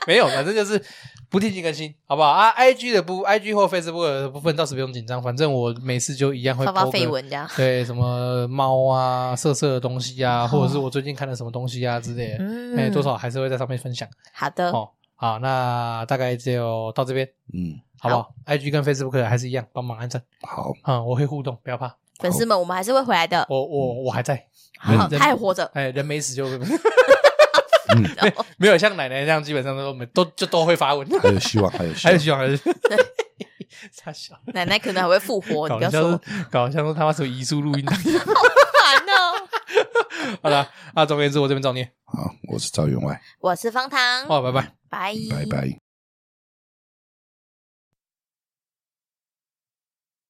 Speaker 1: 没有，反正就是不定期更新，好不好啊？IG 的部，IG 或 Facebook 的部分倒是不用紧张，反正我每次就一样会
Speaker 2: 发发
Speaker 1: po 个
Speaker 2: 绯闻啊这样，
Speaker 1: 对，什么猫啊、色色的东西啊，或者是我最近看了什么东西啊之类的，
Speaker 2: 哦嗯
Speaker 1: 哎、多少还是会在上面分享。
Speaker 2: 好的，
Speaker 1: 哦，好，那大概就到这边，
Speaker 3: 嗯，
Speaker 1: 好不好？IG 跟 Facebook 还是一样，帮忙按赞
Speaker 3: 好，
Speaker 1: 啊、嗯我会互动，不要怕，
Speaker 2: 粉丝们我们还是会回来的，
Speaker 1: 我我我还在，人
Speaker 2: 好，
Speaker 1: 人
Speaker 2: 他还活着，
Speaker 1: 哎，人没死 (laughs) 就
Speaker 3: 嗯，
Speaker 1: 没有像奶奶那样，基本上都没都就都会发文，
Speaker 3: 还有希望，还有
Speaker 1: (laughs)
Speaker 3: 希
Speaker 1: 还
Speaker 3: 望
Speaker 1: 有，希望，还有希望 (laughs) 傻笑，
Speaker 2: 奶奶可能还会复活，你
Speaker 1: (laughs) 搞
Speaker 2: 不要
Speaker 1: 得
Speaker 2: 说， (laughs) 好
Speaker 1: 像是搞得像是他妈什么遗书录音 (laughs) 档。
Speaker 2: 烦哦，
Speaker 1: 好了，啊，总而言之，我这边造孽，
Speaker 3: 好，我是赵员外，
Speaker 2: 我是方糖，
Speaker 1: 哦，拜拜。
Speaker 2: 拜
Speaker 3: 拜拜。